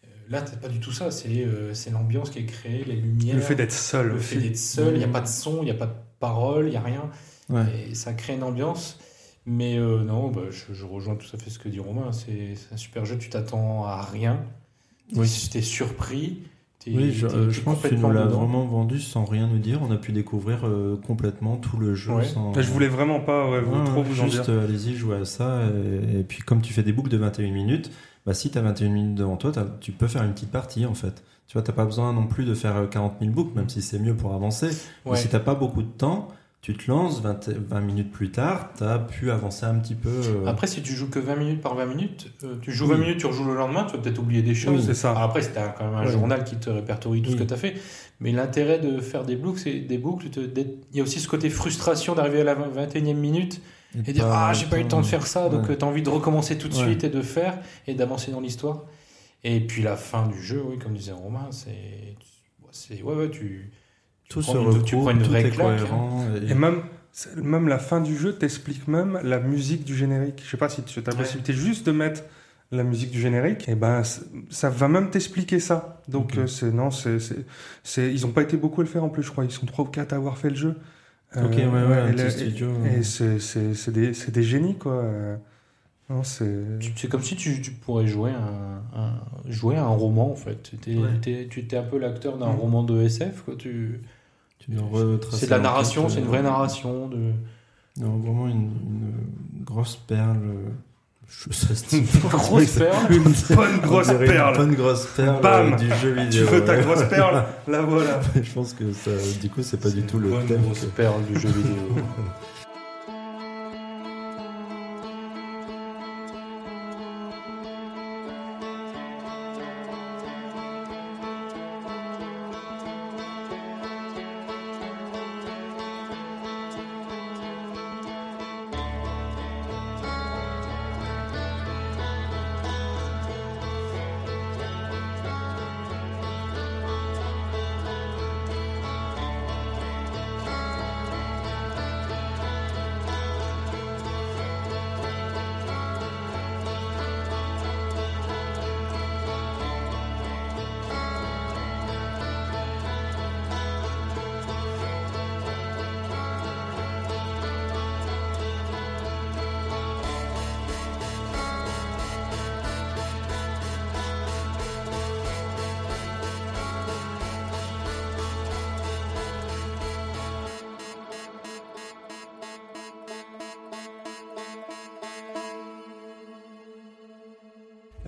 F: Euh, Là, t'as pas du tout ça. C'est euh, c'est l'ambiance qui est créée, les lumières,
G: Le fait d'être seul
F: le fait
G: aussi.
F: d'être seul. Il n'y a pas de son, il n'y a pas de parole, il n'y a rien.
E: Ouais.
F: Et ça crée une ambiance. Mais euh, non, bah, je, je rejoins tout à fait ce que dit Romain. C'est c'est un super jeu. Tu t'attends à rien.
E: Oui.
F: T'es surpris. T'es-
E: Oui, je,
F: t'es-
E: euh,
F: t'es
E: je pense que tu
F: complètement
E: nous l'as
F: dedans.
E: vraiment vendu sans rien nous dire. On a pu découvrir euh, complètement tout le jeu.
F: Ouais.
E: Sans...
G: Je voulais vraiment pas ouais, vous-
E: Ouais,
G: trop vous en
E: juste
G: dire.
E: euh, allez-y, jouez à ça. Et, et puis, comme tu fais des boucles de 21 minutes, bah, si tu as 21 minutes devant toi, t'as- tu peux faire une petite partie en fait. Tu vois, t'as pas besoin non plus de faire euh, 40 000 boucles, même si c'est mieux pour avancer. Mais
F: Ouais.
E: si t'as pas beaucoup de temps, tu te lances 20, 20 minutes plus tard, tu as pu avancer un petit peu. euh,
F: Après, si tu joues que 20 minutes par 20 minutes, euh, tu joues
E: Oui.
F: 20 minutes, tu rejoues le lendemain, tu vas peut-être oublier des choses.
E: Oui,
G: c'est ça.
F: Alors après, c'est un- quand même un
E: Ouais.
F: journal qui te répertorie tout ce que
E: Oui.
F: tu as fait. Mais l'intérêt de faire des boucles, c'est des boucles. de- d'être- Il y a aussi ce côté frustration d'arriver à la 21e minute et,
E: de
F: dire
E: pas-
F: Ah, j'ai pas eu le temps de faire ça. Donc,
E: Bah, Ouais.
F: tu as envie de recommencer tout de
E: Ouais.
F: suite et de faire et d'avancer dans l'histoire. Et puis, la fin du jeu, oui, comme disait Romain, c'est. c'est- Ouais, ouais, tu. tu
E: Tout se
F: prends une-
E: regroupe,
F: tu prends une
E: tout
F: vraie
E: est
F: claque. hein.
E: cohérent. et-
G: Et même, c'est- même la fin du jeu t'explique même la musique du générique. Je sais pas si tu as la
F: Ouais.
G: possibilité juste de mettre la musique du générique, et ben c- ça va même t'expliquer ça. Donc
E: Ok.
G: euh, c'est non, c'est c'est- c'est ils ont pas été beaucoup à le faire en plus, je crois. Ils sont trois ou quatre à avoir fait le jeu. Euh,
E: Ok, ouais, ouais, un
G: et
E: petit
G: le- et-
E: studio. hein.
G: Et c'est- c'est c'est des c'est des génies quoi. Euh, Non c'est
F: Tu- C'est comme si tu, tu pourrais jouer un, un- jouer un roman en fait. T'es-
E: Ouais. Mm.
F: t'es- tu t'es un peu l'acteur d'un
G: Mhm.
F: roman de SF. quoi. Tu,
E: Tu dois retracer
F: c'est de la
E: l'enquête,
F: narration, c'est une vraie
E: euh,
F: narration. De...
E: Non, vraiment une, une grosse perle. euh, Je ça se dit pas.
F: Grosse perle.
G: une bonne grosse
E: On dirait
G: perle.
E: Une bonne grosse perle
G: Bam
E: euh, du jeu
G: Tu
E: vidéo.
G: veux ta
E: ouais. Euh,
G: grosse perle La voilà.
E: Je pense que ça, du coup, c'est pas du tout le
F: Bonne
E: thème.
F: grosse perle du jeu vidéo.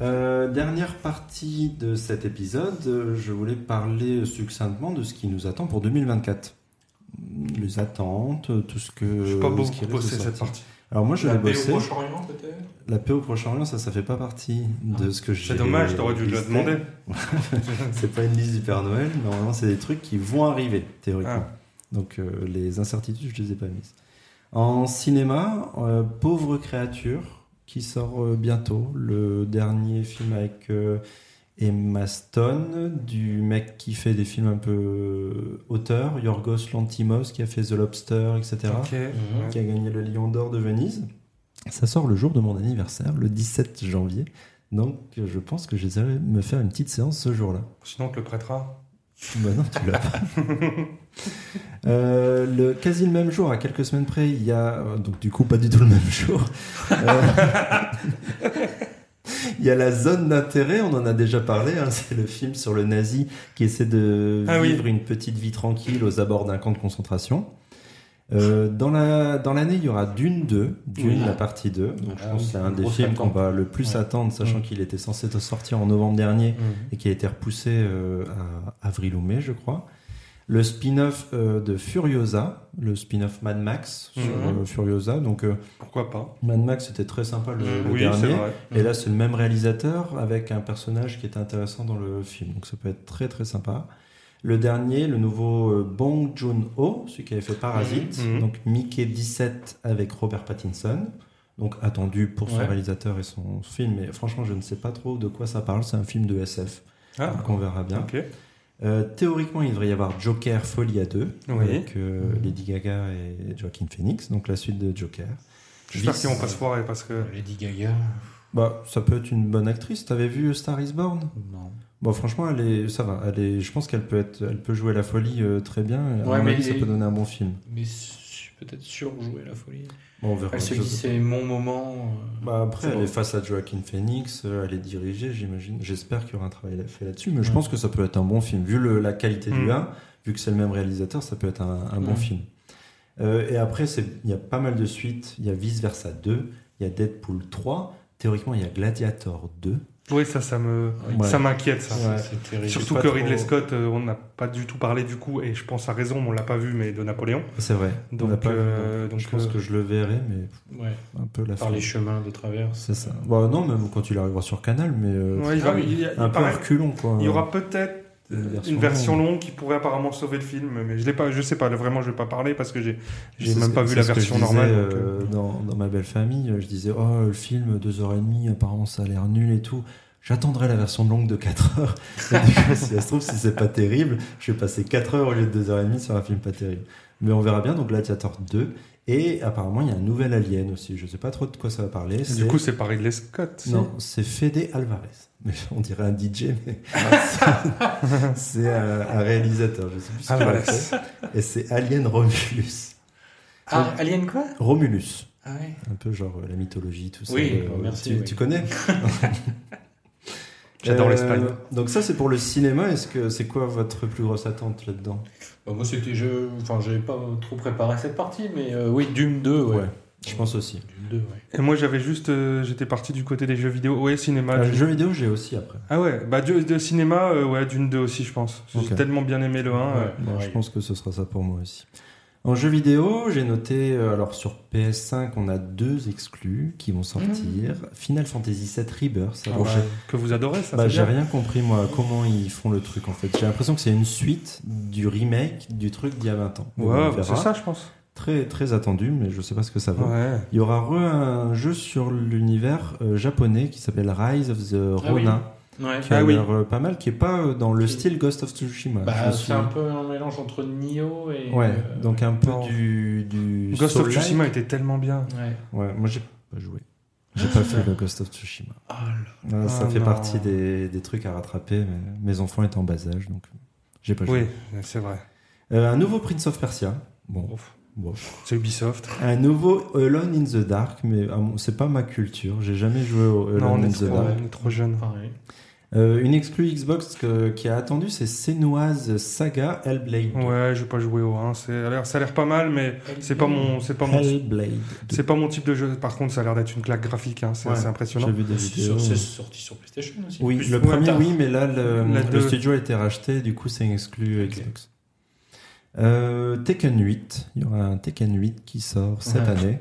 E: Euh, dernière partie de cet épisode, euh, je voulais parler succinctement de ce qui nous attend pour 2024. Les attentes, tout ce que.
G: Je suis
E: ce
G: pas
E: qui
G: beaucoup
E: risque de
G: bossé cette
E: sortir.
G: partie.
E: Alors moi je l'ai
F: La paix au
E: bossé.
F: Proche-Orient, peut-être
E: La paix au Proche-Orient, ça, ça fait pas partie de ce que j'ai.
G: C'est dommage, t'aurais dû le
E: listé.
G: demander.
E: C'est pas une liste du Père Noël, mais vraiment, c'est des trucs qui vont arriver, théoriquement.
G: Ah.
E: Donc, euh, les incertitudes, je les ai pas mises. En cinéma, euh, Pauvre créature, qui sort euh, bientôt, le dernier film avec euh, Emma Stone, du mec qui fait des films un peu euh, auteurs, Yorgos Lantimos, qui a fait The Lobster, etc
G: Ok. Ouais.
E: qui a gagné le Lion d'Or de Venise. Ça sort le jour de mon anniversaire, le 17 janvier. Donc, euh, je pense que j'essaierai de me faire une petite séance ce jour-là.
G: Sinon, on te le prêtera.
E: Bah non, tu l'as pas. Euh, le, quasi le même jour, à quelques semaines près, il y a. euh, Donc, du coup, pas du tout le même jour. Euh, il y a la zone d'intérêt, on en a déjà parlé. hein, c'est le film sur le nazi qui essaie de
G: Ah oui.
E: vivre une petite vie tranquille aux abords d'un camp de concentration. Euh, dans la dans l'année, il y aura Dune 2, Dune
F: Oui.
E: la partie 2. Donc, je
F: Ah
E: pense
F: oui,
E: que c'est un
F: une
E: des
F: grosse
E: films qu'on
F: attente.
E: va le plus
F: Ouais.
E: attendre, sachant
F: Mm.
E: qu'il était censé sortir en novembre dernier
F: Mhm.
E: et qui a été repoussé euh, à avril ou mai, je crois. Le spin-off euh, de Furiosa, le spin-off Mad Max sur
G: Mhm.
E: euh, Furiosa. Donc euh,
G: Pourquoi pas
E: Mad Max était très sympa le, le
G: Oui, c'est
E: dernier.
G: vrai.
E: Et là, c'est le même réalisateur avec un personnage qui était intéressant dans le film. Donc ça peut être très très sympa. Le dernier, le nouveau euh, Bong Joon-ho, celui qui avait fait Parasite,
G: Mhm.
E: donc Mickey 17 avec Robert Pattinson. Donc attendu pour son
F: Ouais.
E: réalisateur et son film. Mais franchement, je ne sais pas trop de quoi ça parle. C'est un film de SF.
G: Ah,
E: Donc on verra bien.
G: ok.
E: Euh, théoriquement, il devrait y avoir Joker Folie à 2
G: Oui. Mm.
E: avec euh, Lady Gaga et Joaquin Phoenix, donc la suite de Joker.
G: J'espère
E: Vice-
G: qu'ils vont pas se foirer parce que.
F: Euh, Lady Gaga
E: Bah, ça peut être une bonne actrice. T'avais vu Star Is Born
F: Non.
E: Bon, franchement, elle est, ça va. Elle est, je pense qu'elle peut être, elle peut jouer la folie euh, très bien. À
F: Ouais,
E: mon
F: mais-
E: avis, ça peut donner un bon film.
F: Mais su- peut-être surjouer la folie.
E: Bon, on verra.
F: Elle se
E: Je
F: dit
E: sais
F: c'est mon moment.
E: pas.
F: euh,
E: Bah, après,
F: C'est
E: elle
F: bon.
E: est face à Joaquin Phoenix. euh, Elle est dirigée, j'imagine. J'espère qu'il y aura un travail là- fait là-dessus. Mais je
F: Ouais.
E: pense que ça peut être un bon film. Vu le- la qualité
G: Mm.
E: du 1, vu que c'est le même réalisateur, ça peut être un, un bon
F: Mm.
E: film. Euh, et après, c'est- il y a pas mal de suites. Il y a Vice Versa 2, il y a Deadpool 3. Théoriquement, il y a Gladiator 2.
G: Oui, ça, ça me,
E: Ouais.
G: ça m'inquiète, ça.
E: Ouais.
F: C'est terrible.
E: Sur-
G: Surtout
E: pas
G: que
E: trop-
G: Ridley Scott, euh, on n'a pas du tout parlé du coup, et je pense à raison, mais on l'a pas vu, mais de Napoléon.
E: C'est vrai. On
G: Donc,
E: l'a pas vu,
G: euh, donc,
E: je pense
G: euh,
E: que je le verrai, mais
F: Ouais,
E: un peu la
F: par
E: fin.
F: les chemins de traverse.
E: C'est ça. Bah, non, même quand il arrivera sur Canal, mais euh,
G: Ouais, il,
F: Ah
G: va-
F: oui.
G: il y a-
E: un
G: il
E: peu
G: paraît-
E: à reculons, quoi.
G: il y aura peut-être euh,
E: Une
G: une
E: version
G: version,
E: longue.
G: longue. qui pourrait apparemment sauver le film, mais je l'ai pas, je sais pas, là, vraiment, je vais pas parler parce que j'ai,
E: C'est
G: j'ai
E: ce
G: même
E: que-
G: pas vu
E: c'est
G: la
E: ce que je
G: version
E: disais,
G: normale. donc, euh,
E: euh, dans, dans ma belle famille, je disais, oh, le film, 2h30, apparemment ça a l'air nul et tout. J'attendrai la version longue de 4 heures. Et du coup, si ça se trouve, si c'est pas terrible, je vais passer 4 heures au lieu de 2h30 sur un film pas terrible. Mais on verra bien, donc Gladiator 2. Et apparemment, il y a un nouvel alien aussi. Je sais pas trop de quoi ça va parler.
G: et
E: C'est-
G: du coup, c'est pas Ridley Scott. si.
E: Non, c'est Fede Alvarez. Mais on dirait un DJ, mais c'est- c'est un, un réalisateur, je sais plus ce qu'il a
G: Alvarez.
E: fait. Et c'est Alien Romulus.
F: Ah, Alien quoi
E: Romulus,
F: Ah ouais.
E: un peu genre euh, la mythologie, tout ça. Euh,
F: Oui, merci,
E: Tu,
F: oui.
E: tu connais
G: J'adore
E: Euh,
G: l'Espagne.
E: Donc ça, c'est pour le cinéma. Est-ce que c'est quoi votre plus grosse attente là-dedans
F: Bah, moi c'était je enfin j'avais pas trop préparé cette partie mais euh, oui Doom 2 ouais.
E: Ouais, Je pense aussi.
F: Doom 2 ouais.
G: Et moi, j'avais juste, euh, j'étais parti du côté des jeux vidéo, ouais, cinéma.
E: Euh,
G: du-
E: jeux vidéo, j'ai aussi après.
G: Ah ouais, bah de, de cinéma, euh, ouais, d'une deux aussi, je pense.
E: Ok.
G: J'ai tellement bien aimé le 1. euh,
F: Ouais,
E: Bon, je
F: ouais.
E: pense que ce sera ça pour moi aussi. En jeu vidéo, j'ai noté, euh, alors sur PS5, on a deux exclus qui vont sortir. Final Fantasy VII Rebirth. ça
G: Mmh. ah
E: va.
G: bah, que vous adorez, ça.
E: Bah,
G: c'est
E: j'ai
G: bien.
E: rien compris, moi, comment ils font le truc en fait. J'ai l'impression que c'est une suite du remake du truc d'il y a 20 ans. Mais
G: Ouais, bah,
E: on verra.
G: c'est ça, je pense.
E: Très, très attendu, mais je sais pas ce que ça vaut.
G: Ouais.
E: Il y aura re un jeu sur l'univers euh, japonais qui s'appelle Rise of the
F: Ah oui.
E: Ronin,
F: Ouais.
E: qui a
G: Ah oui.
E: l'air, euh, pas mal, qui est pas euh, dans le
F: Qui-
E: style Ghost of Tsushima. je me
F: Bah, c'est
E: suis-
F: un peu un mélange entre Nioh et
E: Ouais,
F: euh,
E: donc un peu
G: non.
E: du, du
G: Ghost of
E: Soul-like.
G: Tsushima était tellement bien.
F: ouais.
E: Ouais, moi j'ai pas joué. J'ai pas fait le Ghost of Tsushima.
F: Ah là.
E: Ah, ça
G: Ah,
E: fait
G: non.
E: partie des, des trucs à rattraper. Mais mes enfants étaient en bas âge, donc j'ai pas joué.
G: Oui, c'est vrai.
E: Euh, un nouveau Prince of Persia. Bon,
G: Ouf.
E: bon.
G: C'est Ubisoft.
E: Un nouveau Alone in the Dark, mais ah, bon, c'est pas ma culture. J'ai jamais joué au Alone
G: non, on
E: in
G: est,
E: the
G: trop,
E: Dark.
G: on est trop jeune.
F: Pareil.
E: Euh, une exclue Xbox que- qui a attendu, c'est Senua's Saga Hellblade.
G: Ouais, j'ai pas joué au 1. c'est- ça a l'air- Ça a l'air pas mal, mais c'est pas mon, c'est pas mon,
E: Hellblade.
G: c'est pas mon type de jeu. Par contre, ça a l'air d'être une claque graphique. hein, C'est
E: Ouais.
G: c'est
E: J'ai
G: impressionnant.
E: vu des
F: C'est sur-
E: vidéos.
F: c'est sorti sur PlayStation aussi.
E: Oui,
F: Plus-
E: le
F: plus
E: premier,
F: tard.
E: oui, mais là, le,
G: La
E: le
G: deux.
E: studio a été racheté, du coup, c'est exclu
F: Ok.
E: Xbox. Euh, Tekken 8, il y aura un Tekken 8 qui sort cette
F: Ouais.
E: année.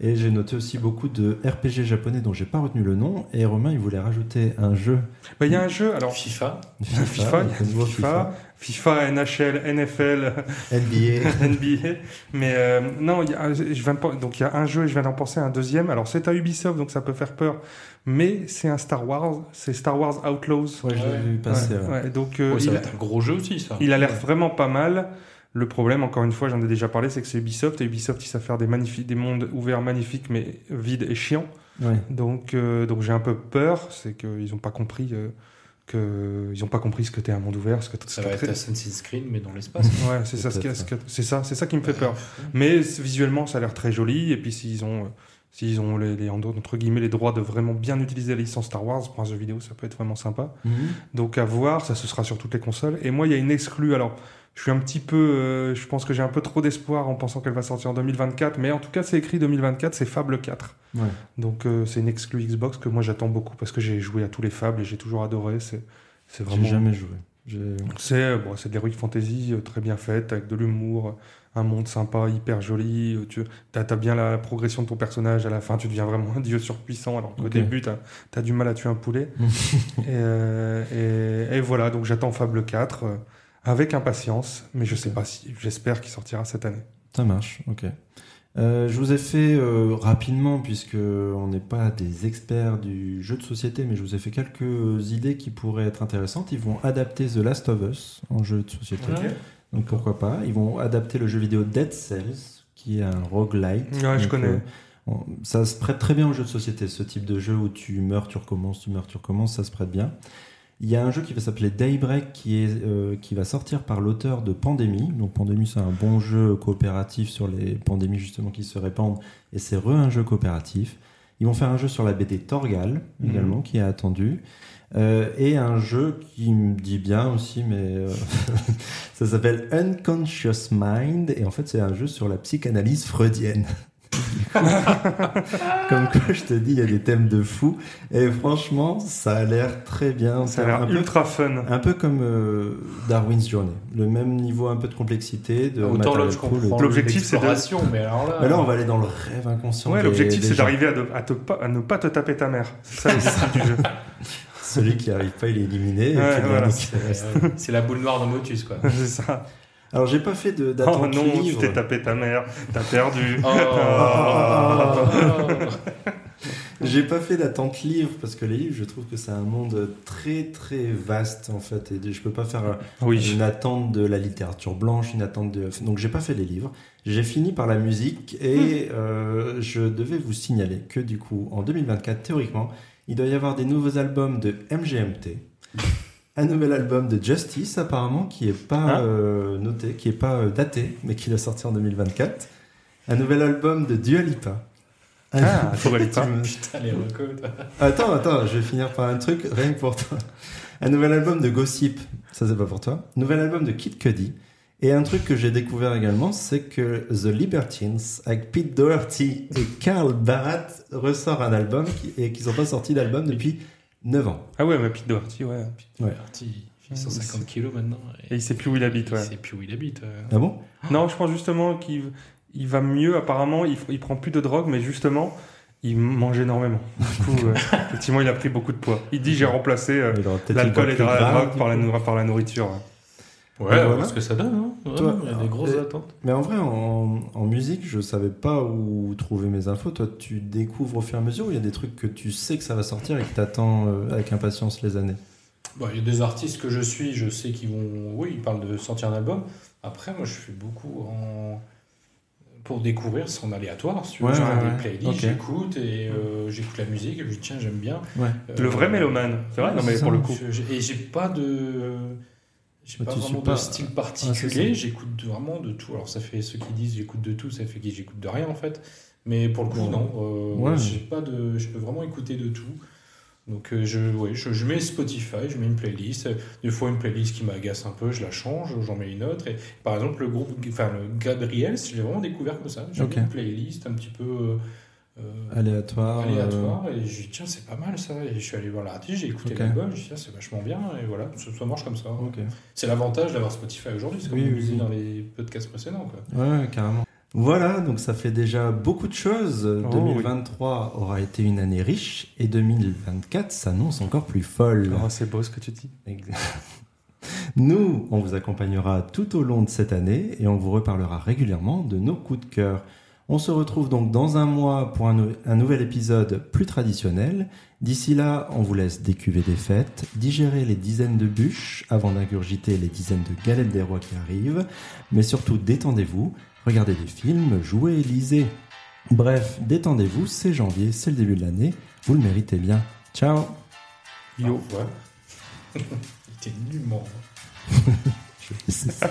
E: Et j'ai noté aussi beaucoup de RPG japonais dont j'ai pas retenu le nom. Et Romain, il voulait rajouter un jeu
G: Bah, Il y a un jeu, alors
F: FIFA.
E: FIFA,
G: FIFA,
E: donc
G: il y a
E: le nouveau
G: FIFA, FIFA, NHL, NFL,
E: NBA.
G: NBA. Mais euh, non, il y a, je viens de pen- donc il y a un jeu et je viens d'en penser à un deuxième. Alors c'est à Ubisoft, donc ça peut faire peur. Mais c'est un Star Wars, c'est Star Wars Outlaws.
E: Ouais, je l'ai
F: Ouais.
E: vu passer. ouais.
G: Ouais, donc euh,
F: Ouais, ça
G: il,
F: va être un gros jeu aussi, ça.
G: il a l'air vraiment pas mal. Le problème, encore une fois, j'en ai déjà parlé, c'est que c'est Ubisoft et Ubisoft, ils savent faire des magnifiques, des mondes ouverts magnifiques mais vides et chiants.
E: Ouais.
G: Donc, euh, donc j'ai un peu peur, c'est qu'ils n'ont pas compris euh, que ils ont pas compris ce que t'es un monde ouvert, ce que
F: Ça
G: ce que
F: va être
G: t'es-
F: Assassin's Creed, mais dans l'espace.
G: Ouais, c'est ça, ce qui-
E: Peut-être.
G: ce que- c'est ça, c'est ça qui me fait peur. Mais c'est- visuellement, ça a l'air très joli. Et puis s'ils ont, euh, s'ils ont les, les entre guillemets les droits de vraiment bien utiliser la licence Star Wars pour un jeu vidéo, ça peut être vraiment sympa. Donc à voir, ça se sera sur toutes les consoles. Et moi, il y a une exclue. Alors, je suis un petit peu, euh, je pense que j'ai un peu trop d'espoir en pensant qu'elle va sortir en 2024. Mais en tout cas, c'est écrit 2024, c'est Fable 4.
E: Ouais.
G: Donc euh, c'est une exclue Xbox que moi j'attends beaucoup parce que j'ai joué à tous les Fables et j'ai toujours adoré. C'est, c'est
E: J'ai
G: vraiment.
E: jamais joué. J'ai-
G: C'est euh, bon, c'est de l'heroic fantasy euh, très bien faite, avec de l'humour, un monde sympa, hyper joli. euh, Tu as, bien la progression de ton personnage à la fin, tu deviens vraiment un dieu surpuissant, alors qu'au
E: Ok.
G: début, tu as, du mal à tuer un poulet. et, euh, et- et voilà, donc j'attends Fable 4 euh, avec impatience, mais je sais pas si, j'espère qu'il sortira cette année.
E: Ça marche, ok. Euh, je vous ai fait euh, rapidement, puisque on n'est pas des experts du jeu de société, mais je vous ai fait quelques idées qui pourraient être intéressantes. Ils vont adapter The Last of Us en jeu de société.
F: Ouais.
E: Donc pourquoi pas Ils vont adapter le jeu vidéo Dead Cells, qui est un roguelite.
G: Ouais, je
E: Donc,
G: connais.
E: euh, on- ça se prête très bien au jeu de société, ce type de jeu où tu meurs, tu recommences, tu meurs, tu recommences, ça se prête bien. Il y a un jeu qui va s'appeler Daybreak, qui, est, euh, qui va sortir par l'auteur de Pandémie. Donc Pandémie, c'est un bon jeu coopératif sur les pandémies justement qui se répandent, et c'est re un jeu coopératif. Ils vont faire un jeu sur la BD Torgal
G: Mhm.
E: également, qui est attendu. Euh, et un jeu qui me dit bien aussi, mais euh, ça s'appelle Unconscious Mind, et en fait c'est un jeu sur la psychanalyse freudienne. Comme quoi, je te dis, il y a des thèmes de fou. Et franchement, ça a l'air très bien.
G: Ça
E: C'est
G: a
E: un
G: l'air
E: peu-
G: ultra fun.
E: un peu comme euh, Darwin's Journey, le même niveau un peu de complexité, de
F: Autant
E: matériel
F: l'autre, je
E: cool.
F: comprends.
G: L'objectif, c'est de-
F: l'exploration, mais alors là.
E: Mais là, on va aller dans le rêve inconscient.
G: Ouais,
E: des-
G: l'objectif,
E: des
G: c'est
E: gens.
G: d'arriver à, de- à te pas- à ne pas te taper ta mère. C'est ça le but du jeu.
E: Celui qui arrive pas, il est éliminé. et
G: Ouais,
E: puis,
G: voilà.
E: donc, euh,
F: Euh, C'est la boule noire de Motus, quoi.
G: C'est ça.
E: Alors, j'ai pas fait de- d'attente
G: Oh non, tu
E: livre.
G: t'es tapé ta mère, t'as perdu.
F: Oh.
E: J'ai pas fait d'attente livre parce que les livres, je trouve que c'est un monde très très vaste en fait, et je peux pas faire euh, une attente de la littérature blanche, une attente de. Donc j'ai pas fait les livres. J'ai fini par la musique et euh, je devais vous signaler que du coup, en 2024, théoriquement, il doit y avoir des nouveaux albums de MGMT. Un nouvel album de Justice, apparemment, qui est pas
G: Hein
E: euh, noté, qui est pas euh, daté, mais qui doit sortir en 2024. Un nouvel album de Dua Lipa. Un-
G: Ah, Dua Lipa.
E: Tu me-
F: Putain, les recos, toi.
E: Attends, attends, je vais finir par un truc rien que pour toi. Un nouvel album de Gossip, ça c'est pas pour toi. Nouvel album de Kid Cudi. Et un truc que j'ai découvert également, c'est que The Libertines, avec Pete Doherty et Carl Barrat, ressort un album qui- et qu'ils n'ont pas sorti d'album depuis 9 ans.
G: Ah ouais, mais Pete Doherty, ouais.
E: Ouais.
F: Petit, il fait 150 kilos maintenant.
G: Et il sait plus où il habite, ouais.
F: Il sait plus où il habite. ouais.
E: Ah bon
G: Non, je pense justement qu'il il va mieux. Apparemment, il, il prend plus de drogue, mais justement, il mange énormément. Du coup, euh, effectivement, il a pris beaucoup de poids. Il dit j'ai remplacé euh,
E: Il aurait peut-être une voix
G: l'alcool et
E: plus
G: la
E: grave,
G: drogue par la, nour- par la nourriture. Ben
F: Ouais,
E: voilà.
F: voilà ce que ça donne. Hein. Ouais,
E: Toi,
F: non, il y a des
E: alors,
F: grosses
E: euh,
F: attentes.
E: Mais en vrai, en, en musique, je savais pas où trouver mes infos. Toi, tu découvres au fur et à mesure ou il y a des trucs que tu sais que ça va sortir et que t'attends euh, avec impatience les années
F: Bon, Bah, Il y a des artistes que je suis, je sais qu'ils vont. Oui, ils parlent de sortir un album. Après, moi, je fais beaucoup en. Pour découvrir son aléatoire, sur
E: Ouais,
F: genre
E: ouais, ouais.
F: des playlists,
E: Ok.
F: j'écoute et euh, j'écoute la musique et je dis tiens j'aime bien.
E: Ouais.
F: Euh,
G: Le vrai mélomane, c'est vrai. Non, mais
E: c'est
G: pour le
E: ça.
G: coup,
F: Je- j'ai- Et j'ai pas de. J'ai
E: Bah,
F: pas
E: tu
F: vraiment
E: suis pas-
F: de style
E: Ah, c'est
F: particulier, j'écoute de- vraiment de tout. Alors ça fait ceux qui disent j'écoute de tout, ça fait que j'écoute de rien en fait. Mais pour le coup,
E: Ouais.
F: non. euh,
E: Ouais.
F: j'ai pas de... Je peux vraiment écouter de tout. Donc euh, je, ouais, je, je mets Spotify, je mets une playlist. Euh, Des fois une playlist qui m'agace un peu, je la change, j'en mets une autre. Et, par exemple, le groupe, enfin le Gabriel, je l'ai vraiment découvert comme ça. J'ai
E: Ok.
F: mis une playlist un petit peu euh, euh,
E: Aléatoire. euh,
F: aléatoire et j'ai dit tiens c'est pas mal ça. Et je suis allé voir l'artiste, j'ai écouté
E: Ok.
F: l'album, j'ai dit tiens c'est vachement bien et voilà, ça, ça marche comme ça.
E: euh, Ok.
F: C'est l'avantage d'avoir Spotify aujourd'hui, c'est comme
E: Oui,
F: on
E: oui,
F: disait
E: oui.
F: dans les podcasts précédents quoi.
E: Ouais, ouais, carrément. Voilà, donc ça fait déjà beaucoup de choses. 2023 aura été une année riche et 2024 s'annonce encore plus folle.
G: Oh, c'est beau ce que tu dis.
E: Ex- Nous, on vous accompagnera tout au long de cette année et on vous reparlera régulièrement de nos coups de cœur. On se retrouve donc dans un mois pour un, nou- un nouvel épisode plus traditionnel. D'ici là, on vous laisse décuver des fêtes, digérer les dizaines de bûches avant d'ingurgiter les dizaines de galettes des rois qui arrivent, mais surtout détendez-vous, regardez des films, jouez et lisez. Bref, détendez-vous, c'est janvier, c'est le début de l'année, vous le méritez bien. Ciao
F: Yo. Au revoir. Il était nullement.
E: Je- c'est ça.